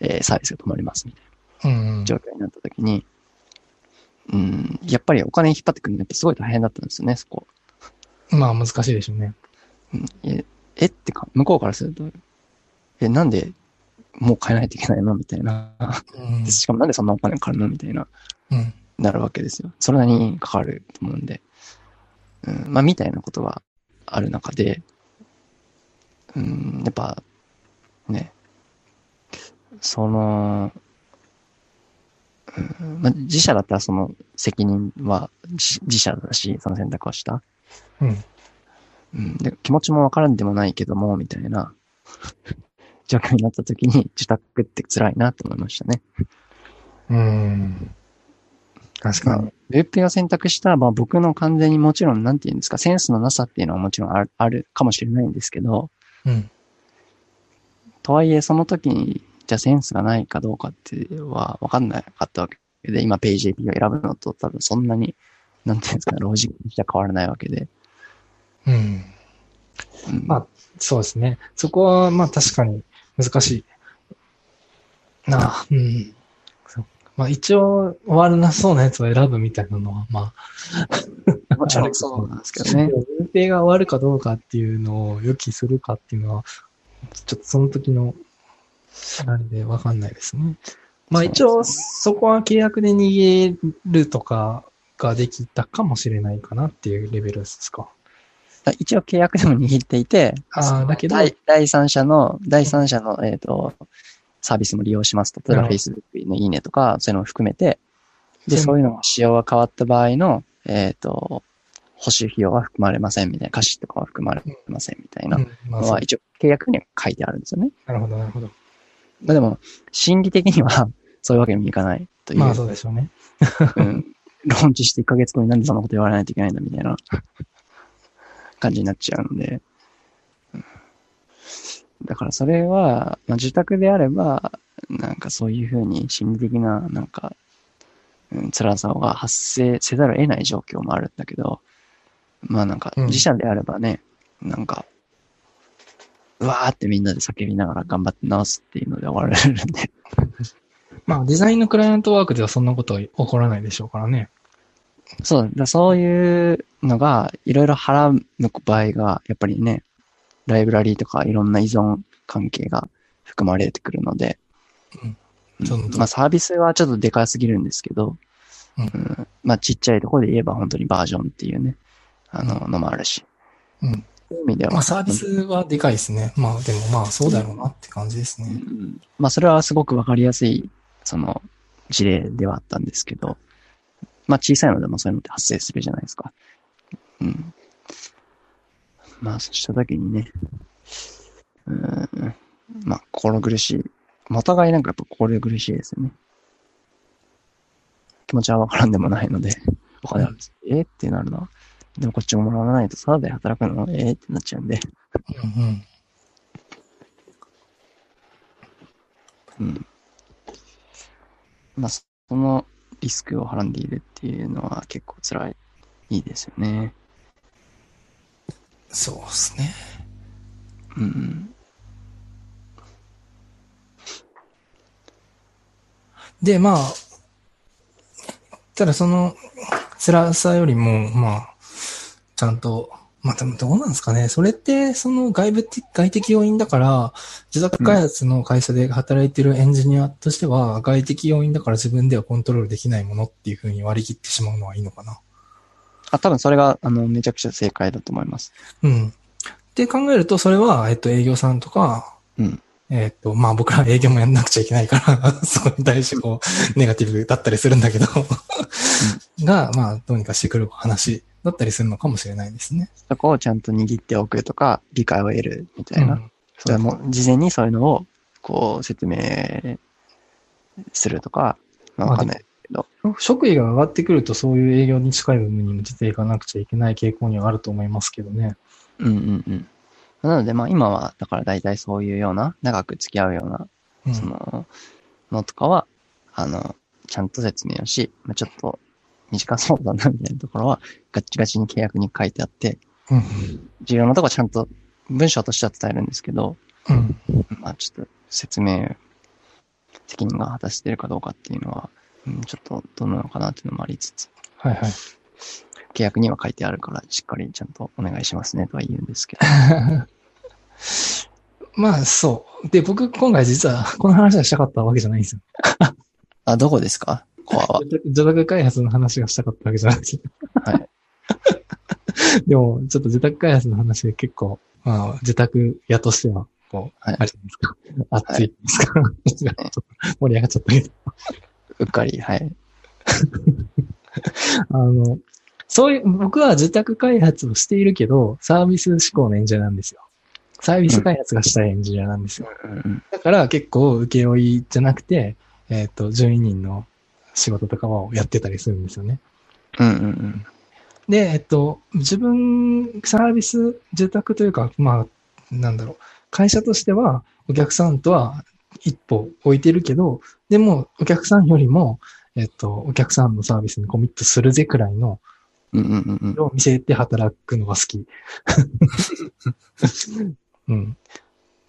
Speaker 1: えーサービスが止まりますみたい
Speaker 2: うんうん
Speaker 1: な状況になった時に、うん、やっぱりお金引っ張ってくるのやっぱすごい大変だったんですよね、そこ。
Speaker 2: まあ、難しいでしょうね。
Speaker 1: うんえ、えってか、向こうからすると、え、なんで、もう変えないといけないのみたいな。
Speaker 2: うん
Speaker 1: でしかもなんでそんなお金かかるのみたいな、
Speaker 2: うん。
Speaker 1: なるわけですよ。それなりにかかると思うんで。うん、まあ、みたいなことがある中で、うん、やっぱ、ね、その、うんまあ、自社だったらその責任は自自社だし、その選択をした。
Speaker 2: うん。
Speaker 1: うん、で気持ちもわからんでもないけども、みたいな [laughs] 状況になった時に自宅って辛いなと思いましたね。
Speaker 2: うん。確かに。
Speaker 1: ウェブを選択した、まあ、僕の完全にもちろん、なんていうんですか、センスのなさっていうのはもちろんあるあるかもしれないんですけど、
Speaker 2: うん。
Speaker 1: とはいえその時に、じゃあセンスがないかどうかっていうのはわかんなかったわけで、今ページ AP を選ぶのと多分そんなに、なんていうんですか、ロジックじゃ変わらないわけで。
Speaker 2: うん。
Speaker 1: うん
Speaker 2: まあそうですね。そこは、まあ確かに難しい。なあ、うん。そうまあ一応、終わらなそうなやつを選ぶみたいなのは、まあ、
Speaker 1: もちろんそうなんですけどね。
Speaker 2: 前提が終わるかどうかっていうのを予期するかっていうのは、ちょっとその時の、あれでわかんないですね。まあ一
Speaker 1: そう
Speaker 2: 応、
Speaker 1: です
Speaker 2: そこは契約で逃げるとかができたかもしれないかなっていうレベルですか。
Speaker 1: だ一応契約でも握っていて、
Speaker 2: あー
Speaker 1: その
Speaker 2: だけど
Speaker 1: 第第三者の、第三者の、えっ、と、サービスも利用しますと。例えば
Speaker 2: なる
Speaker 1: Facebook のいいねとか、そういうのも含めて、で、
Speaker 2: そ
Speaker 1: そうういうのが仕様が変わった場合の、えっ、と、保守費用は含まれませんみたいな、貸しとかは含まれませんみたいな
Speaker 2: うんまあ
Speaker 1: の
Speaker 2: そう
Speaker 1: は、一応契約には書いてあるんですよね。
Speaker 2: なるほど、なるほど。
Speaker 1: まあでも、心理的にはそういうわけにもいかないという。
Speaker 2: まあそうでしょうね。
Speaker 1: うんローンチして1ヶ月後になんでそんなこと言われないといけないんだみたいな感じになっちゃうので。だからそれは、まあ、自宅であれば、なんかそういうふうに心理的な、なんか、うん、辛さが発生せざるを得ない状況もあるんだけど、まあなんか
Speaker 2: うん
Speaker 1: 自社であればね、なんか、うわーってみんなで叫びながら頑張って直すっていうので終わられるんで、
Speaker 2: まあ、デザインのクライアントワークではそんなことは起こらないでしょうからね。
Speaker 1: そう、だからそういうのが、いろいろはらむ場合が、やっぱりね、ライブラリーとかいろんな依存関係が含まれてくるので、
Speaker 2: うん
Speaker 1: うん
Speaker 2: その通り
Speaker 1: まあサービスはちょっとでかすぎるんですけど、
Speaker 2: うん
Speaker 1: んまあちっちゃいところで言えば本当にバージョンっていうね、あの、のもあるし、
Speaker 2: うん。
Speaker 1: そういう意味では。
Speaker 2: まあ、サービスはでかいですね。まあ、でもまあ、そうだろうなって感じです
Speaker 1: う
Speaker 2: ね。
Speaker 1: んまあそれはすごくわかりやすい、その、事例ではあったんですけど、まあ小さいのでもそういうのって発生するじゃないですか。うん。まあそうした時にね、うん、まあ心苦しい。お互いなんかやっぱ心苦しいですよね。気持ちはわからんでもないので、お金は、えーってなるな。でもこっちももらわないと、ただで働くの、えーってなっちゃうんで。
Speaker 2: うんうん。
Speaker 1: うん。まあ、そのリスクをはらんでいるっていうのは結構辛い、いいですよね。
Speaker 2: そうですね。
Speaker 1: うん
Speaker 2: で、まあ、ただその辛さよりも、まあ、ちゃんとまあでもどうなんですかね。それって、その外部的、外的要因だから、自宅開発の会社で働いてるエンジニアとしては、外的要因だから自分ではコントロールできないものっていうふうに割り切ってしまうのはいいのかな。
Speaker 1: あ、多分それが、あの、めちゃくちゃ正解だと思います。
Speaker 2: うん。って考えると、それは、えっと、営業さんとか、
Speaker 1: うん
Speaker 2: えっと、まあ僕ら営業もやんなくちゃいけないから、 [laughs] そこに対してこう、ネガティブだったりするんだけど、が、まあどうにかしてくる話だったりするのかもしれないですね。
Speaker 1: そこをちゃんと握っておくとか、理解を得るみたいな。
Speaker 2: うん
Speaker 1: それも、事前にそういうのを、こう、説明するとか、まあわかんない。
Speaker 2: 職位が上がってくるとそういう営業に近い部分にも出ていかなくちゃいけない傾向にはあると思いますけどね。
Speaker 1: うんうんうん。なので、まあ今は、だから大体そういうような、長く付き合うような
Speaker 2: うん
Speaker 1: その、のとかは、あの、ちゃんと説明をし、まあ、ちょっと短そうだなみたいなところは、ガッチガチに契約に書いてあって、
Speaker 2: うん
Speaker 1: 重要なとこはちゃんと文章としては伝えるんですけど、
Speaker 2: うん
Speaker 1: まあちょっと説明、責任が果たしてるかどうかっていうのは、うん、ちょっとどうなのかなっていうのもありつつ、
Speaker 2: はいはい。
Speaker 1: 契約には書いてあるから、しっかりちゃんとお願いしますねとは言うんですけ
Speaker 2: [laughs] まあそう。で、僕今回実はこの話はしたかったわけじゃないんですよ。
Speaker 1: ど。あ、どこですかコアは。
Speaker 2: 自宅開発の話がしたかったわけじゃないんですよ。
Speaker 1: はい。
Speaker 2: [laughs] でも、ちょっと自宅開発の話で結構、まあ自宅屋としては、こう、
Speaker 1: はい
Speaker 2: あれじゃないですか。熱いですか。ちょっと盛り上がっちゃったけど。
Speaker 1: うっかり、はい。
Speaker 2: あの、そういう、僕は自宅開発をしているけど、サービス志向のエンジニアなんですよ。サービス開発がしたいエンジニアなんですよ。
Speaker 1: うん
Speaker 2: だから結構請負いじゃなくて、えっ、と、順位人の仕事とかをやってたりするんですよね。
Speaker 1: うんうんうん
Speaker 2: で、えっと、自分、サービス、自宅というか、まあ、なんだろう、会社としては、お客さんとは一歩置いてるけど、でも、お客さんよりも、えっと、お客さんのサービスにコミットするぜくらいの
Speaker 1: うん。うんうんうんうん。
Speaker 2: を見せて働くのが好き。うん。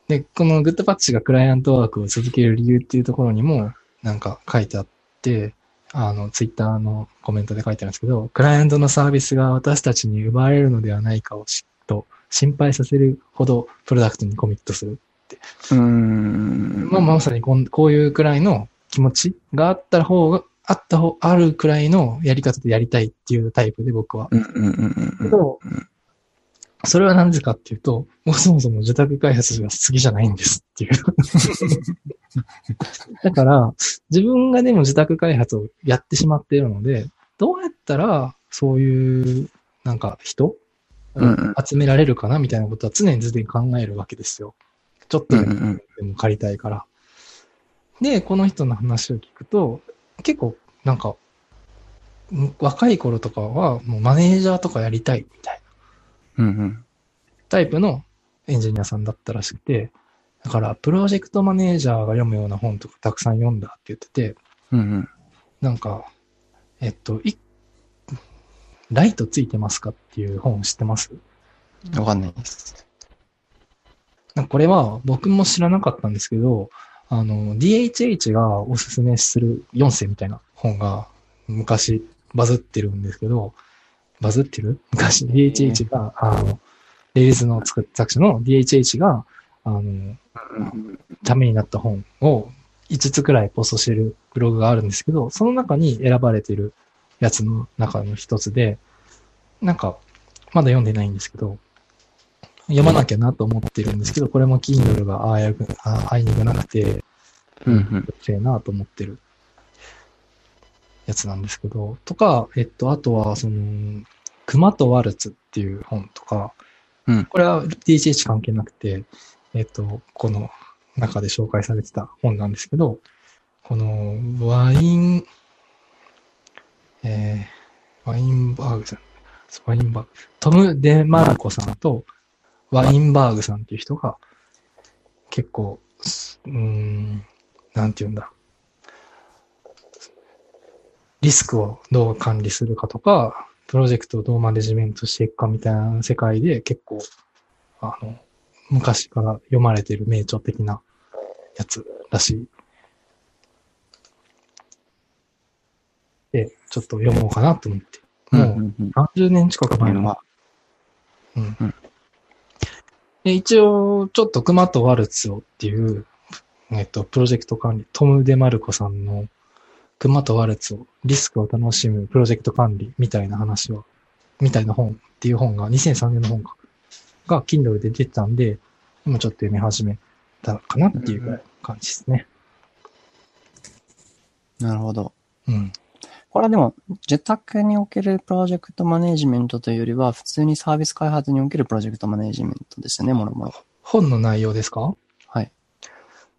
Speaker 2: で、このグッドパッチがクライアントワークを続ける理由っていうところにも、なんか書いてあって、あの、ツイッターのコメントで書いてあるんですけど、クライアントのサービスが私たちに奪われるのではないかを嫉妬、心配させるほどプロダクトにコミットする。
Speaker 1: うーん。
Speaker 2: まあ、まさにこんこういうくらいの気持ちがあった方が、あった方、あるくらいのやり方でやりたいっていうタイプで僕は
Speaker 1: うんうんうんうんうん。
Speaker 2: ど
Speaker 1: うん、
Speaker 2: それは何でかっていうと、もうそもそも自宅開発が好きじゃないんですっ
Speaker 1: [laughs]
Speaker 2: ていう。だから、自分がでも自宅開発をやってしまっているので、どうやったら、そういう、なんか人、
Speaker 1: うんうん
Speaker 2: 集められるかなみたいなことは常に常に考えるわけですよ。ちょっと
Speaker 1: うん
Speaker 2: で
Speaker 1: う
Speaker 2: も
Speaker 1: ん
Speaker 2: でも借りたいから。で、この人の話を聞くと、結構、なんか、ん若い頃とかは、もうマネージャーとかやりたいみたいな
Speaker 1: うんうん
Speaker 2: タイプのエンジニアさんだったらしくて、だから、プロジェクトマネージャーが読むような本とかたくさん読んだって言ってて、
Speaker 1: うんうん
Speaker 2: なんか、えっと、いライトついてますかっていう本知ってます
Speaker 1: うん。わかんないです。
Speaker 2: なんかこれは僕も知らなかったんですけど、あの、DHH がおすすめする4世みたいな本が昔バズってるんですけど、バズってる昔 DHH が、あの、レイルズの作った作者の DHH が、あの、ためになった本を5つくらいポストしてるブログがあるんですけど、その中に選ばれてるやつの中の一つで、なんか、まだ読んでないんですけど、読まなきゃなと思ってるんですけど、これも Kindle がああやく、ああいにくなくて、
Speaker 1: うんうん。
Speaker 2: せえなと思ってるやつなんですけど、とか、えっと、あとは、その、熊とワルツっていう本とか、
Speaker 1: うん
Speaker 2: これは DHH 関係なくて、えっと、この中で紹介されてた本なんですけど、この、ワイン、えー、ワインバーグさん、ワインバーグ、トム・デマルコさんと、ワインバーグさんっていう人が、結構、すうーん、なんて言うんだ。リスクをどう管理するかとか、プロジェクトをどうマネジメントしていくかみたいな世界で結構、あの、昔から読まれてる名著的なやつらしい。で、ちょっと読もうかなと思って。もう
Speaker 1: うんうん
Speaker 2: 30年近く前のうん
Speaker 1: うん
Speaker 2: で一応、ちょっと熊とワルツをっていう、えっと、プロジェクト管理、トム・デ・マルコさんの熊とワルツを、リスクを楽しむプロジェクト管理みたいな話を、みたいな本っていう本が、2003年の本か、が Kindle で出てたんで、今ちょっと読み始めたかなっていう感じですね。
Speaker 1: なるほど。
Speaker 2: うん。
Speaker 1: これはでも、自宅におけるプロジェクトマネージメントというよりは、普通にサービス開発におけるプロジェクトマネージメントですよね、もろもろ。
Speaker 2: 本の内容ですか
Speaker 1: はい。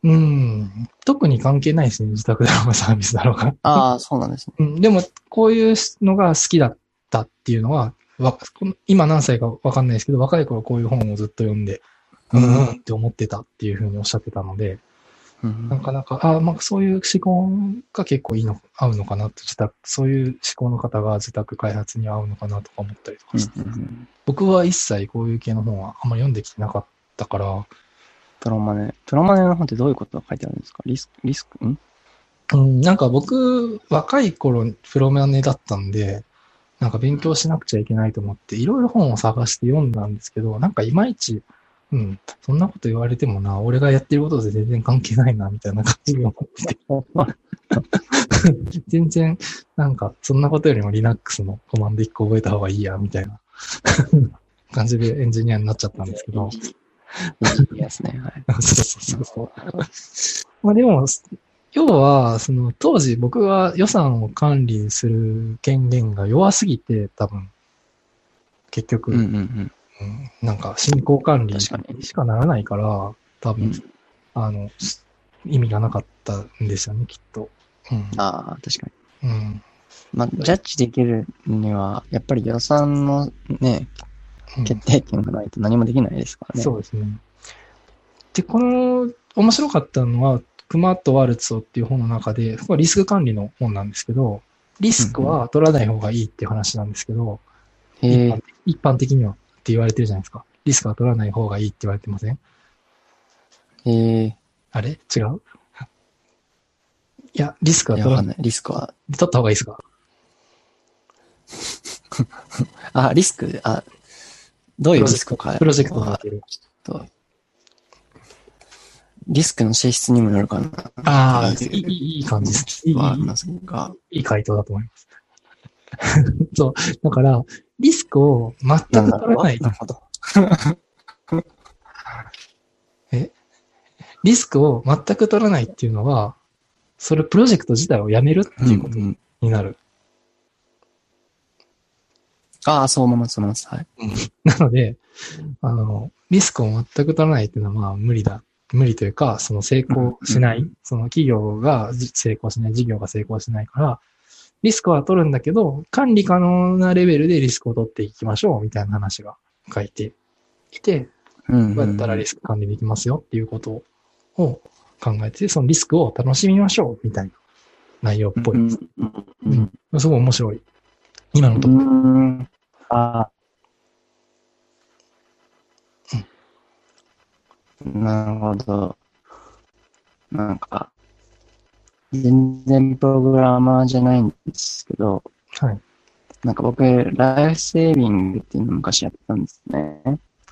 Speaker 2: うん。特に関係ないですね。自宅だろうがサービスだろうが。
Speaker 1: ああ、そうなんですね。
Speaker 2: うん、でも、こういうのが好きだったっていうのは、わこの今何歳かわかんないですけど、若い頃こういう本をずっと読んで、う
Speaker 1: うん
Speaker 2: ん、うんって思ってたっていうふうにおっしゃってたので、
Speaker 1: うん
Speaker 2: なかなか、あまあ、そういう思考が結構いいの、合うのかなと、自宅、そういう思考の方が自宅開発に合うのかなとか思ったりとかして、
Speaker 1: うんうんうん
Speaker 2: 僕は一切こういう系の本はあんまり読んできてなかったから、
Speaker 1: プロマネ。プロマネの本ってどういうことが書いてあるんですかリスク、リスク、ん
Speaker 2: うん、なんか僕、若い頃、プロマネだったんで、なんか勉強しなくちゃいけないと思って、いろいろ本を探して読んだんですけど、なんかいまいち、うん、そんなこと言われてもな、俺がやってることで全然関係ないな、みたいな感じで思って、 [laughs] 全然、なんか、そんなことよりも Linux のコマンド1個覚えた方がいいや、みたいな [laughs] 感じでエンジニアになっちゃったんですけど、
Speaker 1: いいですね。はい。
Speaker 2: [laughs] そうそうそうそう。まあでも、要は、その当時僕は予算を管理する権限が弱すぎて、多分、結局、
Speaker 1: うんうんうん。
Speaker 2: うんなんか進行管理し
Speaker 1: 確かに
Speaker 2: かならないから、多
Speaker 1: う
Speaker 2: 分、
Speaker 1: ん
Speaker 2: あの、意味がなかったんですよね、きっと。うん。
Speaker 1: ああ、確かに。
Speaker 2: うん。
Speaker 1: まあ、ジャッジできるには、やっぱり予算のね、
Speaker 2: うん
Speaker 1: 決定権がないと何もできないですからね。
Speaker 2: そうですね。で、この、面白かったのは、クマとワルツォっていう本の中で、これはリスク管理の本なんですけど、リスクは取らない方がいいっていう話なんですけど、
Speaker 1: へ
Speaker 2: 一
Speaker 1: え
Speaker 2: 般。一般的にはって言われてるじゃないですか。リスクは取らない方がいいって言われてません
Speaker 1: へえ。
Speaker 2: あれ違ういや、リスクはい
Speaker 1: や、
Speaker 2: 取
Speaker 1: わか
Speaker 2: ら
Speaker 1: んない。リスクは。
Speaker 2: 取った方がいいですか
Speaker 1: あ、リスク、あ、どういうリスクか。
Speaker 2: プロジェクト
Speaker 1: は
Speaker 2: が。。
Speaker 1: とリスクの性質にもよるかな。
Speaker 2: ああ、いいいいいい感じです。いいいい
Speaker 1: はあり [laughs] ますが。
Speaker 2: いい回答だと思います。 [laughs] そう。だから、リスクを全く取らない
Speaker 1: な。るほど。
Speaker 2: リスクを全く取らないっていうのは、それプロジェクト自体をやめるって
Speaker 1: うん
Speaker 2: いうこと
Speaker 1: うん
Speaker 2: になる。
Speaker 1: ああ、そう思います、そう思います。はい。
Speaker 2: なので、あの、リスクを全く取らないっていうのはまあ無理だ。無理というか、その成功しな
Speaker 1: うん
Speaker 2: い、その企業がじ成功しない、事業が成功しないから、リスクは取るんだけど、管理可能なレベルでリスクを取っていきましょうみたいな話が書いていて、
Speaker 1: うん
Speaker 2: どうやったらリスク管理できますよっていうことを考えて、そのリスクを楽しみましょうみたいな内容っぽいです。
Speaker 1: うんうん
Speaker 2: すごい面白い。今のと
Speaker 1: う
Speaker 2: ころ。
Speaker 1: ん。ああ。なるほど。なんか、全然プログラマーじゃないんですけど、
Speaker 2: はい。
Speaker 1: なんか僕、ライフセービングっていうのを昔やったんですね。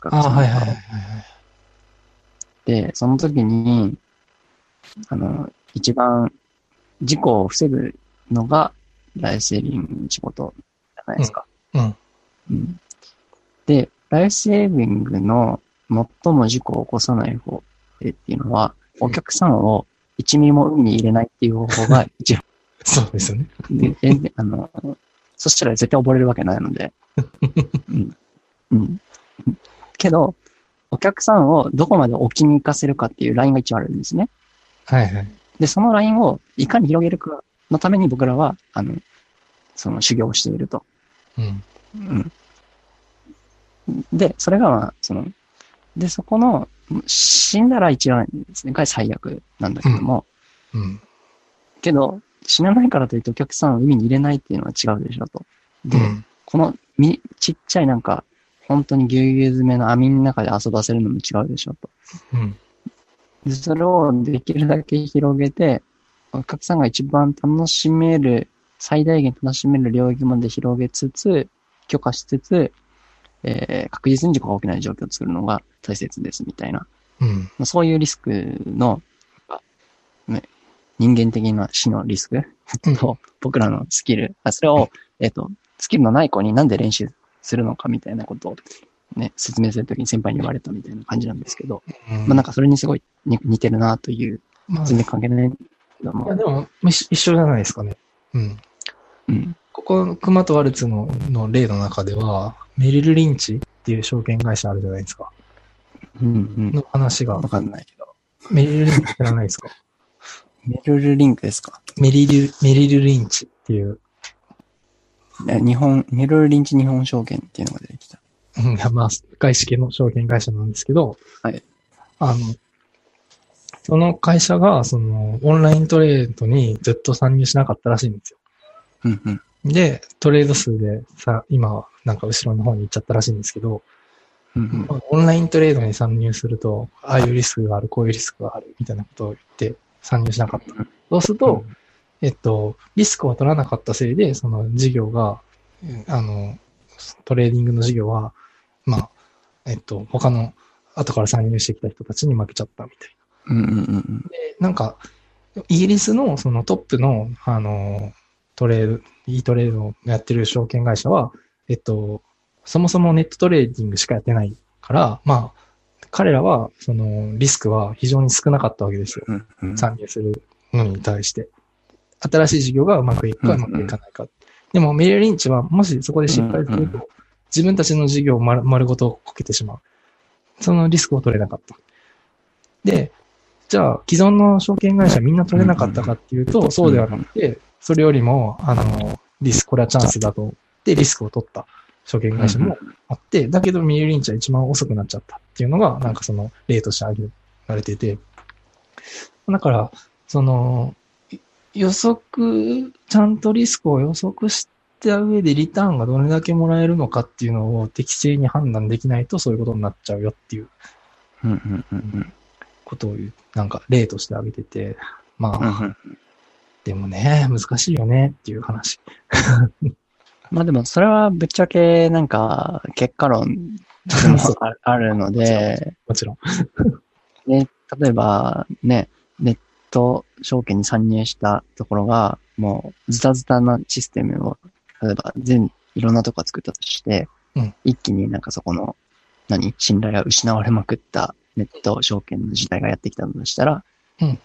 Speaker 2: ああ、はいはいはいはい。
Speaker 1: で、その時に、あの、一番事故を防ぐのがライフセービングの仕事じゃないですか。
Speaker 2: うん。
Speaker 1: うんで、ライフセービングの最も事故を起こさない方法っていうのは、お客さんを1ミリも海に入れないっていう方法が一番
Speaker 2: そうですよね。
Speaker 1: で、え [laughs] あの、そしたら絶対溺れるわけないの [laughs] で。うん。うん。けど、お客さんをどこまで置きに行かせるかっていうラインが一応あるんですね。
Speaker 2: はいはい。
Speaker 1: で、そのラインをいかに広げるかのために僕らは、あの、その修行をしていると。
Speaker 2: うん。
Speaker 1: うん。で、それが、まあ、その、で、そこの、死んだら一覧ですね、が最悪なんだけども、
Speaker 2: うん。
Speaker 1: けど、死なないからといってお客さんを海に入れないっていうのは違うでしょと。
Speaker 2: う
Speaker 1: で、
Speaker 2: ん。
Speaker 1: このみちっちゃいなんか、本当にぎゅうぎゅう詰めの網の中で遊ばせるのも違うでしょと。
Speaker 2: うん。
Speaker 1: でそれをできるだけ広げて、お客さんが一番楽しめる、最大限楽しめる領域まで広げつつ、許可しつつ、えー確実に事故が起きない状況を作るのが大切ですみたいな、
Speaker 2: うん。
Speaker 1: まあそういうリスクの、ね、人間的な死のリスクと、僕らのスキル、あそれを、えっ、と、スキルのない子になんで練習するのかみたいなことを、ね、説明するときに先輩に言われたみたいな感じなんですけど、
Speaker 2: うん
Speaker 1: まあなんかそれにすごいに似てるなという、
Speaker 2: まあ
Speaker 1: 全然関係ないけど
Speaker 2: いや、
Speaker 1: も、
Speaker 2: でも、一一緒じゃないですかね。うん。
Speaker 1: うん。
Speaker 2: ここ、熊とワルツのの例の中では、メリル・リンチっていう証券会社あるじゃないですか。
Speaker 1: うん、
Speaker 2: の話
Speaker 1: う
Speaker 2: が
Speaker 1: ん。わ、かんないけど。
Speaker 2: メリル・リンチ知らないですか
Speaker 1: メルルリンクですか
Speaker 2: メリル、メリル・リンチっていう、
Speaker 1: え日本、メルルリンチ日本証券っていうのが出てきた。
Speaker 2: うんまあ、外資系の証券会社なんですけど、
Speaker 1: はい。
Speaker 2: あの、その会社が、その、オンライントレードにずっと参入しなかったらしいんですよ。
Speaker 1: うん、うん。
Speaker 2: で、トレード数でさ、今はなんか後ろの方に行っちゃったらしいんですけど、
Speaker 1: うんうん、
Speaker 2: オンライントレードに参入すると、ああいうリスクがある、こういうリスクがある、みたいなことを言って参入しなかった。そうすると、えっと、リスクを取らなかったせいで、その事業が、うんあの、トレーディングの事業は、まあ、えっと、他の後から参入してきた人たちに負けちゃったみたいな。
Speaker 1: うん、うん、うんうん。
Speaker 2: で、なんか、イギリスのそのトップの、あの、トレード、e トレードをやってる証券会社は、えっと、そもそもネットトレーディングしかやってないから、まあ、彼らは、その、リスクは非常に少なかったわけですよ。
Speaker 1: うん、うん。
Speaker 2: 参入するのに対して、新しい事業がうまくいくかうまくいかないか。でも、メリル・リンチは、もしそこで失敗す
Speaker 1: うん
Speaker 2: る
Speaker 1: うん
Speaker 2: と、自分たちの事業を丸丸ごとこけてしまう。そのリスクを取れなかった。で、じゃあ、既存の証券会社みんな取れなかったかっていうと、そうではなくて、それよりも、あの、リスク、これはチャンスだと思って、リスクを取った証券会社もあって、だけどミリリンチは一番遅くなっちゃったっていうのが、なんかその例として挙げられてて、だから、その、い予測、ちゃんとリスクを予測した上でリターンがどれだけもらえるのかっていうのを適正に判断できないとそういうことになっちゃうよっていう
Speaker 1: うん、うん、うんうん。
Speaker 2: ことを言う、なんか例として挙げてて、ま
Speaker 1: う
Speaker 2: あ、
Speaker 1: んうん
Speaker 2: でもね、難しいよねっていう話。
Speaker 1: まあでも、それはぶっちゃけ、なんか、結果論
Speaker 2: そう
Speaker 1: ああるので、
Speaker 2: もちろん。
Speaker 1: ね、例えば、ね、ネット証券に参入したところが、もう、ズタズタなシステムを、例えば、全、いろんなとこが作ったとして、
Speaker 2: うん
Speaker 1: 一気になんかそこの、何、信頼が失われまくったネット証券の時代がやってきたのとしたら、
Speaker 2: うん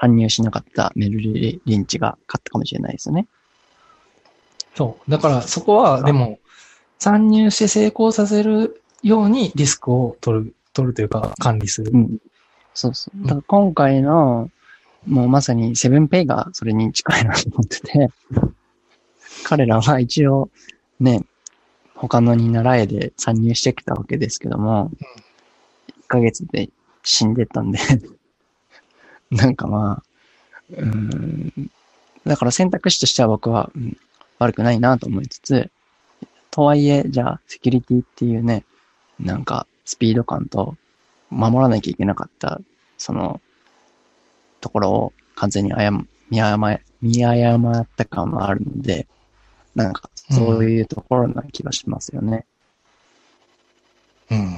Speaker 1: 参入しなかったメルリリンチが勝ったかもしれないですよね。
Speaker 2: そう。だからそこは、でも、参入して成功させるようにリスクを取る、取るというか管理する
Speaker 1: う。ん。そうそう。だから今回の、もうまさにセブンペイがそれに近いなと思ってて、 [laughs] 彼らは一応、ね、他のに習えで参入してきたわけですけども、1ヶ月で死んでったんで、 [laughs] なんかまあ、うーん、だから選択肢としては僕は、うん、悪くないなと思いつつ、とはいえ、じゃあ、セキュリティっていうね、なんか、スピード感と、守らなきゃいけなかった、その、ところを完全にあや見誤、見誤った感はあるので、なんか、そういうところな気がしますよね。
Speaker 2: うん。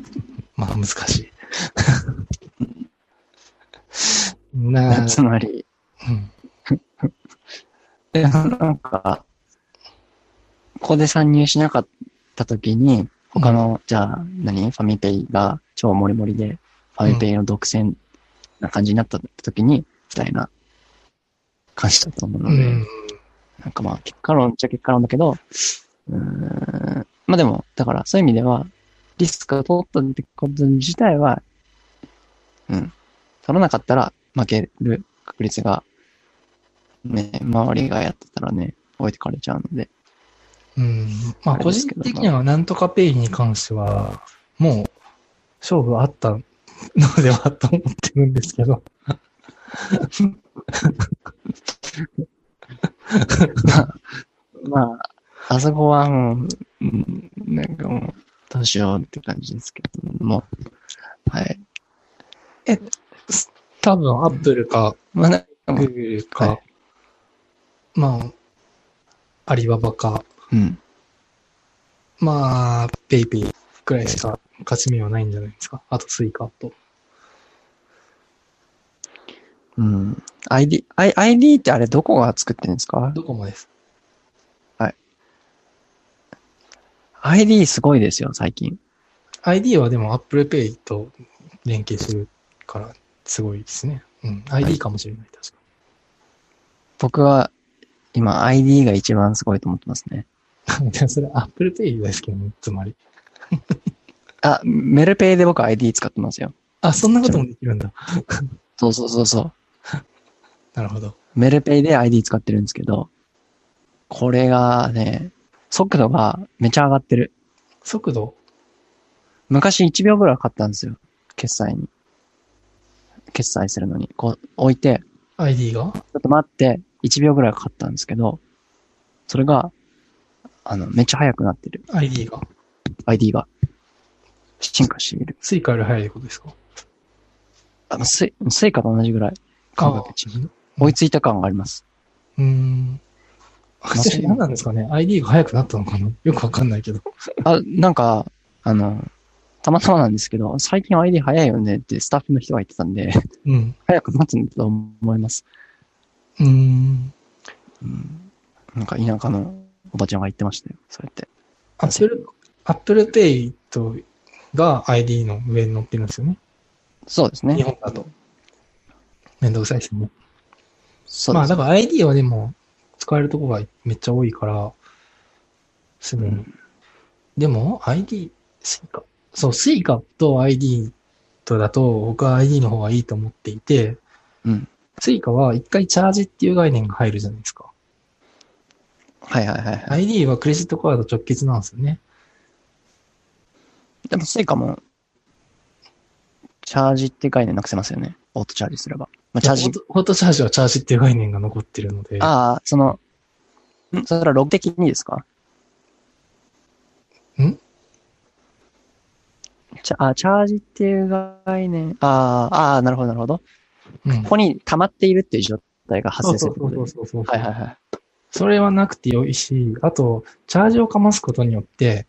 Speaker 2: [laughs] まあ、難しい。 [laughs] な
Speaker 1: [laughs] つまり、
Speaker 2: うん
Speaker 1: でなんか、ここで参入しなかった時に、他の、じゃあ何、ファミペイが超モリモリで、ファミペイの独占な感じになった時に、みたいな感じだと思うの
Speaker 2: う
Speaker 1: で、
Speaker 2: ん。
Speaker 1: なんかまあ、結果論っちゃ結果論だけど、うーん、まあでも、だからそういう意味では、リスクを取ったってこと自体は、うん、取らなかったら負ける確率が、ね、周りがやってたらね、置いてかれちゃうので、
Speaker 2: うん。まあ、
Speaker 1: あれ
Speaker 2: 個
Speaker 1: です
Speaker 2: 人
Speaker 1: けど
Speaker 2: 的には、なんとかペイに関しては、もう、勝負あったのではと思ってるんですけど。
Speaker 1: まあ、あそこはもう、うん、なんかもう、どうしようって感じですけども、はい。
Speaker 2: 多分、アップルか、
Speaker 1: まあ、なんかもう
Speaker 2: Google か、
Speaker 1: は
Speaker 2: まあ、アリババか、
Speaker 1: うん、
Speaker 2: まあ、ペイペイくらいしか勝ち目はないんじゃないですか。あとスイカと。
Speaker 1: うん。ID、I、ID ってあれどこが作ってるんですか
Speaker 2: ドコモです。
Speaker 1: ?ID すごいですよ、最近。
Speaker 2: ID はでも Apple Pay と連携するからすごいですね。うん。ID かもしれない、確か
Speaker 1: 僕は今 ID が一番すごいと思ってますね。
Speaker 2: に。 [laughs] でもそれ Apple Pay ですけどね、つまり。
Speaker 1: あ、メルペイで僕 ID 使ってますよ。
Speaker 2: あ、そんなこともできるんだ。
Speaker 1: そうそうそうそう。
Speaker 2: なるほど。
Speaker 1: メルペイで ID 使ってるんですけど、これがね、速度がめちゃ上がってる。
Speaker 2: 速度
Speaker 1: 昔1秒ぐらいかかったんですよ。決済に。決済するのに。こう置いて、
Speaker 2: ?ID が
Speaker 1: ちょっと待って、1秒ぐらいかかったんですけど、それが、あの、めっちゃ速くなってる。
Speaker 2: ?ID が
Speaker 1: ID が。進化している。
Speaker 2: スイカより速いことですか
Speaker 1: あの、スイ、スイカと同じぐらい。感覚値
Speaker 2: う
Speaker 1: 追いついた感があります。
Speaker 2: ーん。あそれ何なんですかね ?ID が速くなったのかな [laughs] よくわかんないけど。
Speaker 1: あ、なんか、あの、たまたまなんですけど、最近 ID 早いよねってスタッフの人が言ってたんで、 [laughs]
Speaker 2: うん。
Speaker 1: 早く待つんだと思います。
Speaker 2: うーん。
Speaker 1: うん、なんか田舎のおばちゃんが言ってましたよ。そうやって。
Speaker 2: Apple、Apple Pay とが ID の上に乗ってるんですよね。
Speaker 1: そうです
Speaker 2: 日
Speaker 1: ね。
Speaker 2: 本だと。めんどくさいですね。
Speaker 1: そう
Speaker 2: ま
Speaker 1: で
Speaker 2: あ、
Speaker 1: す。
Speaker 2: だから ID はでも、使えるとこがめっちゃ多いから、すぐに。
Speaker 1: うん
Speaker 2: でも、ID、スイカ。そう、スイカと ID とだと、僕は ID の方がいいと思っていて、
Speaker 1: うん。
Speaker 2: スイカは一回チャージっていう概念が入るじゃないですか。
Speaker 1: はいはいはいは
Speaker 2: ID はクレジットカード直結なんですよね。
Speaker 1: い。でも、スイカも、チャージって概念なくせますよね。オートチャージすれば。まあ、チャー
Speaker 2: フ
Speaker 1: ジ
Speaker 2: ォ。トフォトチャージはチャージっていう概念が残ってるので、
Speaker 1: ああ、その、んそれはログ的にですか
Speaker 2: ん
Speaker 1: チャあ、チャージっていう概念。ああ、ああ、なるほどなるほど。
Speaker 2: うん
Speaker 1: ここに溜まっているっていう状態が発
Speaker 2: そ
Speaker 1: 生
Speaker 2: う
Speaker 1: す
Speaker 2: そ
Speaker 1: るっ
Speaker 2: う
Speaker 1: てこと
Speaker 2: そ
Speaker 1: で
Speaker 2: うそうそう。
Speaker 1: はいはいはい。
Speaker 2: それはなくてよいし、あと、チャージをかますことによって、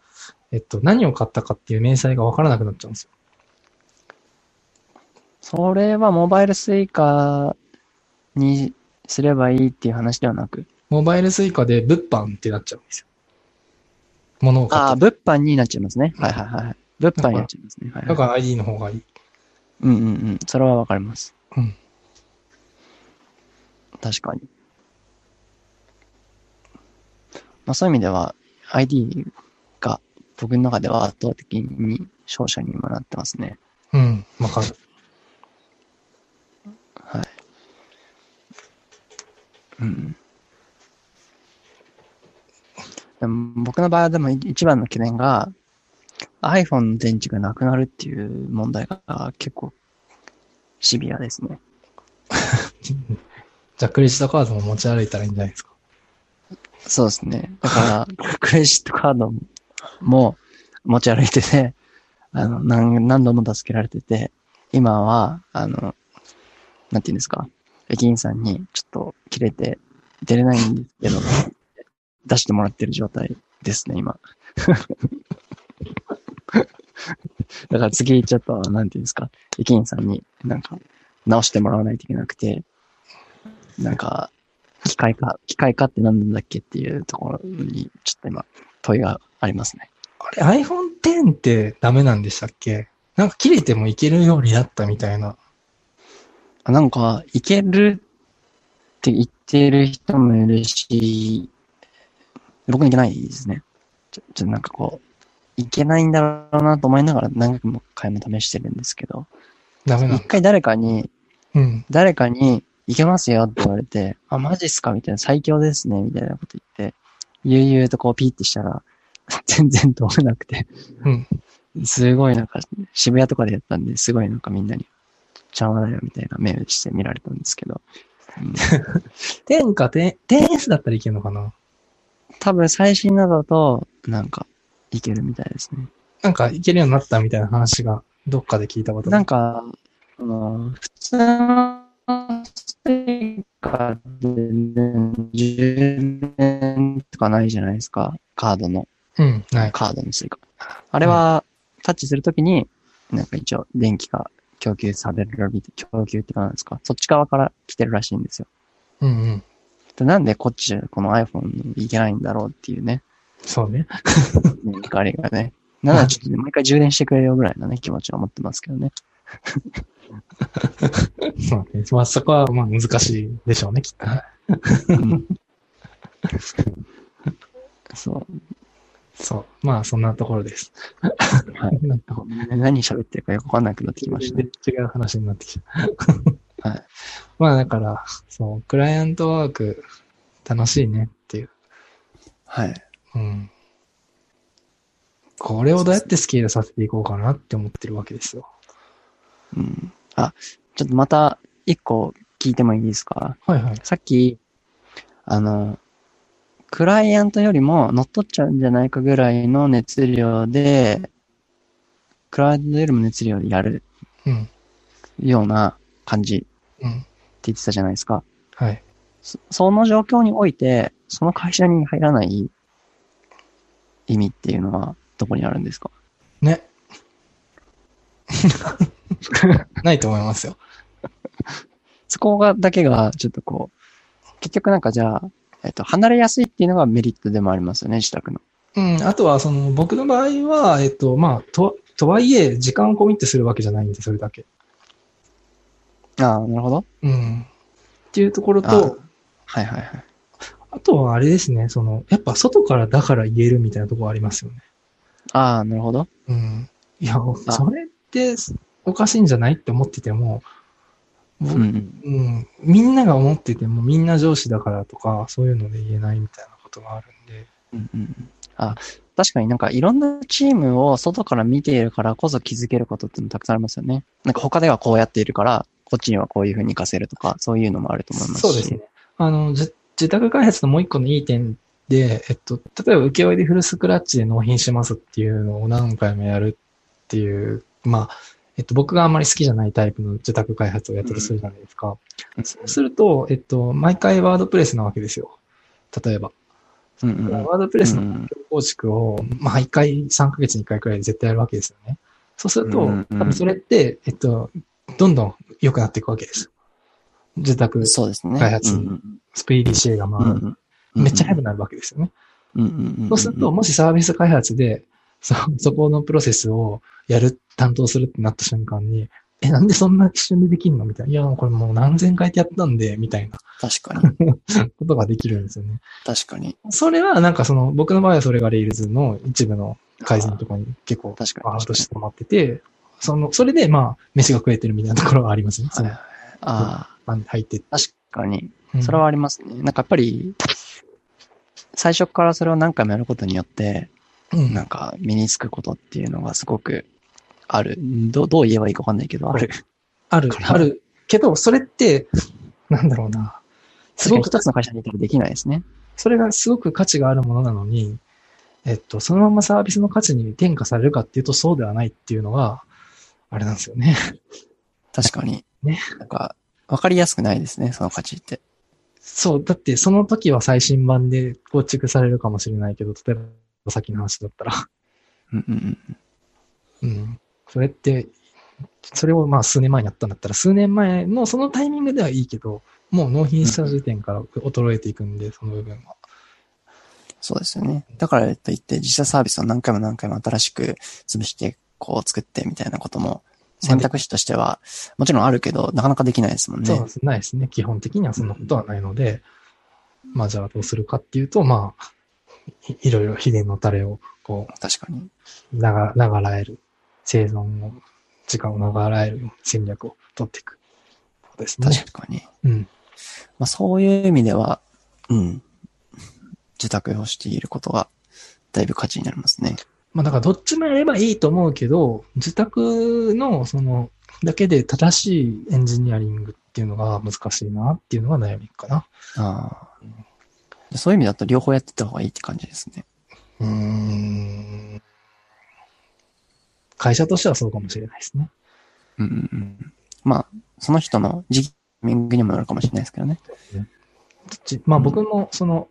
Speaker 2: えっと、何を買ったかっていう明細がわからなくなっちゃうんですよ。
Speaker 1: それはモバイルスイカにすればいいっていう話ではなく。
Speaker 2: モバイルスイカで物販ってなっちゃうんですよ。物を買
Speaker 1: ああ、
Speaker 2: っ
Speaker 1: 物販になっちゃいますね。はいはいはい。物販になっちゃいますね。はいは
Speaker 2: た。だ
Speaker 1: い
Speaker 2: から ID の方がいい。
Speaker 1: うんうんうん。それはわかります。
Speaker 2: うん。
Speaker 1: 確かに。まあそういう意味では、ID が僕の中では圧倒的に勝者に今なってますね。
Speaker 2: うん、わかる。
Speaker 1: はい。うん。でも僕の場合はでも一番の懸念が iPhone の電池がなくなるっていう問題が結構シビアですね。
Speaker 2: じゃあ、クレジットカードも持ち歩いたらいいんじゃないですか。
Speaker 1: そうですね。だから、 [laughs] クレジットカードも持ち歩いてて、 [laughs] あの、何何度も助けられてて、今は、あの、なんて言うんですか、駅員さんにちょっと切れて出れないんですけど、 [laughs] 出してもらってる状態ですね、今。 [laughs] だから次、ちょっと、なんて言うんですか、駅員さんになんか直してもらわないといけなくて、なんか、機械化、機械化って何なんだっけっていうところに、ちょっと今、問いがありますね。
Speaker 2: あれ、iPhone X ってダメなんでしたっけなんか切れてもいけるようになったみたいな。
Speaker 1: あなんか、いけるって言ってる人もいるし、僕にいけないですね。ちょ、ちょっとなんかこう、いけないんだろうなと思いながら何回も回も試してるんですけど、
Speaker 2: ダメなの
Speaker 1: 一。回誰かに、
Speaker 2: うん。
Speaker 1: 誰かに、いけますよって言われて、あ、マジっすかみたいな、最強ですねみたいなこと言って、悠々とこうピーってしたら、 [laughs] 全然通れなくて。
Speaker 2: うん。
Speaker 1: すごいなんか、渋谷とかでやったんで、すごいなんかみんなに、邪魔だよみたいな目をして見られたんですけど、うん、
Speaker 2: 10か 10, 10S だったらいけるのかな
Speaker 1: 多分最新などだと、なんか、いけるみたいですね。
Speaker 2: なんかいけるようになったみたいな話が、どっかで聞いたことが
Speaker 1: なんか、あの普通のスイカで、ね、10円とかないじゃないですか、カードの。
Speaker 2: うん、はい。
Speaker 1: カードにするか。あれは、タッチするときに、なんか一応、電気が供給される、供給ってかなんですか、そっち側から来てるらしいんですよ。
Speaker 2: うんうん。
Speaker 1: でなんでこっち、この iPhone にいけないんだろうっていうね、
Speaker 2: そうね。
Speaker 1: 怒りがね。ならちょっとね、毎回充電してくれよぐらいのね、気持ちを持ってますけどね。
Speaker 2: まあね、まあそこはまあ難しいでしょうね、きっと。
Speaker 1: うん [laughs] そ
Speaker 2: そう。まあそんなところです。
Speaker 1: う。はい。
Speaker 2: [laughs] なんか
Speaker 1: ごめんね何喋ってるかよくわかんなくなってきましたね。
Speaker 2: 違う話になってきた。
Speaker 1: はい。
Speaker 2: [laughs] まあだから、そう、クライアントワーク楽しいねっていう。
Speaker 1: はい。
Speaker 2: うん。これをどうやってスケールさせていこうかなって思ってるわけですよ。
Speaker 1: うん。あ、ちょっとまた、一個聞いてもいいですか
Speaker 2: はいはい。
Speaker 1: さっき、あの、クライアントよりも乗っ取っちゃうんじゃないかぐらいの熱量で、クライアントよりも熱量でやる
Speaker 2: うん。
Speaker 1: ような感じって
Speaker 2: うん。
Speaker 1: 言ってたじゃないですか。
Speaker 2: はい。
Speaker 1: そその状況において、その会社に入らない意味っていうのはどこにあるんですか
Speaker 2: [laughs] ね。ないと思いますよ。
Speaker 1: そこが、だけが、ちょっとこう、結局なんかじゃあ、えっと、離れやすいっていうのがメリットでもありますよね、自宅の。
Speaker 2: うん、あとは、その、僕の場合は、えっと、まあ、と、とはいえ、時間をコミットするわけじゃないんで、それだけ。
Speaker 1: ああ、なるほど。
Speaker 2: うん。っていうところと、
Speaker 1: はいはいはい。
Speaker 2: あとはあれですね、その、やっぱ外からだから言えるみたいなところありますよね。
Speaker 1: ああ、なるほど。
Speaker 2: うん。いや、それっておかしいんじゃないって思ってても、ぼ
Speaker 1: うんうん。
Speaker 2: うん、みんなが思ってても、みんな上司だからとか、そういうので言えないみたいなことがあるんで、
Speaker 1: うんうん。あ、確かになんかいろんなチームを外から見ているからこそ気づけることってのたくさんありますよね。なんか他ではこうやっているから、こっちにはこういうふうに活かせるとか、そういうのもあると思いますし。
Speaker 2: そうですね。。あの、じ自宅開発のもう一個のいい点で、えっと、例えば請負でフルスクラッチで納品しますっていうのを何回もやるっていう、まあ、えっと、僕があんまり好きじゃないタイプの自宅開発をやったとするじゃないですか。そうすると、えっと、毎回ワードプレスなわけですよ。例えば。
Speaker 1: うんうんうん。
Speaker 2: ワードプレスの
Speaker 1: うん
Speaker 2: 構築を、まあ、一回、3ヶ月に1回くらい絶対やるわけですよね。そうすると、
Speaker 1: う
Speaker 2: 多
Speaker 1: んうんうん
Speaker 2: 分それって、えっと、どんどん良くなっていくわけです。自宅、ス
Speaker 1: そうですね。
Speaker 2: 開発
Speaker 1: うんうん
Speaker 2: ペーディシェが
Speaker 1: うん
Speaker 2: 回
Speaker 1: う
Speaker 2: る
Speaker 1: ん
Speaker 2: めっちゃ早くなるわけですよね。
Speaker 1: うんうんうん。
Speaker 2: そうすると、もしサービス開発で、そ、そこのプロセスをやる、担当するってなった瞬間に、え、なんでそんな一瞬でできるのみたいな。いや、これもう何千回ってやったんで、みたいな
Speaker 1: 確かに。
Speaker 2: ことができるんですよね。
Speaker 1: 確かに。
Speaker 2: それはなんかその、僕の場合はそれがレイルズの一部の改善とかに結構、
Speaker 1: 確かに
Speaker 2: ワーとして止まってて、その、それでまあ、飯が食えてるみたいなところはありますね。その、
Speaker 1: あ
Speaker 2: まあ入って。
Speaker 1: あ、確かに。
Speaker 2: うん
Speaker 1: それはありますね。なんかやっぱり、最初からそれを何回もやることによって、
Speaker 2: うん
Speaker 1: なんか身につくことっていうのがすごくある。どどう言えばいいかわかんないけど、ある。
Speaker 2: ある、ある。けど、それって、なんだろうな。す
Speaker 1: すご
Speaker 2: ご
Speaker 1: く
Speaker 2: く
Speaker 1: 一つの会社にいたらできないですね。
Speaker 2: それがすごく価値があるものなのに、えっと、そのままサービスの価値に転嫁されるかっていうとそうではないっていうのが、あれなんですよね。 [laughs]
Speaker 1: 確かに。
Speaker 2: ね。
Speaker 1: なんか、わかりやすくないですね、その価値って。
Speaker 2: そう、だってその時は最新版で構築されるかもしれないけど、例えばさっきの話だったら、
Speaker 1: うんうんうん。
Speaker 2: うん。それって、それをまあ数年前にやったんだったら、数年前のそのタイミングではいいけど、もう納品した時点から衰えていくんで、その部分は。
Speaker 1: そうですよね。だからといって、自社サービスを何回も何回も新しく潰して、こう作ってみたいなことも、選択肢としては、もちろんあるけど、なかなかできないですもん
Speaker 2: そう
Speaker 1: ね。
Speaker 2: ですないですね。基本的にはそんなことはないので、まあじゃあどうするかっていうと、まあ、いいろいろ秘伝のタレをこ
Speaker 1: 確かに。
Speaker 2: う、なが、ながらえる。生存の時間をながらえる戦略を取っていく。そうですね。
Speaker 1: 確かに。
Speaker 2: うん。
Speaker 1: まあ、そういう意味では、うん。自宅をしていることが、だいぶ価値になりますね。
Speaker 2: まあだからどっちもやればいいと思うけど、自宅のその、だけで正しいエンジニアリングっていうのが難しいなっていうのが悩みかな。
Speaker 1: ああ。そういう意味だと両方やってた方がいいって感じですね。
Speaker 2: うーん。会社としてはそうかもしれないですね。
Speaker 1: うんうんうん。まあ、その人の時期ミングにもよるかもしれないですけどね。
Speaker 2: ちまあ
Speaker 1: うん
Speaker 2: 僕もその、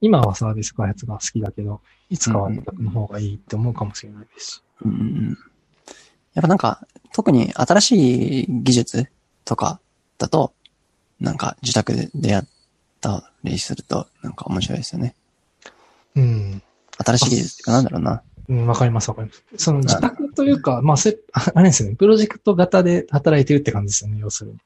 Speaker 2: 今はサービス開発が好きだけど、いつかは企画の方がいいって思うかもしれないですし。
Speaker 1: うんうんうんやっぱなんか、特に新しい技術とかだと、なんか自宅でやったりすると、なんか面白いですよね。
Speaker 2: うん。
Speaker 1: 新しい技術っていうかなんだろうな。
Speaker 2: うん、わかります、わかります。その自宅というか、まあ、せ、ああれですよね、プロジェクト型で働いてるって感じですよね、要するに。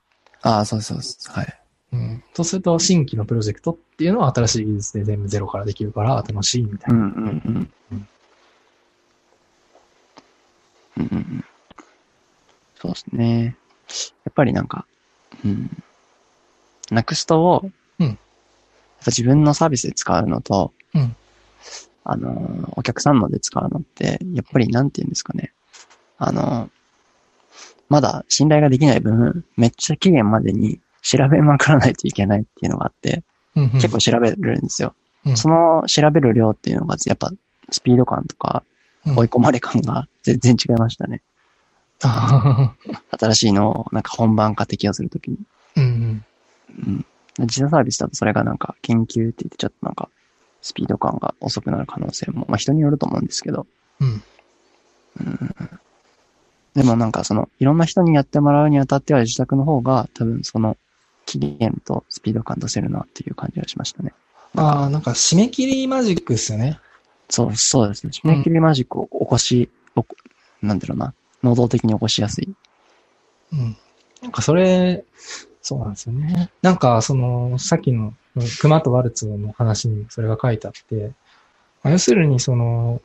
Speaker 1: ああ、そうそうそう。はい。
Speaker 2: うん。とすると、新規のプロジェクトっていうのは新しい技術で全部ゼロからできるから楽しいみたい
Speaker 1: ん
Speaker 2: な。
Speaker 1: うんうん。うんうんうん。そうですね。やっぱりなんか、うん。なくすとを、
Speaker 2: うん
Speaker 1: やっぱ自分のサービスで使うのと、
Speaker 2: うん
Speaker 1: あのー、お客さんので使うのって、やっぱりなんて言うんですかね。あのー、まだ信頼ができない分、めっちゃ期限までに調べまくらないといけないっていうのがあって、
Speaker 2: うんうん
Speaker 1: 結構調べるんですよ。
Speaker 2: うん
Speaker 1: その調べる量っていうのが、やっぱスピード感とか
Speaker 2: うん
Speaker 1: 追い込まれ感が [laughs] 全然違いましたね。
Speaker 2: あ
Speaker 1: 新しいのをなんか本番化適用するときに。
Speaker 2: [laughs] ーうん
Speaker 1: うん。自社サービスだとそれがなんか研究って言ってちょっとなんかスピード感が遅くなる可能性も、まあ人によると思うんですけど。
Speaker 2: うん。うん。
Speaker 1: でもなんかそのいろんな人にやってもらうにあたっては自宅の方が多分その期限とスピード感出せるなっていう感じがしましたね。
Speaker 2: ああ、なんか締め切りマジックですよね。
Speaker 1: そう、そうですね。締め切りマジックを起こし、おこなんだろうな。能動的に起こしやすい。
Speaker 2: うん。なんかそれ、そうなんですよね。なんかその、さっきのうん熊とワルツの話にそれが書いてあって、まあ要するにその、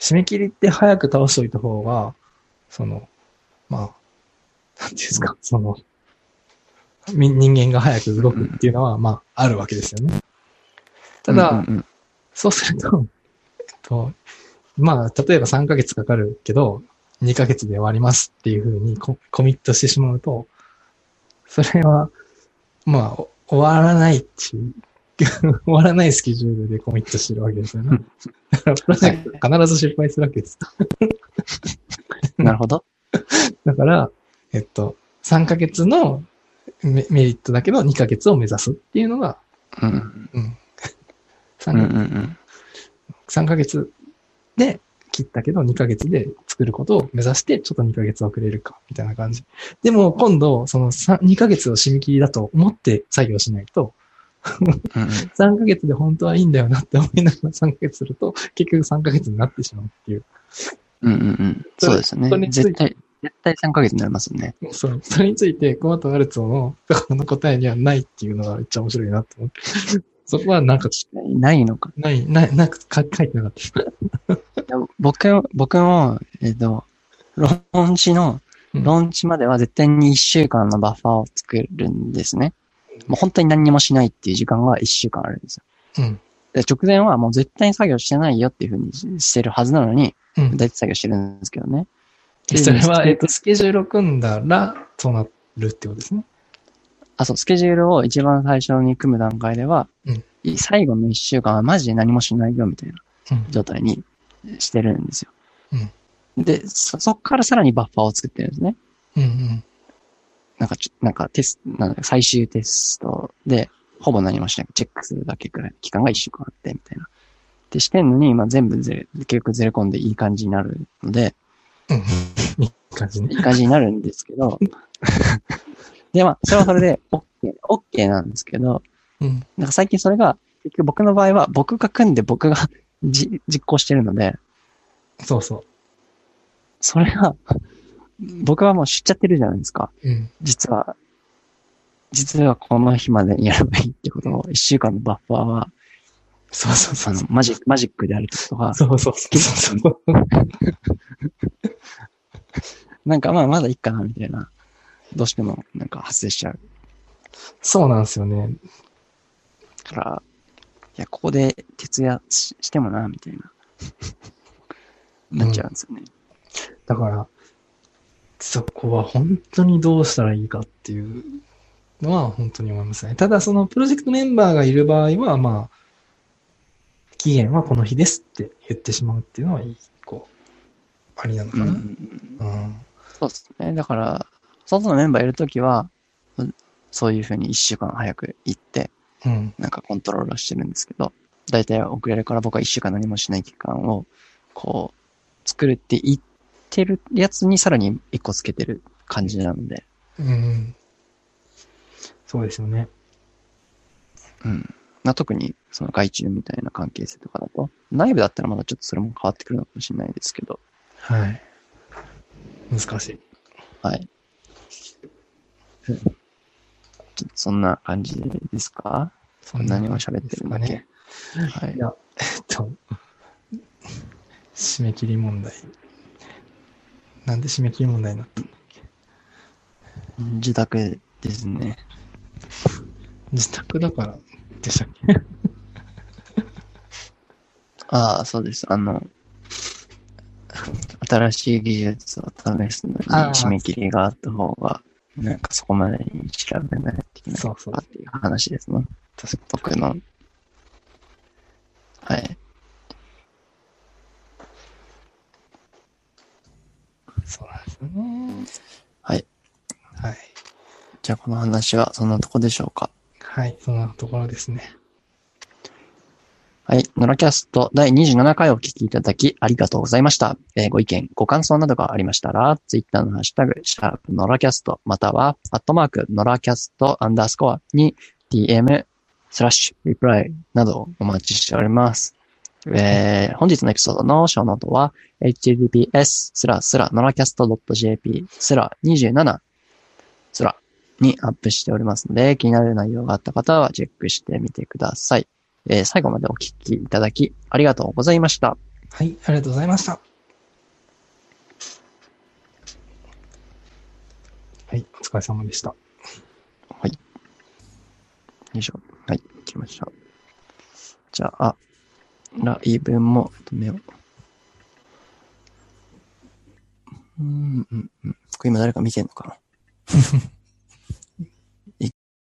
Speaker 2: 締め切りって早く倒しておいた方が、その、まあ、なんていうんですか、その、み人間が早く動くっていうのは、まあ、あるわけですよね。ただ、
Speaker 1: うんうん
Speaker 2: そうすると、えっと、まあ、例えば3ヶ月かかるけど、2ヶ月で終わりますっていうふうにココミットしてしまうと、それは、まあ、お終わらないっていう、 [laughs] 終わらないスケジュールでコミットしてるわけですよね。だから、プロジェクト必ず失敗するわけです。
Speaker 1: うんなるほど。
Speaker 2: だから、えっと、3ヶ月のメメリットだけど、2ヶ月を目指すっていうのが、
Speaker 1: うん。
Speaker 2: うん。
Speaker 1: う
Speaker 2: 3
Speaker 1: んう
Speaker 2: ヶ
Speaker 1: んうん。
Speaker 2: 3ヶ月で切ったけど、2ヶ月で作ることを目指して、ちょっと2ヶ月遅れるか、みたいな感じ。でも、今度、その3 2ヶ月を締め切りだと思って作業しないと、
Speaker 1: うんうん
Speaker 2: 3ヶ月で本当はいいんだよなって思いながら3ヶ月すると、結局3ヶ月になってしまうっていう。
Speaker 1: うんうんうん。
Speaker 2: それ
Speaker 1: そうですよ
Speaker 2: それ
Speaker 1: ね。
Speaker 2: について
Speaker 1: 絶対、絶対3ヶ月になりますよね。
Speaker 2: そのそれについて、熊とワルツォのこの答えにはないっていうのがめっちゃ面白いなって思って。そこはなんか、
Speaker 1: ないのか。
Speaker 2: ない、ない、なんか書書いてなかった。
Speaker 1: いや僕、僕も、えっと、ローンチの、
Speaker 2: うん
Speaker 1: ローンチまでは絶対に1週間のバッファーを作るんですね。もう本当に何にもしないっていう時間が1週間あるんですよ。
Speaker 2: うん
Speaker 1: で直前はもう絶対に作業してないよっていうふうにしてるはずなのに、
Speaker 2: うん
Speaker 1: 大体作業してるんですけどね。で
Speaker 2: [laughs] それは、 [laughs] えっと、スケジュールを組んだら、そうなるってことですね。
Speaker 1: あ、そう、スケジュールを一番最初に組む段階では、
Speaker 2: うん
Speaker 1: い最後の一週間はマジで何もしないよみたいな
Speaker 2: うん
Speaker 1: 状態にしてるんですよ。で、そ、そっからさらにバッファーを作ってるんですね。
Speaker 2: うんうん。
Speaker 1: なんかちょ、なんかテスト、なんか最終テストで、ほぼ何もしなくチェックするだけくらいの期間が一週間あって、みたいな。ってしてんのに、まあ全部ずれ、結局ずれ込んでいい感じになるので、
Speaker 2: うん。いい感じ
Speaker 1: い
Speaker 2: ね。
Speaker 1: い感じになるんですけ
Speaker 2: [laughs]
Speaker 1: ど、で、まあ、それはそれで OK、OK なんですけど、
Speaker 2: うん。
Speaker 1: なんか最近それが、結局僕の場合は僕が組んで僕が [laughs] じ実行してるので、
Speaker 2: そうそ
Speaker 1: それが、僕はもう知っちゃってるじゃないですか。
Speaker 2: う。うん。
Speaker 1: 実は、実はこの日までにやればいいってことを、一週間のバッファーは、
Speaker 2: そうそうそ
Speaker 1: あ
Speaker 2: う
Speaker 1: の。、マジック、マジックであるってことが、
Speaker 2: そうそうそうそう。
Speaker 1: なんかまあまだいいかな、みたいな、どうしてもなんか発生しちゃう。
Speaker 2: そうなんですよね。
Speaker 1: から、いや、ここで徹夜ししてもな、みたいな、なっちゃうんですよね。
Speaker 2: だから、そこは本当にどうしたらいいかっていうのは本当に思いますね。ただ、そのプロジェクトメンバーがいる場合は、まあ、期限はこの日ですって言ってしまうっていうのは、一個、ありなのか
Speaker 1: うん
Speaker 2: な。うん
Speaker 1: そうですね。だから、外のメンバーいるときは、うんそういうふうに一週間早く行って、
Speaker 2: うん。
Speaker 1: なんかコントロールをしてるんですけど、だいたい遅れるから僕は一週間何もしない期間を、こう、作るって言ってるやつにさらに一個つけてる感じなので、
Speaker 2: うん。そうですよね。
Speaker 1: うん。まあ、特に、その外注みたいな関係性とかだと、内部だったらまだちょっとそれも変わってくるのかもしれないですけど、
Speaker 2: はい。難しい。
Speaker 1: はい。ちょっとそんな感じですか
Speaker 2: そ
Speaker 1: 何を喋ってるんだっけ、
Speaker 2: です
Speaker 1: はい
Speaker 2: いや。かね。えっと、締め切り問題。なんで締め切り問題になった
Speaker 1: 自宅ですね。
Speaker 2: 自宅だからでしたっけ
Speaker 1: ああ、そうです。あの、新しい技術を試すのに
Speaker 2: ああ
Speaker 1: 締め切りがあった方が、なんかそこまでに調べないといけない
Speaker 2: そうそう
Speaker 1: かっていう話ですね。
Speaker 2: 確か
Speaker 1: 僕の。はい。
Speaker 2: に。そうなんですよね。
Speaker 1: はい。
Speaker 2: はい。
Speaker 1: じゃあこの話はそんなとこでしょうか。
Speaker 2: はい。そんなところですね。
Speaker 1: はい。ノラキャスト第27回お聞きいただきありがとうございました。えーご意見、ご感想などがありましたら、ツイッターのハッシュタグ、シャープノラキャスト、または、アットマーク、ノラキャストアンダースコアに DM、スラッシュ、リプライなどをお待ちしております。えー本日のエピソードの小ノートは、https スラスラノラキャスト .jp スラ27スラにアップしておりますので、気になる内容があった方はチェックしてみてください。えー最後までお聞きいただきありがとうございました。
Speaker 2: はい。ありがとうございました。はい。お疲れ様でした。
Speaker 1: よいしょ。はい、来ました。じゃあ、ライブも止めよう。うん、うん、うん。これ今誰か見てんのかな